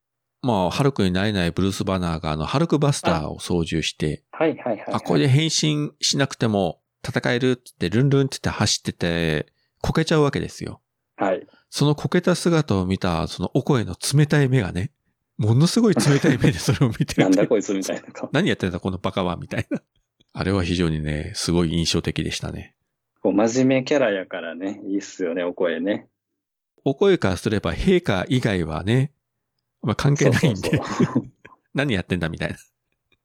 B: まあ、ハルクになれないブルース・バナーがあの、ハルクバスターを操縦して、
A: はいはいはい、はい。
B: あ、これで変身しなくても戦えるって言って、ルンルンって言って走ってて、こけちゃうわけですよ。
A: はい。
B: そのこけた姿を見た、そのお声の冷たい目がね、ものすごい冷たい 目でそれを見て
A: な
B: る
A: ん
B: とい
A: だ
B: う。
A: こいつみたいな顔。
B: 何やってんだこのバカは、みたいな。あれは非常にね、すごい印象的でしたね。
A: こう真面目キャラやからね、いいっすよね、お声ね。
B: お声からすれば陛下以外はね、まあ、関係ないんで、
A: そうそうそう
B: 何やってんだみたいな。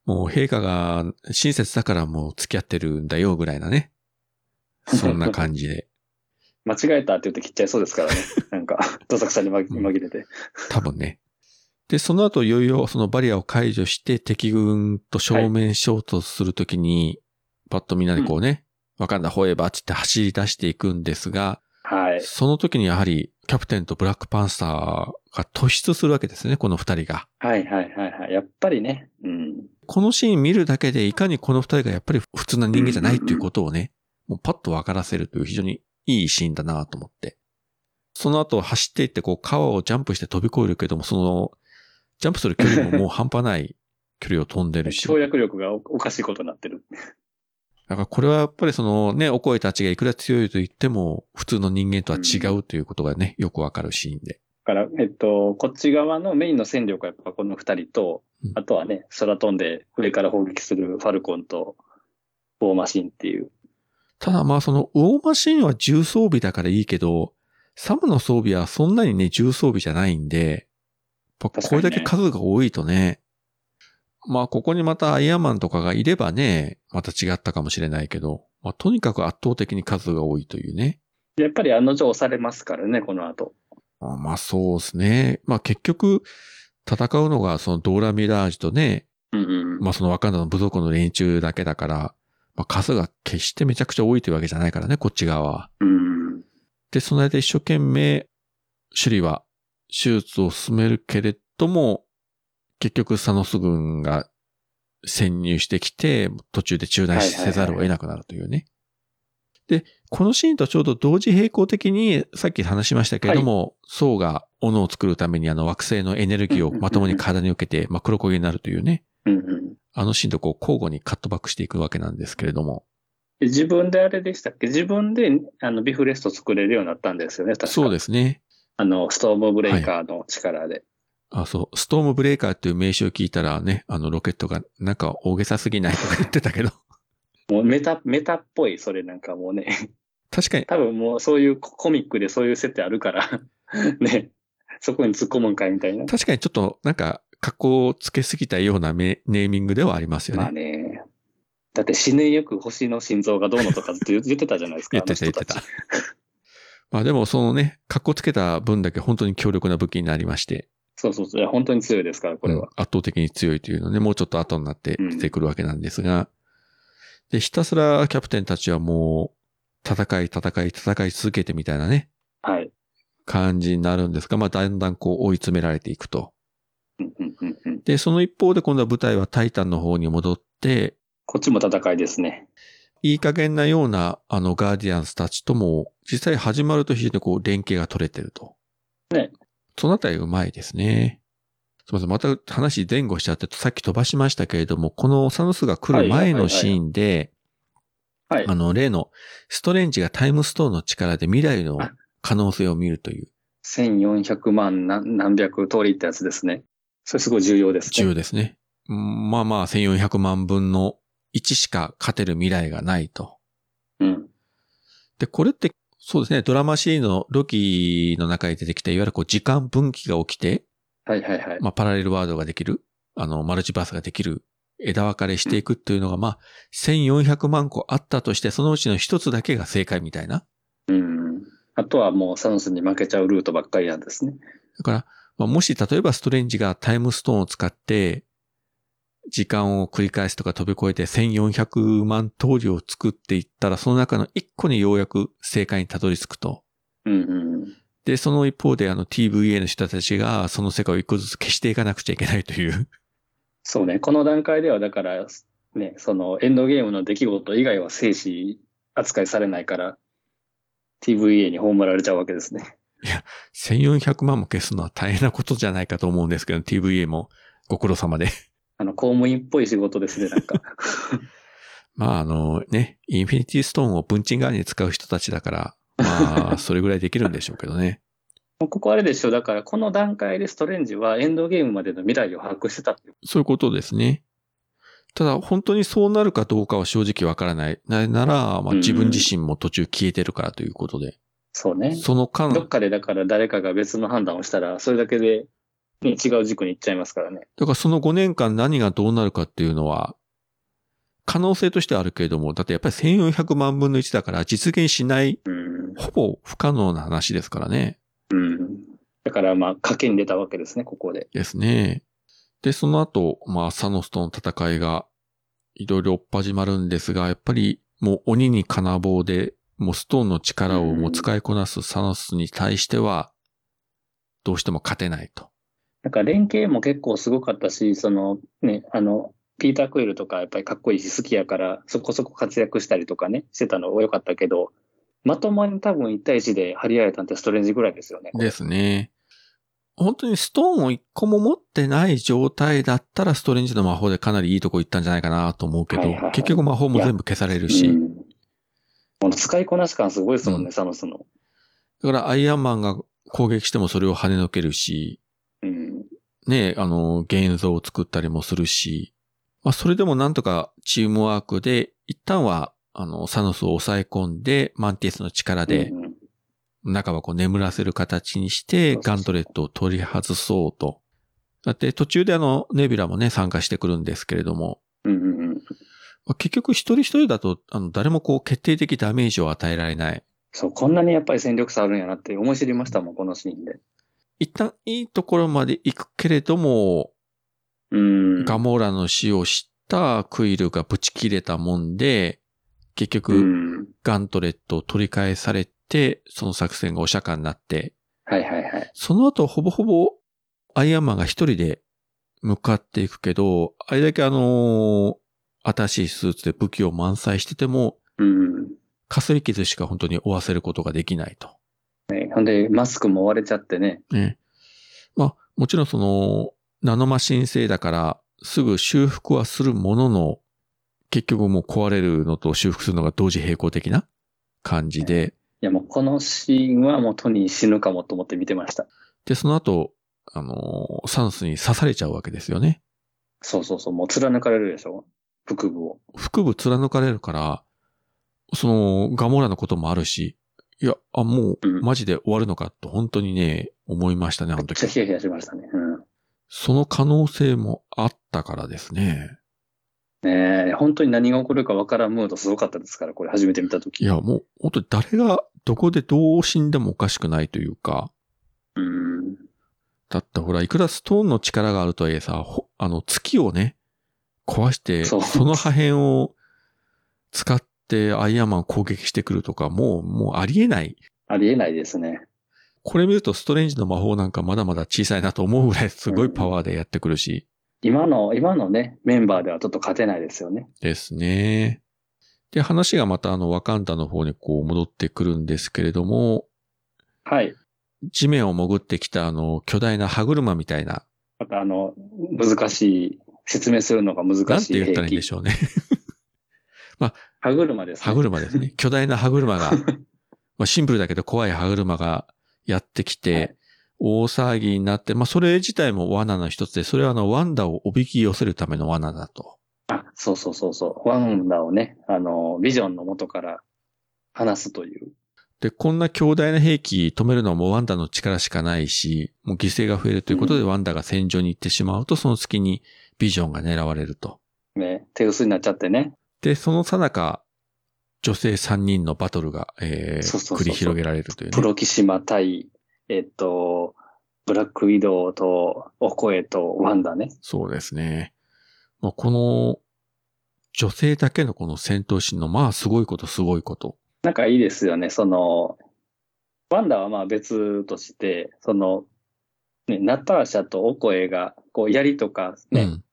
B: もう陛下が親切だからもう付き合ってるんだよぐらいなね。そんな感じで。
A: 間違えたって言って切っちゃいそうですからね。 なんか、どさくさに紛紛れて。
B: 多分ね。で、その後いよいよそのバリアを解除して敵軍と正面衝突するときに、パッとみんなでこうね、わかんだ、ほえばっつって走り出していくんですが、
A: はい。
B: その時にやはりキャプテンとブラックパンサーが突出するわけですね、この二人が。
A: はいはいはいはい。やっぱりね。うん。
B: このシーン見るだけでいかにこの二人がやっぱり普通な人間じゃないということをね、もうパッと分からせるという非常にいいシーンだなと思って。その後走っていってこう川をジャンプして飛び越えるけども、その、ジャンプする距離ももう半端ない距離を飛んでるし。
A: 跳躍力がおおかしいことになってる。
B: だからこれはやっぱりそのね、お声たちがいくら強いと言っても、普通の人間とは違うということがね、よくわかるシーンで。
A: だから、えっと、こっち側のメインの戦力はやっぱこの二人と
B: うん、
A: あとはね、空飛んで上から砲撃するファルコンと、ボーマシンっていう。
B: ただまあそのウォーマシーンは重装備だからいいけど、サムの装備はそんなにね、重装備じゃないんで、やっぱこれだけ数が多いとね、まあここにまたアイアンマンとかがいればね、また違ったかもしれないけど、まあとにかく圧倒的に数が多いというね。
A: やっぱり案の定押されますからね、この後。
B: あまあそうですね。まあ結局、戦うのがそのドーラ・ミラージュとね、
A: うんうん。
B: まあそのワカンダの部族の連中だけだから、まあ数が決してめちゃくちゃ多いというわけじゃないからね、こっち側は。
A: うん。
B: で、その間一生懸命、シュリは手術を進めるけれども、結局サノス軍が潜入してきて、途中で中断し
A: はいはい
B: せ
A: はい
B: ざるを得なくなるというね。で、このシーンとちょうど同時並行的に、さっき話しましたけれども、層が斧を作るためにあの惑星のエネルギーをまともに体に受けて、まあ、黒焦げになるというね、
A: うんうん。
B: あのシーンとこう交互にカットバックしていくわけなんですけれども。
A: で自分であれでしたっけ自分であのビフレスト作れるようになったんですよね、確か。
B: そうですすね。
A: あの、ストームブレイカーの力で。
B: あ、そう。ストームブレーカーっていう名称を聞いたらね、あのロケットがなんか大げさすぎないとか言って たけど、
A: もうメタ、メタっぽい、それなんかもうね。
B: 確かに、
A: 多分もうそういうココミックでそういう設定あるから、 ね。そこに突っ込むんかいみたいな。
B: 確かにちょっとなんか格好をつけすぎたようなめネーミングではありますよね。
A: まあね。だって死ねゆく星の心臓がどう のとかずっと言言ってたじゃないですか。
B: 言ってた
A: あ
B: 言
A: の
B: って
A: 人
B: た
A: ち。
B: まあでもそのね、格好つけた分だけ本当に強力な武器になりまして、
A: そうそうそう。いや本当に強いですから、これ
B: うん
A: は。
B: 圧倒的に強いというのね、もうちょっと後になって出てくるわけなんですが、で、ひたすらキャプテンたちはもう戦い戦い戦い続けてみたいなね、
A: はい。
B: 感じになるんですが、まあ、だんだんこう追い詰められていくと。
A: うんうんうんうん。
B: で、その一方で今度は舞台はタイタンの方に戻って、
A: こっちも戦いですね。
B: いい加減なような、あの、ガーディアンスたちとも、実際始まると非常にこう、連携が取れてると。
A: ね。
B: そのあたりうまいですね。すみません。また話前後しちゃって、さっき飛ばしましたけれども、このサノスが来る前のシーンで、
A: はい。
B: あの、例の、ストレンジがタイムストーンの力で未来の可能性を見るという、
A: 1400万何何百通りってやつですね。それすごい重要です
B: 重
A: ね。
B: 要ですね。うんまあまあ、1400万分の1しか勝てる未来がないと。
A: うん。
B: で、これって、そうですね、ドラマシーンのロキの中に出てきた、いわゆるこう時間分岐が起きて、
A: はいはいはい。
B: まあパラレルワールドができる、あの、マルチバースができる、枝分かれしていくっていうのが、まあ、1400万個あったとして、そのうちの一つだけが正解みたいな。
A: うん。あとはもうサノスに負けちゃうルートばっかりなんですね。
B: だから、まあ、もし例えばストレンジがタイムストーンを使って、時間を繰り返すとか飛び越えて1400万通りを作っていったら、その中の1個にようやく正解にたどり着くと。
A: うんうん。
B: で、その一方であの TVA の人たちがその世界を一個ずつ消していかなくちゃいけないという。
A: そうね。この段階ではだから、ね、そのエンドゲームの出来事以外は生死扱いされないから、TVA に葬られちゃうわけですね。
B: 1400万も消すのは大変なことじゃないかと思うんですけど、TVA もご苦労様で。
A: あの、公務員っぽい仕事ですね、なんか。
B: まああのね、インフィニティストーンを文鎮側に使う人たちだから、まあ、それぐらいできるんでしょうけどね。
A: もうここあれでしょ。だから、この段階でストレンジはエンドゲームまでの未来を把握してたっていう。
B: そういうことですね。ただ、本当にそうなるかどうかは正直わからない。なぜなら、まあ、
A: うん
B: 自分自身も途中消えてるからということで。
A: そうね。
B: その間、
A: どっかでだから誰かが別の判断をしたら、それだけで、ね、違う軸に行っちゃいますからね。
B: だからその5年間何がどうなるかっていうのは、可能性としてはあるけれども、だってやっぱり1400万分の1だから実現しない、
A: うん。
B: ほぼ不可能な話ですからね。
A: うん。だから、まあ、賭けに出たわけですね、ここで。
B: ですね。で、その後、まあ、サノスとの戦いが、いろいろ始まるんですが、やっぱり、もう鬼に金棒で、もうストーンの力をもう使いこなすサノスに対しては、どうしても勝てないと。
A: なんか連携も結構すごかったし、そのね、あの、ピーター・クイルとかやっぱりかっこいいし好きやから、そこそこ活躍したりとかね、してたのは良かったけど、まともに多分1対1で張り合えたんってストレンジぐらいですよね。
B: ですね。本当にストーンを一個も持ってない状態だったら、ストレンジの魔法でかなりいいとこ行ったんじゃないかなと思うけど、
A: はいはいはい
B: 結局魔法も全部消されるし、
A: うん、この使いこなし感すごいですもんね、
B: う
A: サノスの。
B: だからアイアンマンが攻撃してもそれを跳ねのけるし、
A: うん。
B: ね、あの、現像を作ったりもするし、まあ、それでもなんとかチームワークで、一旦はあの、サノスを抑え込んで、マンティスの力で、
A: うんうん
B: 中はこう眠らせる形にして、
A: そうそうそう
B: ガントレットを取り外そうと。だって途中であの、ネビュラもね、参加してくるんですけれども、
A: うんうんうん。
B: まあ結局一人一人だと、あの、誰もこう、決定的ダメージを与えられない。
A: そう、こんなにやっぱり戦力差あるんやなって思い知りましたもん、このシーンで。
B: 一旦いいところまで行くけれども、
A: うん。
B: ガモーラの死を知ったクイルがぶち切れたもんで、結
A: う
B: 局、
A: ん。
B: ガントレットを取り返されて、その作戦がお釈迦になって、
A: はいはいはい。
B: その後ほぼほぼアイアンマンが一人で向かっていくけど、あれだけあのー新しいスーツで武器を満載してても、
A: うん。
B: かすり傷しか本当に負わせることができないと。
A: ね、ほんで、マスクも割れちゃってね。
B: ね。まあ、もちろんその、ナノマシン製だから、すぐ修復はするものの、結局もう壊れるのと修復するのが同時並行的な感じで、
A: いやもうこのシーンはもうトニー死ぬかもと思って見てました。
B: で、その後、あのーサノスに刺されちゃうわけですよね。
A: そうそうそう、もう貫かれるでしょ腹部を。
B: 腹部貫かれるから、その、ガモーラのこともあるし、いや、あ、もう、
A: うん
B: マジで終わるのかと、本当にね、思いましたね、あ
A: め
B: の
A: っちゃ
B: 時。
A: ヒヤヒヤしましたね。うん。
B: その可能性もあったからですね。
A: ねえ、本当に何が起こるかわからんムードすごかったですから、これ初めて見たとき。
B: いや、もう、本当に誰が、どこでどう死んでもおかしくないというか、
A: うん。
B: だってほら、いくらストーンの力があるとはいえさ、ほあの、月をね、壊して、
A: そ
B: そうの破片を使ってアイアンマンを攻撃してくるとか、もう、もうありえない
A: ありえないですね。
B: これ見るとストレンジの魔法なんかまだまだ小さいなと思うぐらいすごいパワーでやってくるし、
A: 今の、今のね、メンバーではちょっと勝てないですよね。
B: ですね。で、話がまたあのワカンダの方にこう戻ってくるんですけれども、
A: はい。
B: 地面を潜ってきたあの巨大な歯車みたいな、
A: またあの、難しい、説明するのが難
B: なん
A: してい
B: 言
A: 兵器。
B: ったらいいんでしょうね。
A: 歯車です、ね。
B: 歯車で すね。巨大な歯車が、まあシンプルだけど怖い歯車がやってき
A: は
B: て
A: い、
B: 大騒ぎになって、まあそれ自体も罠の一つで、それはあのワンダをおびき寄せるための罠だと。
A: あ、そうそうそうそう。ワンダをね、あの、ビジョンの元から話すという。
B: で、こんな強大な兵器止めるのはもうワンダの力しかないし、もう犠牲が増えるということで、ワンダが戦場に行ってしまうと、その隙にビジョンが狙われると。
A: ね、手薄になっちゃってね。
B: で、その最中、女性3人のバトルが、え
A: そうそうそうそ
B: ー、
A: う
B: 繰り広げられるという
A: プ
B: ね。
A: ロキシマ対、えっと、ブラックウィドウと、オコエとワンダね。
B: そうですね。まあ、この、女性だけのこの戦闘シーンの、まあ、すごいこと、すごいこと。
A: なんかいいですよね。その、ワンダはまあ別として、その、ね、ナターシャとオコエが、こう、槍とかね、
B: うん。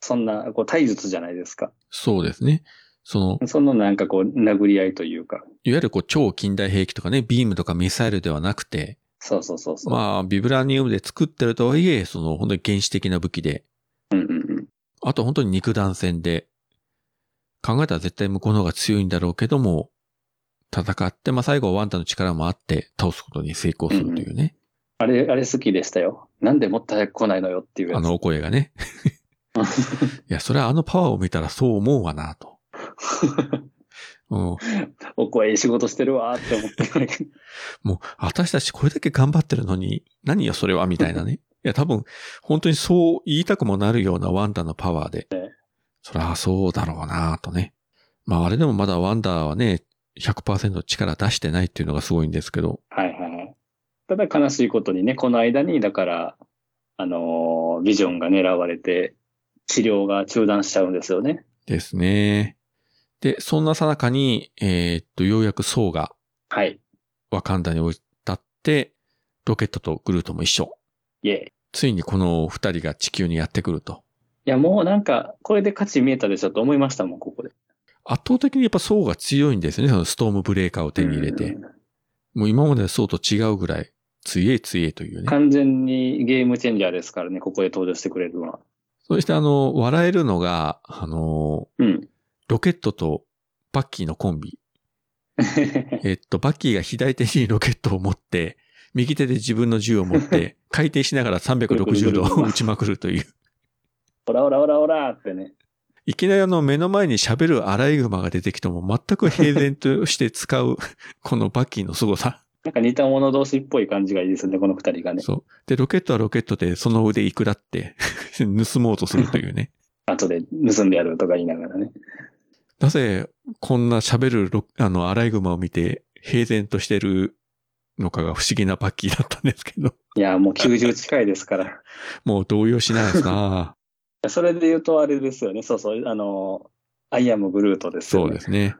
A: そんな、こう、体術じゃないですか。
B: そうですね。その、
A: そのなんかこう、殴り合いというか。
B: いわゆるこう、超近代兵器とかね、ビームとかミサイルではなくて、
A: そうそうそうそう。
B: まあ、ビブラニウムで作ってるとはいえ、その、本当に原始的な武器で、
A: うんうんうん。
B: あと本当に肉弾戦で、考えたら絶対向こうの方が強いんだろうけども、戦って、まあ最後はワンタの力もあって倒すことに成功するというね、
A: あれ、あれ好きでしたよ。なんでもっと早く来ないのよっていうやつ。
B: あのお声がね。いや、それはあのパワーを見たらそう思うわなと。うん、
A: お声いい仕事してるわーって思って。
B: もう、私たちこれだけ頑張ってるのに、何よそれはみたいな ね。いや、多分、本当にそう言いたくもなるようなワンダのパワーで。そりゃそうだろうなとね。まあ、あれでもまだワンダはね、100%力出してないっていうのがすごいんですけど、
A: はいはいはい。ただ悲しいことにね、この間に、だから、あのービジョンが狙われて、治療が中断しちゃうんですよね。
B: ですね。で、そんなさなかに、えーっと、ようやくソウが
A: はい。
B: ワカンダに降り立って、ロケットとグルートも一緒。
A: イエイ。い
B: ついにこの二人が地球にやってくると。
A: や、もうなんか、これで価値見えたでしょと思いましたもん、ここで。
B: 圧倒的にやっぱソウが強いんですよね、そのストームブレーカーを手に入れて。
A: うん。
B: もう今までの層と違うぐらい、強え強えというね。
A: 完全にゲームチェンジャーですからね、ここで登場してくれるのは。
B: そしてあの、笑えるのが、あの、
A: うん。
B: ロケットとバッキーのコンビ。えっと、バッキーが左手にロケットを持って、右手で自分の銃を持 って、回転しながら360度を打ちまくるという。
A: オラオラオラオラーってね。
B: いきなりあの目の前に喋るアライグマが出てきても全く平然として使うこのバッキーの凄さ。
A: なんか似た者同士っぽい感じがいいですね、この二人がね。
B: そう。で、ロケットはロケットでその腕いくらって 盗もうとするというね。
A: 後で盗んでやるとか言いながらね。
B: なぜこんな喋るロあのアライグマを見て平然としてるのかが不思議なバッキーだったんですけど、
A: いや、もう90近いですから。
B: もう動揺しないですな
A: それで言うとあれですよね。そうそう。あの、アイアムブルートです
B: そ
A: よ
B: う
A: ね。
B: ですね。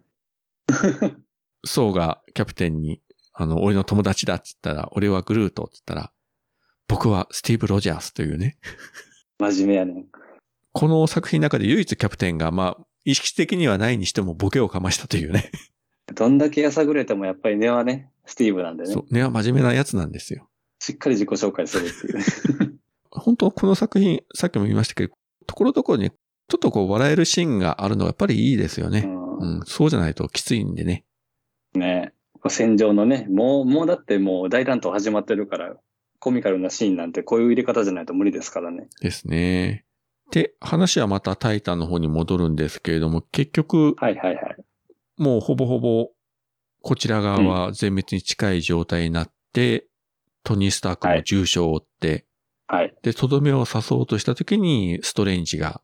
B: ソウがキャプテンに、あの、俺の友達だっつったら、俺はグルートっつったら、僕はスティーブ・ロジャースというね。
A: 真面目やねん。
B: この作品の中で唯一キャプテンが、まあ、意識的にはないにしてもボケをかましたというね。
A: どんだけやさぐれてもやっぱり根はね、スティーブなんでね
B: そ。う。ね、真面目なやつなんですよ。
A: しっかり自己紹介するっていうね。
B: 本当この作品、さっきも言いましたけど、ところどころに、ちょっとこう笑えるシーンがあるのがやっぱりいいですよ ね。
A: う
B: うん、そうじゃないときついんでね。
A: んね戦場のね、もう、もうだってもう大乱闘始まってるから、コミカルなシーンなんてこういう入れ方じゃないと無理ですからね。
B: ですね。で、話はまたタイタンの方に戻るんですけれども、結局、
A: はいはいはい。
B: もうほぼほぼ、こちら側は全滅に近い状態になって、トニー・スタークも重傷を負って、
A: はい。
B: で、とどめを刺そうとした時に、ストレンジが、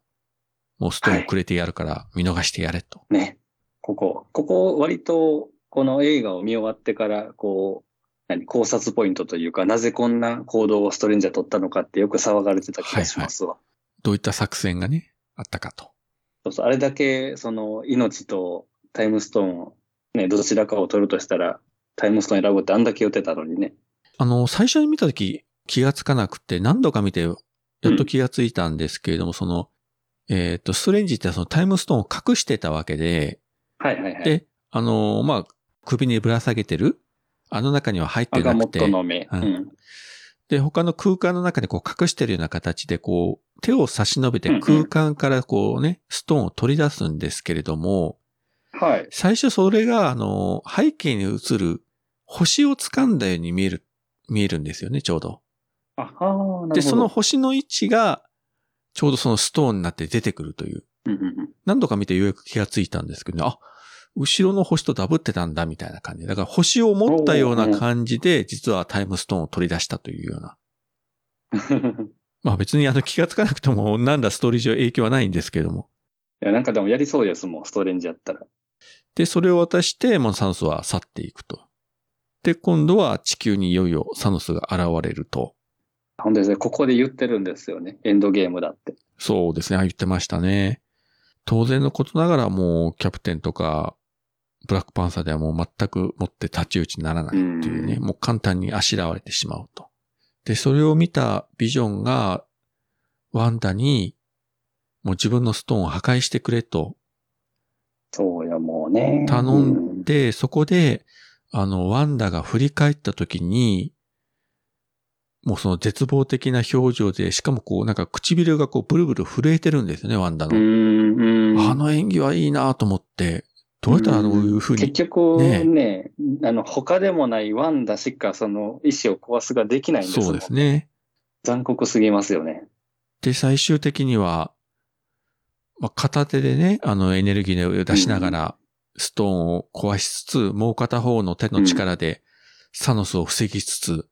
B: もうストーンくれてやるから、見逃してやれと。
A: ね。ここ、ここ割と、この映画を見終わってから、こう、何、考察ポイントというか、なぜこんな行動をストレンジャー取ったのかってよく騒がれてた気がしますわ。
B: どういった作戦がね、あったかと。
A: そうそう、あれだけ、その、命とタイムストーンを、ね、どちらかを取るとしたら、タイムストーン選ぶってあんだけ言ってたのにね。
B: あの、最初に見た時、気がつかなくて、何度か見て、やっと気がついたんですけれども、その、えっ、と、ストレンジってそのタイムストーンを隠してたわけで、
A: はいはいはい。
B: で、あの、まあ、首にぶら下げてる、あの中には入って
A: 赤
B: な
A: モ
B: く
A: ット
B: て、
A: の目。
B: う
A: うんん。
B: で、他の空間の中にこう隠してるような形で、こう、手を差し伸べて
A: うんうん
B: 空間からこうね、ストーンを取り出すんですけれども、
A: はい。
B: 最初それが、あの、背景に映る星を掴んだように見える、見えるんですよね、ちょうど。
A: あはー、なるほど。
B: で、その、星の位置が、ちょうどそのストーンになって出てくるという。
A: うんうんうん。
B: 何度か見てようやく気がついたんですけど、あ、後ろの星とダブってたんだみたいな感じ。だから星を持ったような感じで、実はタイムストーンを取り出したというような。
A: い
B: まあ別にあの気がつかなくても、なんだストーリー上影響はないんですけれども。
A: や、なんかでもやりそうですもん、ストレンジやったら。
B: で、それを渡して、まあサノスは去っていくと。で、今度は地球にいよいよサノスが現れると。
A: 本当ですね、ここで言ってるんですよね。エンドゲームだって。
B: そうですね、あ言ってましたね。当然のことながらもうキャプテンとか、ブラックパンサーではもう全くもって立ち打ちにならないっていうね、
A: う
B: もう簡単にあしらわれてしまうと。で、それを見たビジョンが、ワンダに、もう自分のストーンを破壊してくれと
A: そうや、もうね。
B: 頼
A: うん
B: んで、そこで、あの、ワンダが振り返った時に、もうその絶望的な表情で、しかもこう、なんか唇がこう、ブルブル震えてるんですよね、ワンダ
A: う
B: の。
A: ん、うん。
B: あの演技はいいなと思って、どうやったらあのいう風
A: 結
B: に、
A: 局
B: ね
A: ね、あの、他でもないワンダしかその意思を壊すができないんですもん
B: そうですね。
A: 残酷すぎますよね。
B: で、最終的には、まあ、片手でね、あのエネルギーを出しながら、ストーンを壊しつつ、もう片方の手の力で、サノスを防ぎつつ、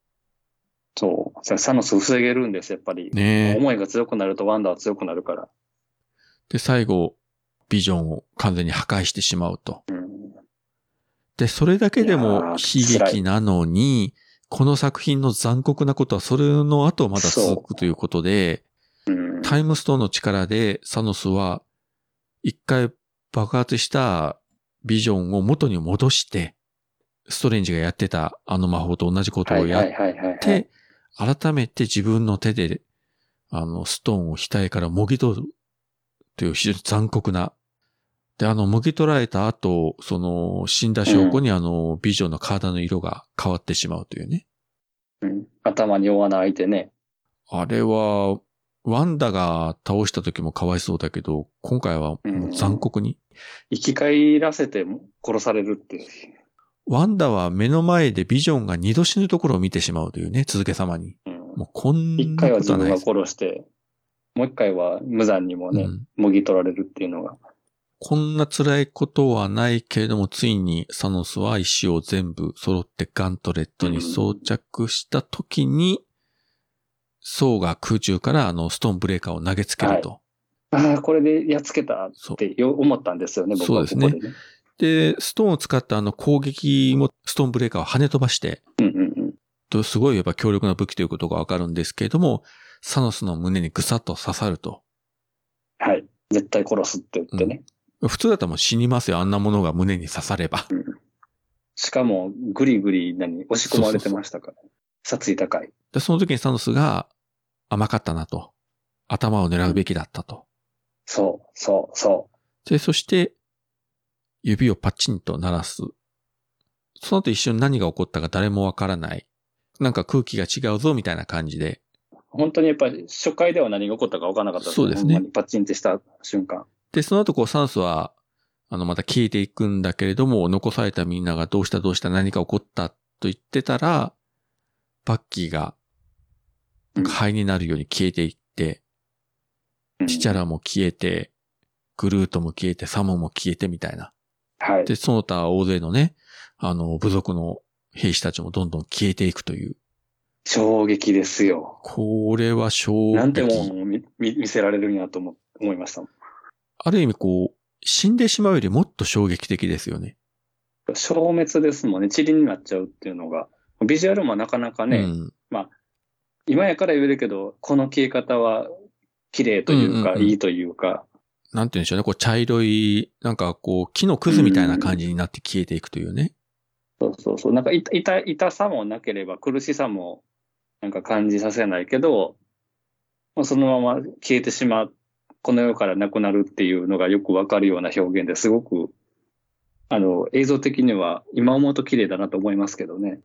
A: そう。じゃあサノス防げるんです、やっぱり。
B: ね
A: 思いが強くなるとワンダは強くなるから。
B: で、最後、ビジョンを完全に破壊してしまうと。
A: うん、
B: で、それだけで
A: いや
B: も悲
A: ー辛い
B: 劇なのに、この作品の残酷なことはそれの後まだ続くということで、
A: うん
B: タイムストーンの力でサノスは一回爆発したビジョンを元に戻して、ストレンジがやってたあの魔法と同じこと
A: は
B: を
A: い
B: や
A: は
B: っ
A: いはいはい、はい。
B: て、改めて自分の手で、あの、ストーンを額からもぎ取るという非常に残酷な。で、あの、もぎ取られた後、その、死んだ証拠にあの、ビジョンの体の色が変わってしまうというね。
A: うん頭に大穴開いてね。
B: あれは、ワンダが倒した時もかわいそうだけど、今回はもう残酷に。
A: 生き返らせて殺されるっていう。
B: ワンダは目の前でビジョンが二度死ぬところを見てしまうというね、続け様に。
A: うん
B: もうこん
A: 一
B: な
A: 回は
B: こ
A: 自
B: とはな
A: 分
B: いで
A: が
B: す。
A: 殺して、もう一回は無残にもね、
B: うん
A: もぎ取られるっていうのが。
B: こんな辛いことはないけれども、ついにサノスは石を全部揃ってガントレットに装着した時に、ソウが空中からあのストーンブレーカーを投げつけると。
A: ああ、これでやっつけたっ
B: そう
A: てよ思ったんですよね、僕はここ
B: そう
A: でね。
B: で、ストーンを使ったあの攻撃もストーンブレーカーを跳ね飛ばして、
A: うんうんうん。
B: とすごいやっぱ強力な武器ということがわかるんですけれども、サノスの胸にぐさっと刺さると。
A: はい。絶対殺すって言ってね。
B: 普通だったらもう死にますよ、あんなものが胸に刺されば。
A: しかも、ぐりぐり、何、押し込まれてましたから。殺意高い。
B: で、その時にサノスが甘かったなと。頭を狙うべきだったと。
A: そう、そう、そ
B: で、そして、指をパチンと鳴らす。その後一瞬何が起こったか誰もわからない。なんか空気が違うぞ、みたいな感じで。
A: う。本当にやっぱり初回では何が起こったか分からなかった
B: そうですね
A: ほんまにパチンってした瞬間。
B: で、その後こうサノスは、あの、また消えていくんだけれども、残されたみんながどうしたどうした何か起こったと言ってたら、バッキーが
A: うん、
B: 灰になるように消えていって、
A: うん
B: チチャラも消えて、グルートも消えて、サモンも消えてみたいな。
A: はい。
B: で、その他大勢のね、あの、部族の兵士たちもどんどん消えていくという。
A: 衝撃ですよ。
B: これは衝
A: なんても
B: 撃。
A: んを見見見せられるんやと思思いましたもん。
B: ある意味こう、死んでしまうよりもっと衝撃的ですよね。
A: 消滅ですもんね。塵になっちゃうっていうのが。ビジュアルもなかなかね、
B: うん。
A: 今やから言えるけど、この消え方は綺麗というか、
B: うんうんうん
A: いいというか、
B: なんて言うんでしょうね。こう、茶色い、なんかこう、木のくずみたいな感じになって消えていくというね。
A: そうそうそう、なんか痛痛痛さもなければ苦しさもなんか感じさせないけど、もうそのまま消えてしまう、この世からなくなるっていうのがよくわかるような表現ですごく、あの、映像的には今思うと綺麗だなと思いますけどね。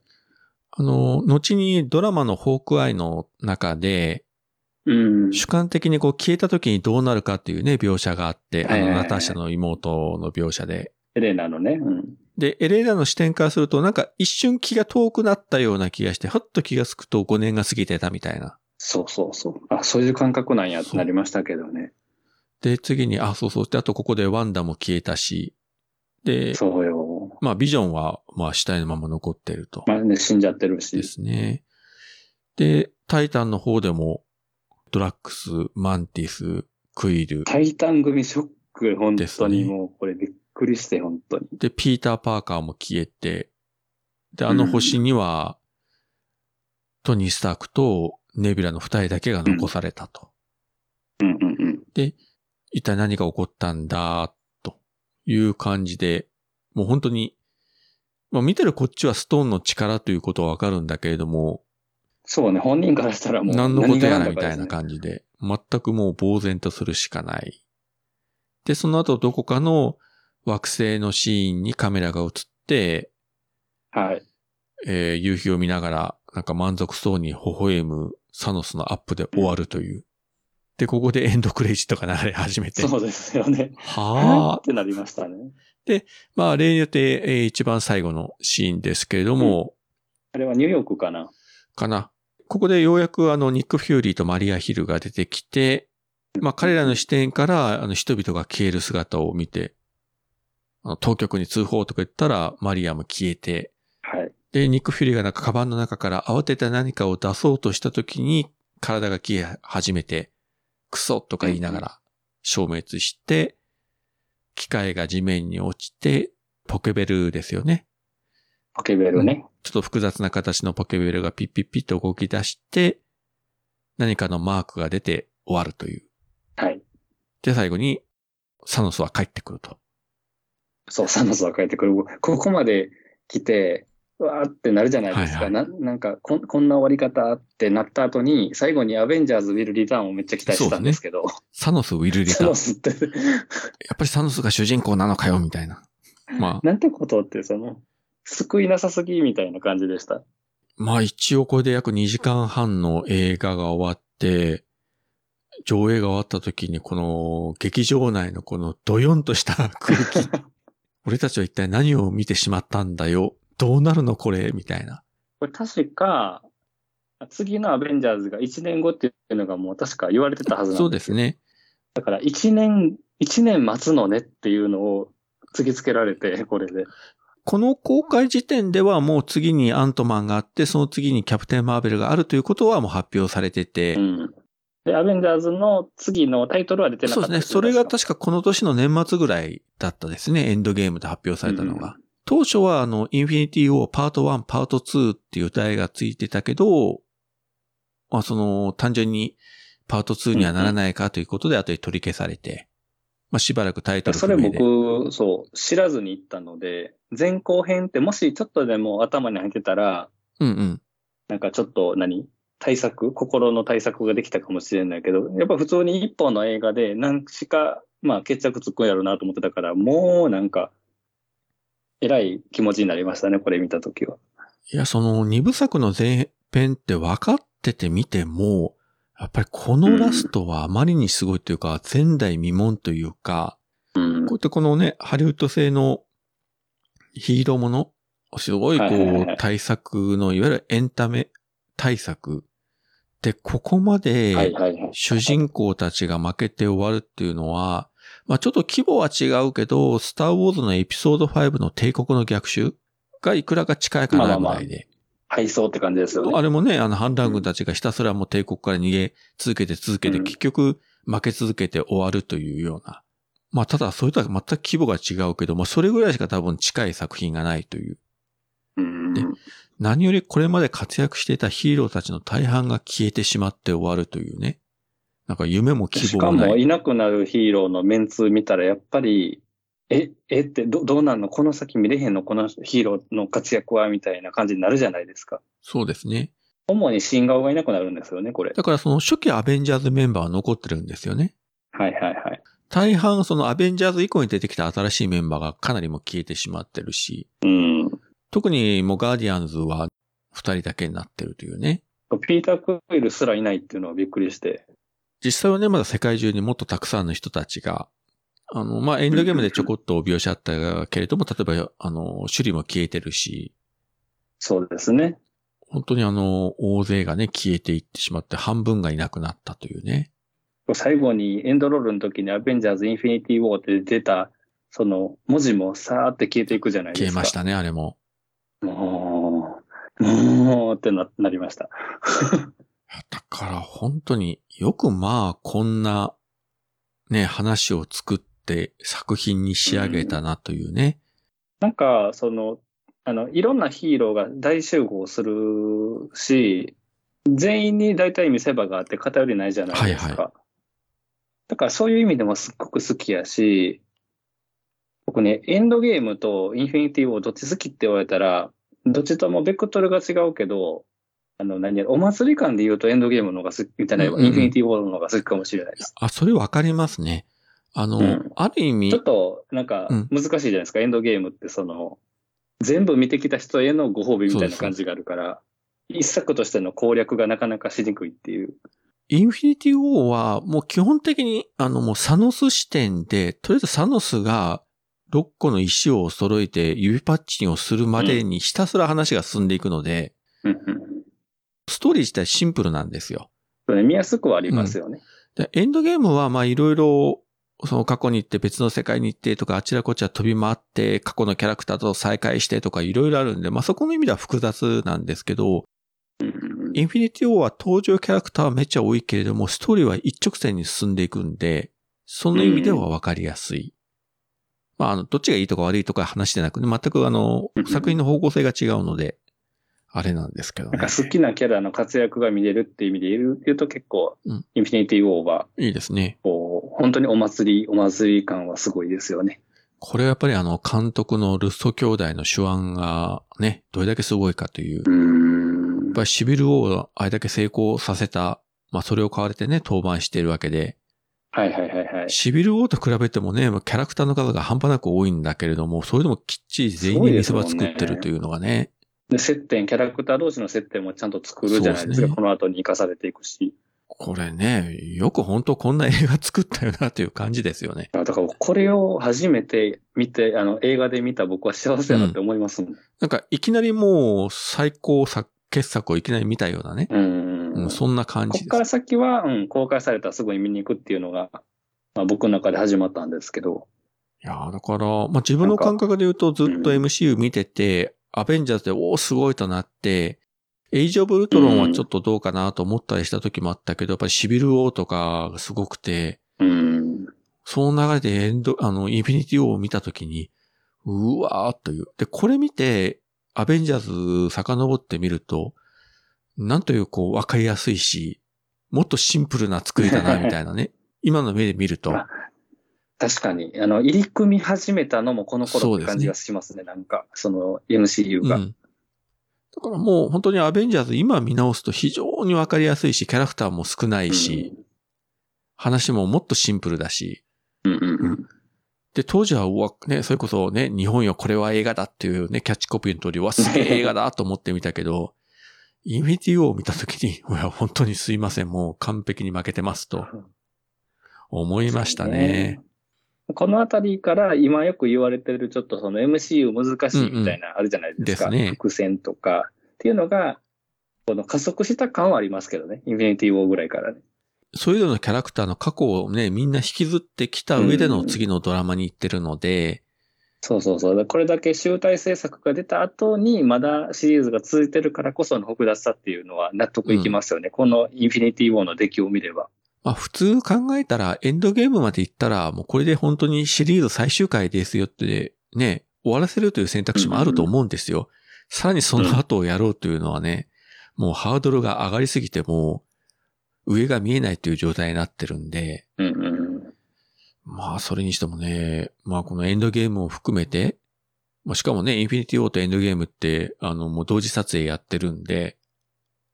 B: あの、後にドラマのホークアイの中で、
A: うん。
B: 主観的にこう消えた時にどうなるかっていうね、描写があって、あ
A: はい
B: の、
A: はいはい
B: ナターシャの妹の描写で、
A: エレナのね。うん。
B: で、エレーナの視点からすると、なんか一瞬気が遠くなったような気がして、はっと気がつくと5年が過ぎてたみたいな。
A: そうそうそう。あ、そういう感覚なんやってなりましたけどね。
B: で、次に、あ、そうそう。で、あとここでワンダも消えたし、で、
A: そうよ。
B: まあビジョンは、まあ死体のまま残ってると。
A: まあね、死んじゃってるし。
B: ですね。で、タイタンの方でも、ドラックス、マンティス、クイル、
A: タイタン組ショック、本
B: です
A: 当
B: ね
A: にもう、これびっくりして、本当に。
B: で、ピーター・パーカーも消えて、で、あの星には、トニー・スタークとネビュラの二人だけが残されたと。
A: うんうんうん。
B: 一体何が起こったんだ、という感じで、もう本当に、まあ見てるこっちはストーンの力ということはわかるんだけれども、
A: そうね、本人からしたらもう
B: 何のことやらみ
A: 何が
B: た
A: 何
B: いな
A: だか
B: 感じで、全くもう呆然とするしかない。で、その後どこかの惑星のシーンにカメラが映って、
A: ですね。
B: えー夕日を見ながら、なんか満足そうに微笑むサノスのアップで終わるという。で、ここでエンドクレイジットが流れ始めて。
A: はい。そうですよね。
B: は
A: っ
B: あ。
A: てなりましたね。
B: まあ、例によって、えー一番最後のシーンですけれども、
A: あれはニューヨークかな。
B: かな。ここでようやくあの、ニック・フューリーとマリア・ヒルが出てきて、まあ、彼らの視点から、あの、人々が消える姿を見て、あの、当局に通報とか言ったら、マリアも消えて、
A: はい。
B: で、ニック・フューリーがなんかカバンの中から慌てて何かを出そうとした時に体が消え始めて、クソとか言いながら消滅して、機械が地面に落ちて、ポケベルですよね。
A: ポケベルね。
B: ちょっと複雑な形のポケベルがピッピッピッと動き出して、何かのマークが出て終わるという。
A: はい。
B: で、最後にサノスは帰ってくると。
A: そう、サノスは帰ってくる。ここまで来て、うわーってなるじゃないですか。
B: はい
A: ななんかこん、こんな終わり方ってなった後に、最後にアベンジャーズ・ウィル・リターンをめっちゃ期待してたんですけど、
B: サノスウィルリタ
A: サ
B: ーン。や
A: ノスって、
B: っぱりサノスが主人公なのかよ、みたいな。 まあ、
A: なんてことって、その、救いなさすぎみたいな感じでした。
B: まあ一応これで約2時間半の映画が終わって、上映が終わった時にこの劇場内のこのドヨンとした空 気。俺たちは一体何を見てしまったんだよ。どうなるのこれみたいな。
A: これ確か、次のアベンジャーズが1年後っていうのがもう確か言われてたはずなん
B: そうですね。
A: だから1年、1年待つのねっていうのを突きつけられて、これで。
B: この公開時点ではもう次にアントマンがあって、その次にキャプテン・マーベルがあるということはもう発表されてて、
A: うん。で、アベンジャーズの次のタイトルは出てな
B: そ
A: か
B: う
A: っ
B: で
A: た
B: すね。それが確かこの年の年末ぐらいだったですね。エンドゲームで発表されたのが。
A: うん
B: 当初はあの、インフィニティ・ウォーパート1、パート2っていう題がついてたけど、まあその、単純にパート2にはならないかということで後で取り消されて、まあしばらくタイトル
A: それ
B: 不明で。
A: 僕、そう、知らずに行ったので、前後編ってもしちょっとでも頭に入ってたら、
B: うんうん。
A: なんかちょっと何対策心の対策ができたかもしれないけど、やっぱ普通に一本の映画で何しか、まあ決着つくんやろうなと思ってたから、もうなんか、偉い気持ちになりましたね、これ見たときは。
B: いや、その二部作の前編って分かっててみても、やっぱりこのラストはあまりにすごいというか、前代未聞というか、
A: うん
B: こう。やってこのね、ハリウッド製のヒーローもの、すごいこ、
A: はいはいはいう
B: 対策の、いわゆるエンタメ対策。で、ここま
A: はい
B: で
A: はいはい。
B: 主人公たちが負けて終わるっていうのは、まあちょっと規模は違うけど、スターウォーズのエピソード5の帝国の逆襲がいくらか近いかなぐらいで。
A: 配送って感じですよね。
B: あれもね、あの反乱軍たちがひたすらもう帝国から逃げ続けて続けて、
A: うん
B: 結局負け続けて終わるというような。まあただそれとは全く規模が違うけど、まあそれぐらいしか多分近い作品がないという。
A: うん。
B: ね何よりこれまで活躍していたヒーローたちの大半が消えてしまって終わるというね。なんか夢も希
A: し
B: 望
A: か
B: もな
A: も、
B: い。
A: いなくなるヒーローのメンツ見たら、やっぱり、え、えってど、どうなんのこの先見れへんのこのヒーローの活躍はみたいな感じになるじゃないですか。
B: そうですね。
A: 主に新顔がいなくなるんですよね、これ。
B: だからその初期アベンジャーズメンバーは残ってるんですよね。
A: はいはいはい。
B: 大半そのアベンジャーズ以降に出てきた新しいメンバーがかなりもう消えてしまってるし。
A: うん。
B: 特にもうガーディアンズは二人だけになってるというね。
A: ピーター・クイルすらいないっていうのはびっくりして。
B: 実際はね、まだ世界中にもっとたくさんの人たちが、あの、まあ、エンドゲームでちょこっと描写あったけれども、例えば、あの、種類も消えてるし、
A: そうですね。
B: 本当にあの、大勢がね、消えていってしまって、半分がいなくなったというね。
A: 最後にエンドロールの時にアベンジャーズ・インフィニティ・ウォーって出た、その文字もさーって消えていくじゃないで
B: 消え
A: すか。
B: ましたね、あれも。
A: た。もう、もうってななりました。
B: だから本当によくまあ、こんな、ね、話を作って作品に仕上げたなというね。
A: なんか、その、あの、いろんなヒーローが大集合するし、全員に大体見せ場があって偏りないじゃないですか。
B: はいは
A: だからそういう意味でもすっごく好きやし、僕ね、エンドゲームとインフィニティをどっち好きって言われたら、どっちともベクトルが違うけど、あの、何やお祭り感で言うとエンドゲームの方が好きみたいな、
B: うんうんうん
A: インフィニティウォーの方が好きかもしれないです。
B: あ、それわかりますね。あの、
A: うん
B: ある意味
A: ちょ、っと、なんか、
B: うん
A: 難しいじゃないですか、エンドゲームって、その、全部見てきた人へのご褒美みたいな感じがあるから、一作としての攻略がなかなかしにくいっていう。
B: インフィニティ・ウォーは、もう基本的に、あの、もうサノス視点で、とりあえずサノスが6個の石を揃えて指パッチンをするまでにひたすら話が進んでいくので、
A: うんうん
B: ストーリー自体シンプルなんですよ。
A: それ見やすくはありますよね。
B: でエンドゲームは、まあ、いろいろ、その過去に行って別の世界に行ってとか、あちらこちら飛び回って、過去のキャラクターと再会してとか、いろいろあるんで、まあ、そこの意味では複雑なんですけど、
A: うんうんうん
B: インフィニティ・オーは登場キャラクターはめっちゃ多いけれども、ストーリーは一直線に進んでいくんで、その意味ではわかりやすい。まあ、あの、どっちがいいとか悪いとか話でなくね、全くあの
A: うんう、ん
B: 作品の方向性が違うので、あれなんですけど
A: なん
B: ね
A: か。好きなキャラの活躍が見れるっていう意味で言う言うと結構、
B: うん
A: インフィニティウォーは、
B: いいですね。
A: こう、本当にお祭り、お祭り感はすごいですよね。
B: これはやっぱりあの、監督のルッソ兄弟の手腕がね、どれだけすごいかという。
A: う
B: やっ
A: ん
B: ぱ。りシビル王をあれだけ成功させた、まあそれを買われてね、登板しているわけで、
A: はいはいはいはい。
B: シビル王と比べてもね、まあキャラクターの数が半端なく多いんだけれども、それでもきっちり全員に見せ場作ってるというのがね、
A: で、接点、キャラクター同士の接点もちゃんと作るじゃないで
B: そう
A: すか。
B: ですね
A: この後に生かされていくし。
B: これね、よく本当こんな映画作ったよなという感じですよね。
A: あだから、これを初めて見て、あの、映画で見た僕は幸せだなって思いますもん。
B: なんかいきなりもう最高作傑作をいきなり見たようなね。
A: うん。
B: うん、そんな感
A: こっ
B: じで
A: から
B: す。
A: 先は、うん、公開されたらすぐに見に行くっていうのが、まあ、僕の中で始まったんですけど。
B: いやーだから、まあ、自分の感覚で言うとずっと
A: うん
B: MCU 見てて、アベンジャーズで、おお、すごいとなって、エイジオブ・ウルトロンはちょっとどうかなと思ったりした時もあったけど、やっぱりシビル・王とかがすごくて、
A: うん。
B: その流れでエンド、あの、インフィニティ・ウォーを見たときに、うわーという。で、これ見て、アベンジャーズ遡ってみると、なんというこう、わかりやすいし、もっとシンプルな作りだな、みたい なね。今の目で見ると。
A: あ確かに、あの、入り組み始めたのもこの
B: そ
A: 頃
B: う
A: っ
B: で
A: て
B: すね
A: 感じがしますね、なんか、その MCU が。
B: うん。だからもう本当にアベンジャーズ今見直すと非常にわかりやすいし、キャラクターも少ないし、話ももっとシンプルだし、
A: うんうんうん。
B: で、当時は、うわ、ね、それこそね、日本よ、これは映画だっていうね、キャッチコピーの通り、うわ、すげえ映画だと思ってみたけど、 インフィニティウォーを見たときに、いや、本当にすいません、もう完璧に負けてますと思いましたね。
A: このあたりから今よく言われてるちょっとその MCU 難しいみたいなあるじゃないですか。
B: ですね
A: 伏線とか。っていうのが、この加速した感はありますけどね。インフィニティウォーぐらいからね。
B: それぞれのキャラクターの過去をね、みんな引きずってきた上での次のドラマに行ってるので、
A: そうそうそう。だからこれだけ集大成作が出た後に、まだシリーズが続いてるからこその複雑さっていうのは納得いきますよね。このインフィニティウォーの出来を見れば。
B: まあ普通考えたら、エンドゲームまで行ったら、もうこれで本当にシリーズ最終回ですよって、ね、終わらせるという選択肢もあると思うんですよ。さらにその後をやろうというのはね、もうハードルが上がりすぎてもう、上が見えないという状態になってるんで、
A: うんうん。
B: まあそれにしてもね、まあこのエンドゲームを含めて、まあしかもね、インフィニティウォーとエンドゲームって、あの、もう同時撮影やってるんで、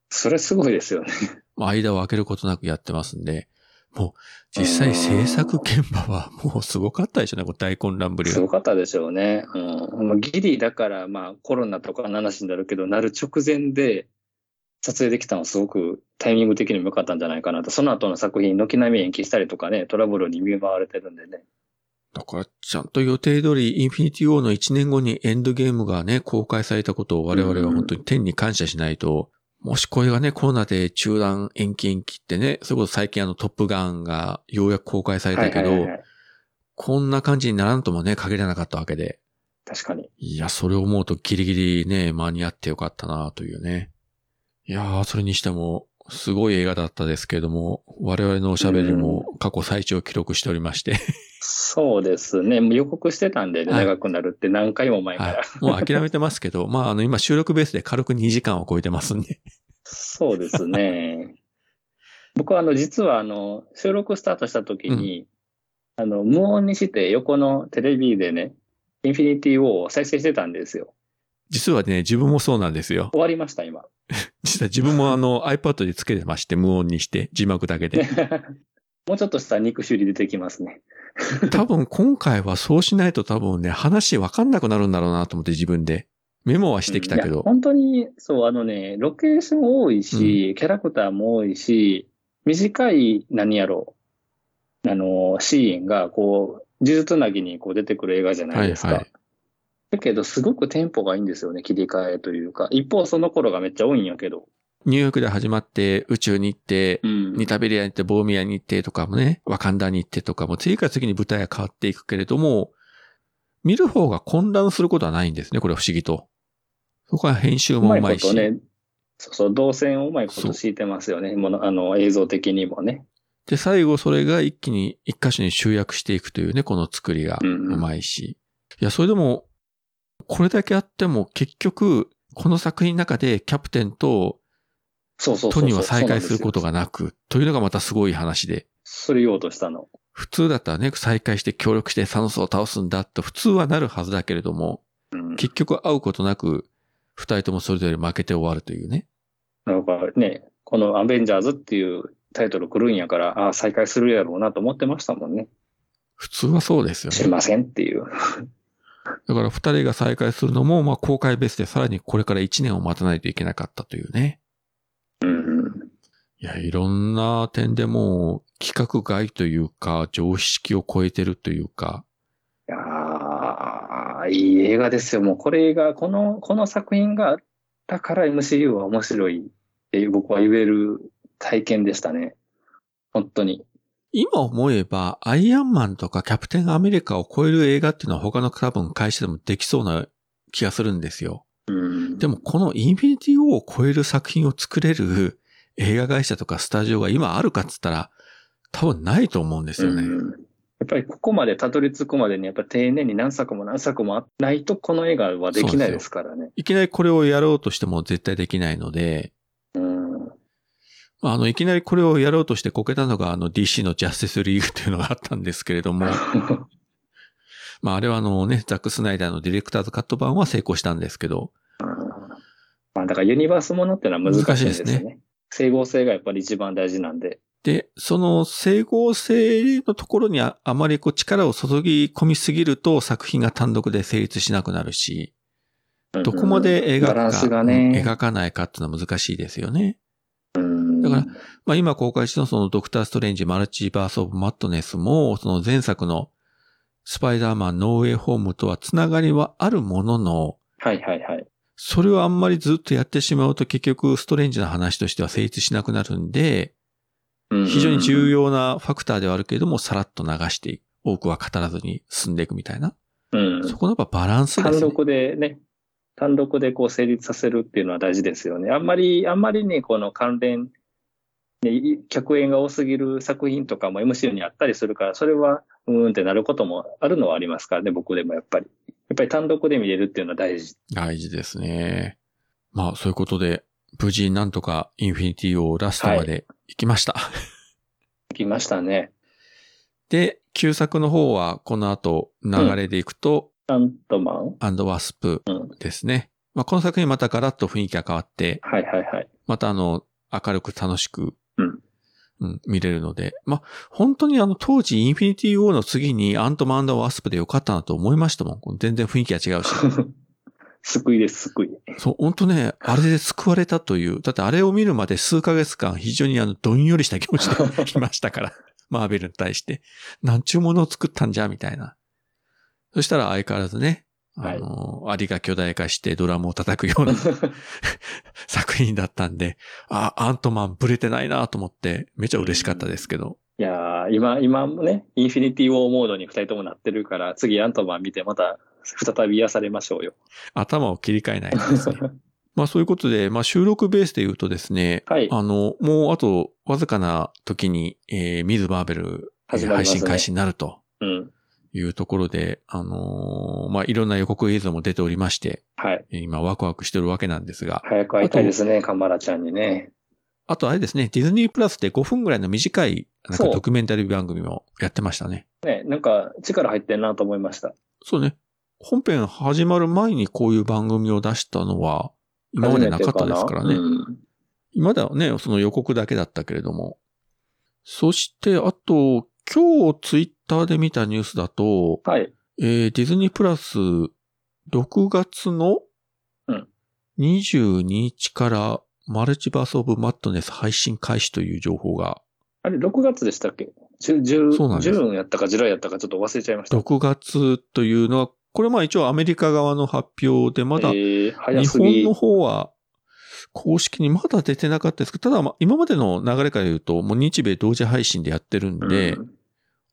A: それすごいですよね。
B: まあ間を空けることなくやってますんで、もう、実際制作現場はもうすごかったでしょうね、こう大混乱ぶり
A: す
B: は
A: ご。かったでしょうね。うん。まあギリだから、まあコロナとかの話になるけど、なる直前で撮影できたのはすごくタイミング的にも良かったんじゃないかなと。その後の作品、軒並み延期したりとかね、トラブルに見舞われてるんでね。
B: だから、ちゃんと予定通り、インフィニティウォーの1年後にエンドゲームがね、公開されたことを我々は本当に天に感謝しないと、もしこれがね、コロナで中断延期延期ってね、それこそ最近あのトップガンがようやく公開されたけ
A: はいはい
B: ど
A: はい、はい。
B: こんな感じにならんともね、限らなかったわけで。
A: 確かに。
B: いや、それを思うとギリギリね、間に合ってよかったなというね。いやー、それにしても、すごい映画だったですけれども、我々のおしゃべりも過去最長を記録しておりまして、
A: そうですね。もう予告してたんでね、
B: はい
A: 長くなるって何回も前から。
B: はい。もう諦めてますけど、まあ、あの、今収録ベースで軽く2時間を超えてますんで。
A: そうですね。 僕はあの、実はあの、収録スタートした時に、あの、無音にして横のテレビでね、インフィニティウォーを再生してたんですよ。
B: 実はね、自分もそうなんですよ。
A: 終わりました、今。
B: 実は自分もあの、iPad でつけてまして、無音にして、字幕だけで。
A: もうちょっとしたら肉修理出てきますね。
B: 多分今回はそうしないと多分ね、話わかんなくなるんだろうなと思って自分で。メモはしてきたけ
A: うんいや
B: ど。
A: 本当に、そう、あのね、ロケーション多いし、キャラクターも多いし、短い、何やろう、あの、シーンが、こう、呪術つなぎにこう出てくる映画じゃないですか。
B: はいはい
A: だけど、すごくテンポがいいんですよね、切り替えというか。一方、その頃がめっちゃ多いんやけど。
B: ニューヨークで始まって、宇宙に行って
A: う、ん。
B: ニタベリアに行って、ボーミアに行ってとかもね、ワカンダに行ってとかも、次から次に舞台が変わっていくけれども、見る方が混乱することはないんですね、これ不思議と。そこは編集
A: う
B: も
A: ま
B: う
A: い
B: ま
A: こ
B: いし。
A: とね。そうそう、動線をうまいこ
B: そう
A: と敷いてますよね。ものあの映像的にもね。
B: で、最後それが一気に一箇所に集約していくというね、この作りが
A: う
B: うん
A: うん
B: まいし。いや、それでも、これだけあっても結局、この作品の中でキャプテンと
A: そうそうそ
B: ト
A: うそう。
B: ニーは再会すること
A: が。
B: がなく、というのがまたすごい話で。
A: それ言おうとしたの。
B: 普通だったらね、再会して協力してサノスを倒すんだと普通はなるはずだけれども、
A: うん。
B: 結局会うことなく、二人ともそれぞれ負けて終わるというね。
A: なんかね、このアベンジャーズっていうタイトル来るんやから、ああ、再開するやろうなと思ってましたもんね。
B: 普通はそうですよ
A: 知
B: ね
A: り。ませんっていう。
B: だから二人が再会するのも、まあ公開ベースでさらにこれから一年を待たないといけなかったというね。
A: うん。
B: いや、いろんな点でもう企画外というか、常識を超えてるというか、
A: いやーいい映画ですよ。もうこれが、この、この作品がだから MCU は面白いって僕は言える体験でしたね。本当に。
B: 今思えば、アイアンマンとかキャプテンアメリカを超える映画っていうのは他の多分会社でもできそうな気がするんですよ。
A: うん。
B: でもこのインフィニティ・ウォーを超える作品を作れる 映画会社とかスタジオが今あるかっつったら、多分ないと思うんですよね。
A: うんやっぱりここまでたどり着くまでに、やっぱ丁寧に何作も何作もないと、この映画はできないですからね。
B: いきなりこれをやろうとしても絶対できないので、
A: うん。
B: まああの、いきなりこれをやろうとしてこけたのが、あの、DC のジャスティスリーグというのがあったんですけれ ども、まあ、あれはあのね、ザック・スナイダーのディレクターズカット版は成功したんですけど、
A: まあ、だからユニバースものってのは難しいです
B: 難しいです
A: ね。整合性がやっぱり一番大事なんで。
B: で、その整合性のところにああまりこう力を注ぎ込みすぎると作品が単独で成立しなくなるし、どこまで
A: 映
B: 描
A: 画
B: く
A: バラ
B: か、
A: ンスが
B: うん
A: ね。
B: 描かないかっていうのは難しいですよね。
A: うん
B: だからまあ今公開中のそのドクター・ストレンジ・マルチバース・オブ・マットネスも、その前作のスパイダーマン・ノーウェイ・ホームとはつながりはあるものの、
A: はいはいはい。
B: それをあんまりずっとやってしまうと結局ストレンジの話としては成立しなくなるんで、
A: うん
B: 非常に重。要なファクターではあるけれども、さらっと流していく。多くは語らずに進んでいくみたいな。
A: うん。
B: そこのやっぱバランスです
A: 単
B: ね。
A: 独でね、単独でこう成立させるっていうのは大事ですよね。あんまり、あんまりね、この関連、ね、い客演が多すぎる作品とかも MCU にあったりするから、それは、うーんってなることもあるのはありますからね、僕でもやっぱり。やっぱり単独で見れるっていうのは大事。
B: 大事ですね。まあ、そういうことで、無事なんとかインフィニティをラストまで行きま した。
A: きましたね。
B: で、旧作の方はこの後流れでいくと、
A: アントマン
B: アンドワスプ
A: うん
B: ですね。まあ、この作品またガラッと雰囲気が変わって、
A: はいはいはい。
B: またあの、明るく楽しく、
A: うん
B: うん見れるので。まあ、本当にあの、当時、インフィニティ・ウォーの次にアントマンワスプでよかったなと思いましたもん。全然雰囲気が 違うし。
A: 救いです、救い。
B: そう、本当ね、あれで救われたという。だってあれを見るまで数ヶ月間、非常にあの、どんよりした気持ちで いましたから。マーベルに対して。なんちゅうものを作ったんじゃ、みたいな。そしたら相変わらずね、あの、アリが巨大化してドラムを叩くような作品だったんで、あ、アントマンブレてないなと思って、めちゃ嬉しかったですけど。
A: いやー今、今もね、インフィニティウォーモードに二人ともなってるから、次アントマン見てまた再び癒されましょうよ。
B: 頭を切り替えないとですね。 まあそういうことで、まあ収録ベースで言うとですね、
A: はい
B: あの、もうあとわずかな時に、えー、ミズ・バーベル、えー
A: 始まりま
B: 配
A: すね
B: 信開始になると
A: うん。
B: いうところで、あのーまあいろんな予告映像も出ておりまして、
A: はい。
B: 今ワクワクしてるわけなんですが、
A: 早く会いたいですね、カンマラちゃんにね。
B: あとあれですね、ディズニープラスで5分ぐらいの短いなんか
A: そう
B: ドキュメンタリー番組もやってましたね。
A: ね、なんか力入ってんなと思いました。
B: そうね。本編始まる前にこういう番組を出したのは、今までなかったですから
A: 初
B: ね。
A: めてかな
B: 今ではね、その予告だけだったけれども。そして、あと、今日ツイッターで見たニュースだと、
A: うん。はい。
B: えーディズニープラス、6月の
A: うん
B: 22日からマルチバースオブマットネス配信開始という情報が、
A: あれ、6月でしたっけジュジュ
B: そうなんです
A: ジューンやったかジュライやったかちょっと忘れちゃいました。
B: 6月というのは、これまあ一応アメリカ側の発表で、まだ
A: えー、早
B: 日
A: すぎ。
B: 本の方は、公式にまだ出てなかったですけど、ただ、まあ今までの流れから言うと、もう日米同時配信でやってるんで、
A: うん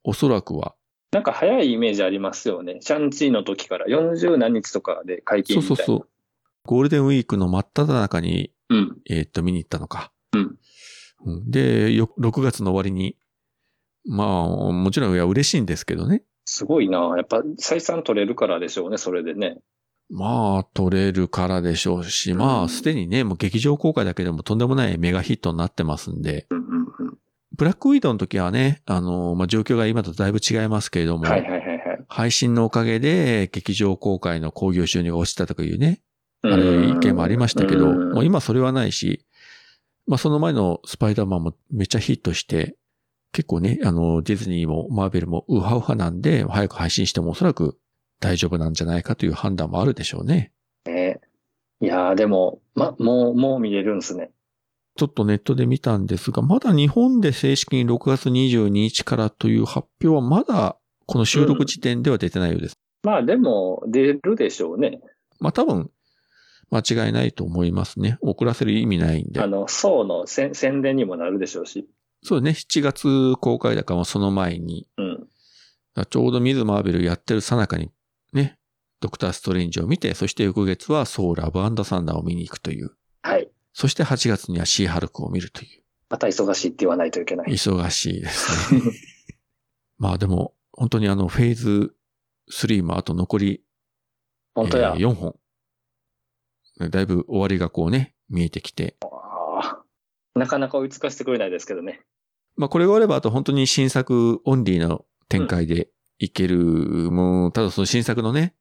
B: おそらくは。
A: なんか早いイメージありますよね。シャンチーの時から40何日とかで解禁
B: そう
A: みたい
B: そ
A: な。
B: うそう。ゴールデンウィークの真っ只中に、
A: うん。
B: えーっと、見に行ったのか。
A: うん
B: うん。で、よ6月の終わりに、まあ、もちろん、いや、嬉しいんですけどね。
A: すごいな。やっぱ採算取れるからでしょうね、それでね。
B: まあ、撮れるからでしょうし、ま
A: う
B: あ、
A: ん
B: すでにね、もう劇場公開だけでもとんでもないメガヒットになってますんで、
A: うんうんうん。
B: ブラックウィドウの時はね、あの、まあ、状況が今とだいぶ違いますけれども、
A: はいはいはいはい。
B: 配信のおかげで劇場公開の興行収入が落ちたとかいうね、あ
A: う
B: れ
A: ん
B: 意見もありましたけど、
A: うん
B: もう今それはないし、まあその前のスパイダーマンもめっちゃヒットして、結構ね、あの、ディズニーもマーベルもウハウハなんで、早く配信してもおそらく大丈夫なんじゃないかという判断もあるでしょうね。
A: ねいやーでも、ま、もう、もう見れるんですね。
B: ちょっとネットで見たんですが、まだ日本で正式に6月22日からという発表はまだこの収録時点では出てないようです。
A: まあでも、出るでしょうね。
B: まあ多分、間違いないと思いますね。遅らせる意味ないんで
A: あ。の、層の宣宣伝にもなるでしょうし。
B: そうね、7月公開だからその前に、
A: うん。
B: だからちょうどミズ・マーベルやってる最中に、ね、ドクター・ストレンジを見て、そして翌月はソー・ラブ・アンダー・サンダーを見に行くという。
A: はい。
B: そして8月にはシー・ハルクを見るという。
A: また忙しいって言わないといけない。
B: 忙しいですね。 まあでも、本当にあの、フェーズ3もあと残り、
A: 本当や。
B: えー4本。だいぶ終わりがこうね、見えてきて。
A: あーなかなか追いつかせてくれないですけどね。
B: まあこれがあれば、あと本当に新作オンリーの展開でいける。もう、ただその新作のね、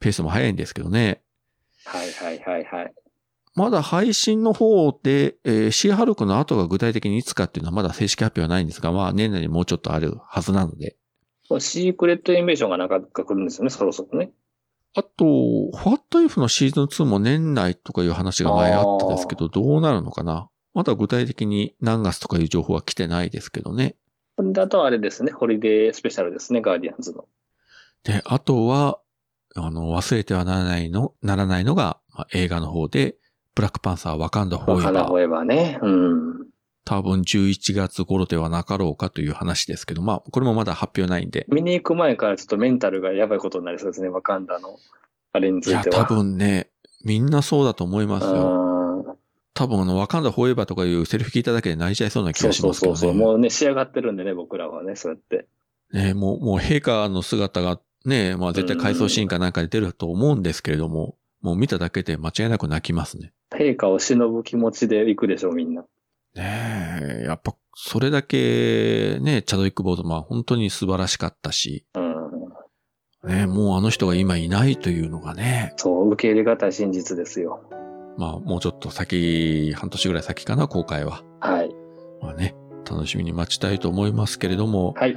B: ペースも早いんですけどね。
A: はいはいはいはい。
B: まだ配信の方で、えーシーハルクの後が具体的にいつかっていうのはまだ正式発表はないんですが、まあ年内にもうちょっとあるはずなので。
A: これシークレットインベーションがなんか来るんですよね、そろそろね。
B: あと、ファットイフのシーズン2も年内とかいう話が前あったですけど、どうなるのかなまだ具体的に何月とかいう情報は来てないですけどね。
A: で、あとはあれですね、ホリデースペシャルですね、ガーディアンズの。
B: で、あとは、あの、忘れてはならないの、ならないのが、まあ、映画の方で、ブラックパンサーワカンダフォ
A: わ
B: ー
A: か
B: エ
A: ら
B: バ
A: ほ
B: ー。
A: えばね。うん。
B: 多分11月頃ではなかろうかという話ですけど、まあ、これもまだ発表ないんで。
A: 見に行く前からちょっとメンタルがやばいことになりそうですね、ワカンダの。あれにつ
B: い
A: い
B: や、
A: て
B: 多
A: は。
B: 分ね、みんなそうだと思いますよ。
A: うん
B: 多分あの、ワカンダフォーエバーとかいうセリフ聞いただけで泣いちゃいそうな気
A: そう
B: がし
A: そ
B: ま
A: う
B: すけ
A: そ
B: ど
A: う
B: ね。
A: そう。もうね、仕上がってるんでね、僕らはね、そうやって。
B: ね、もう、もう陛下の姿がね、まあ絶対回想シーンかなんかで出ると思うんですけれども、もう見ただけで間違いなく泣きますね。
A: 陛下を忍ぶ気持ちで行くでしょう、みんな。
B: ねえ、やっぱ、それだけね、チャドウィック・ボートマン本当に素晴らしかったし、
A: うん。
B: ね、もうあの人が今いないというのがね、
A: そう、受け入れがたい真実ですよ。
B: まあもうちょっと先、半年ぐらい先かな、公開は。
A: はい。
B: まあね、楽しみに待ちたいと思いますけれども、
A: はい。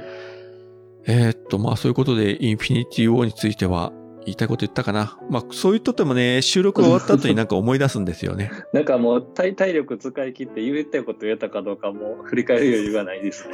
B: えーっと、まあそういうことで、インフィニティ・ウォーについては、言いたいこと言ったかな。まあ、そう言っとってもね、収録終わった後になんか思い出すんですよね。
A: なんかもう体体力使い切って言いたいこと言えたかどうかも振り返る余裕がないですね。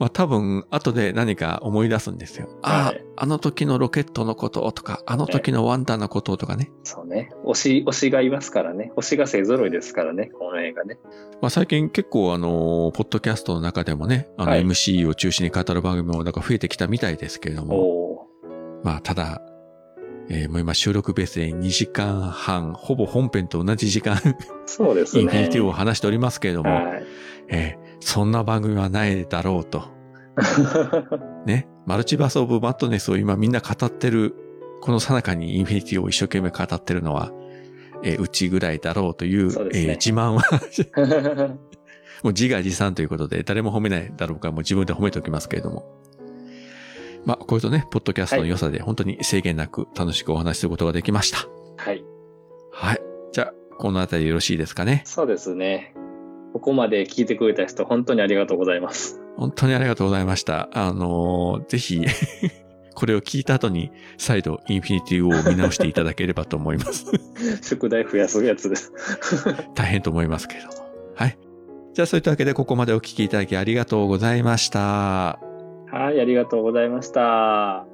B: まあ多分、後で何か思い出すんですよ。ああ、
A: はい
B: あの時のロケットのこととか、あの時のワンダーのこととかね。
A: そうね。推し、推しがいますからね。推しが勢揃いですからね、この映画ね。
B: まあ最近結構あのー、ポッドキャストの中でもね、あの
A: はい
B: MCU を中心に語る番組もなんか増えてきたみたいですけれど
A: お
B: も、
A: お
B: まあただ、えーもう今収録ベースで2時間半、ほぼ本編と同じ時間、
A: ー。そうですね。
B: インフィニティを話しておりますけれども、
A: はい。
B: えーそんな番組はないだろうと。 ね、マルチバース・オブ・マットネスを今みんな語ってる、この最中にインフィニティを一生懸命語ってるのは、えーうちぐらいだろうという
A: そうですね
B: えー自慢は、 もう自画自賛ということで、誰も褒めないだろうから、もう自分で褒めておきますけれども。まあ、こういうとね、ポッドキャストの良さで本当に制限なく楽しくお話しすることができました。
A: はい。
B: はい。じゃあ、このあたりでよろしいですかね。
A: そうですね。ここまで聞いてくれた人、本当にありがとうございます。
B: 本当にありがとうございました。あのーぜひ、 これを聞いた後に、再度、インフィニティウォーを見直していただければと思います。
A: 宿題増やすやつです。
B: 大変と思いますけれども。はい。じゃあそういったわけでここまでお聞きいただきありがとうございました。
A: はい、ありがとうございました。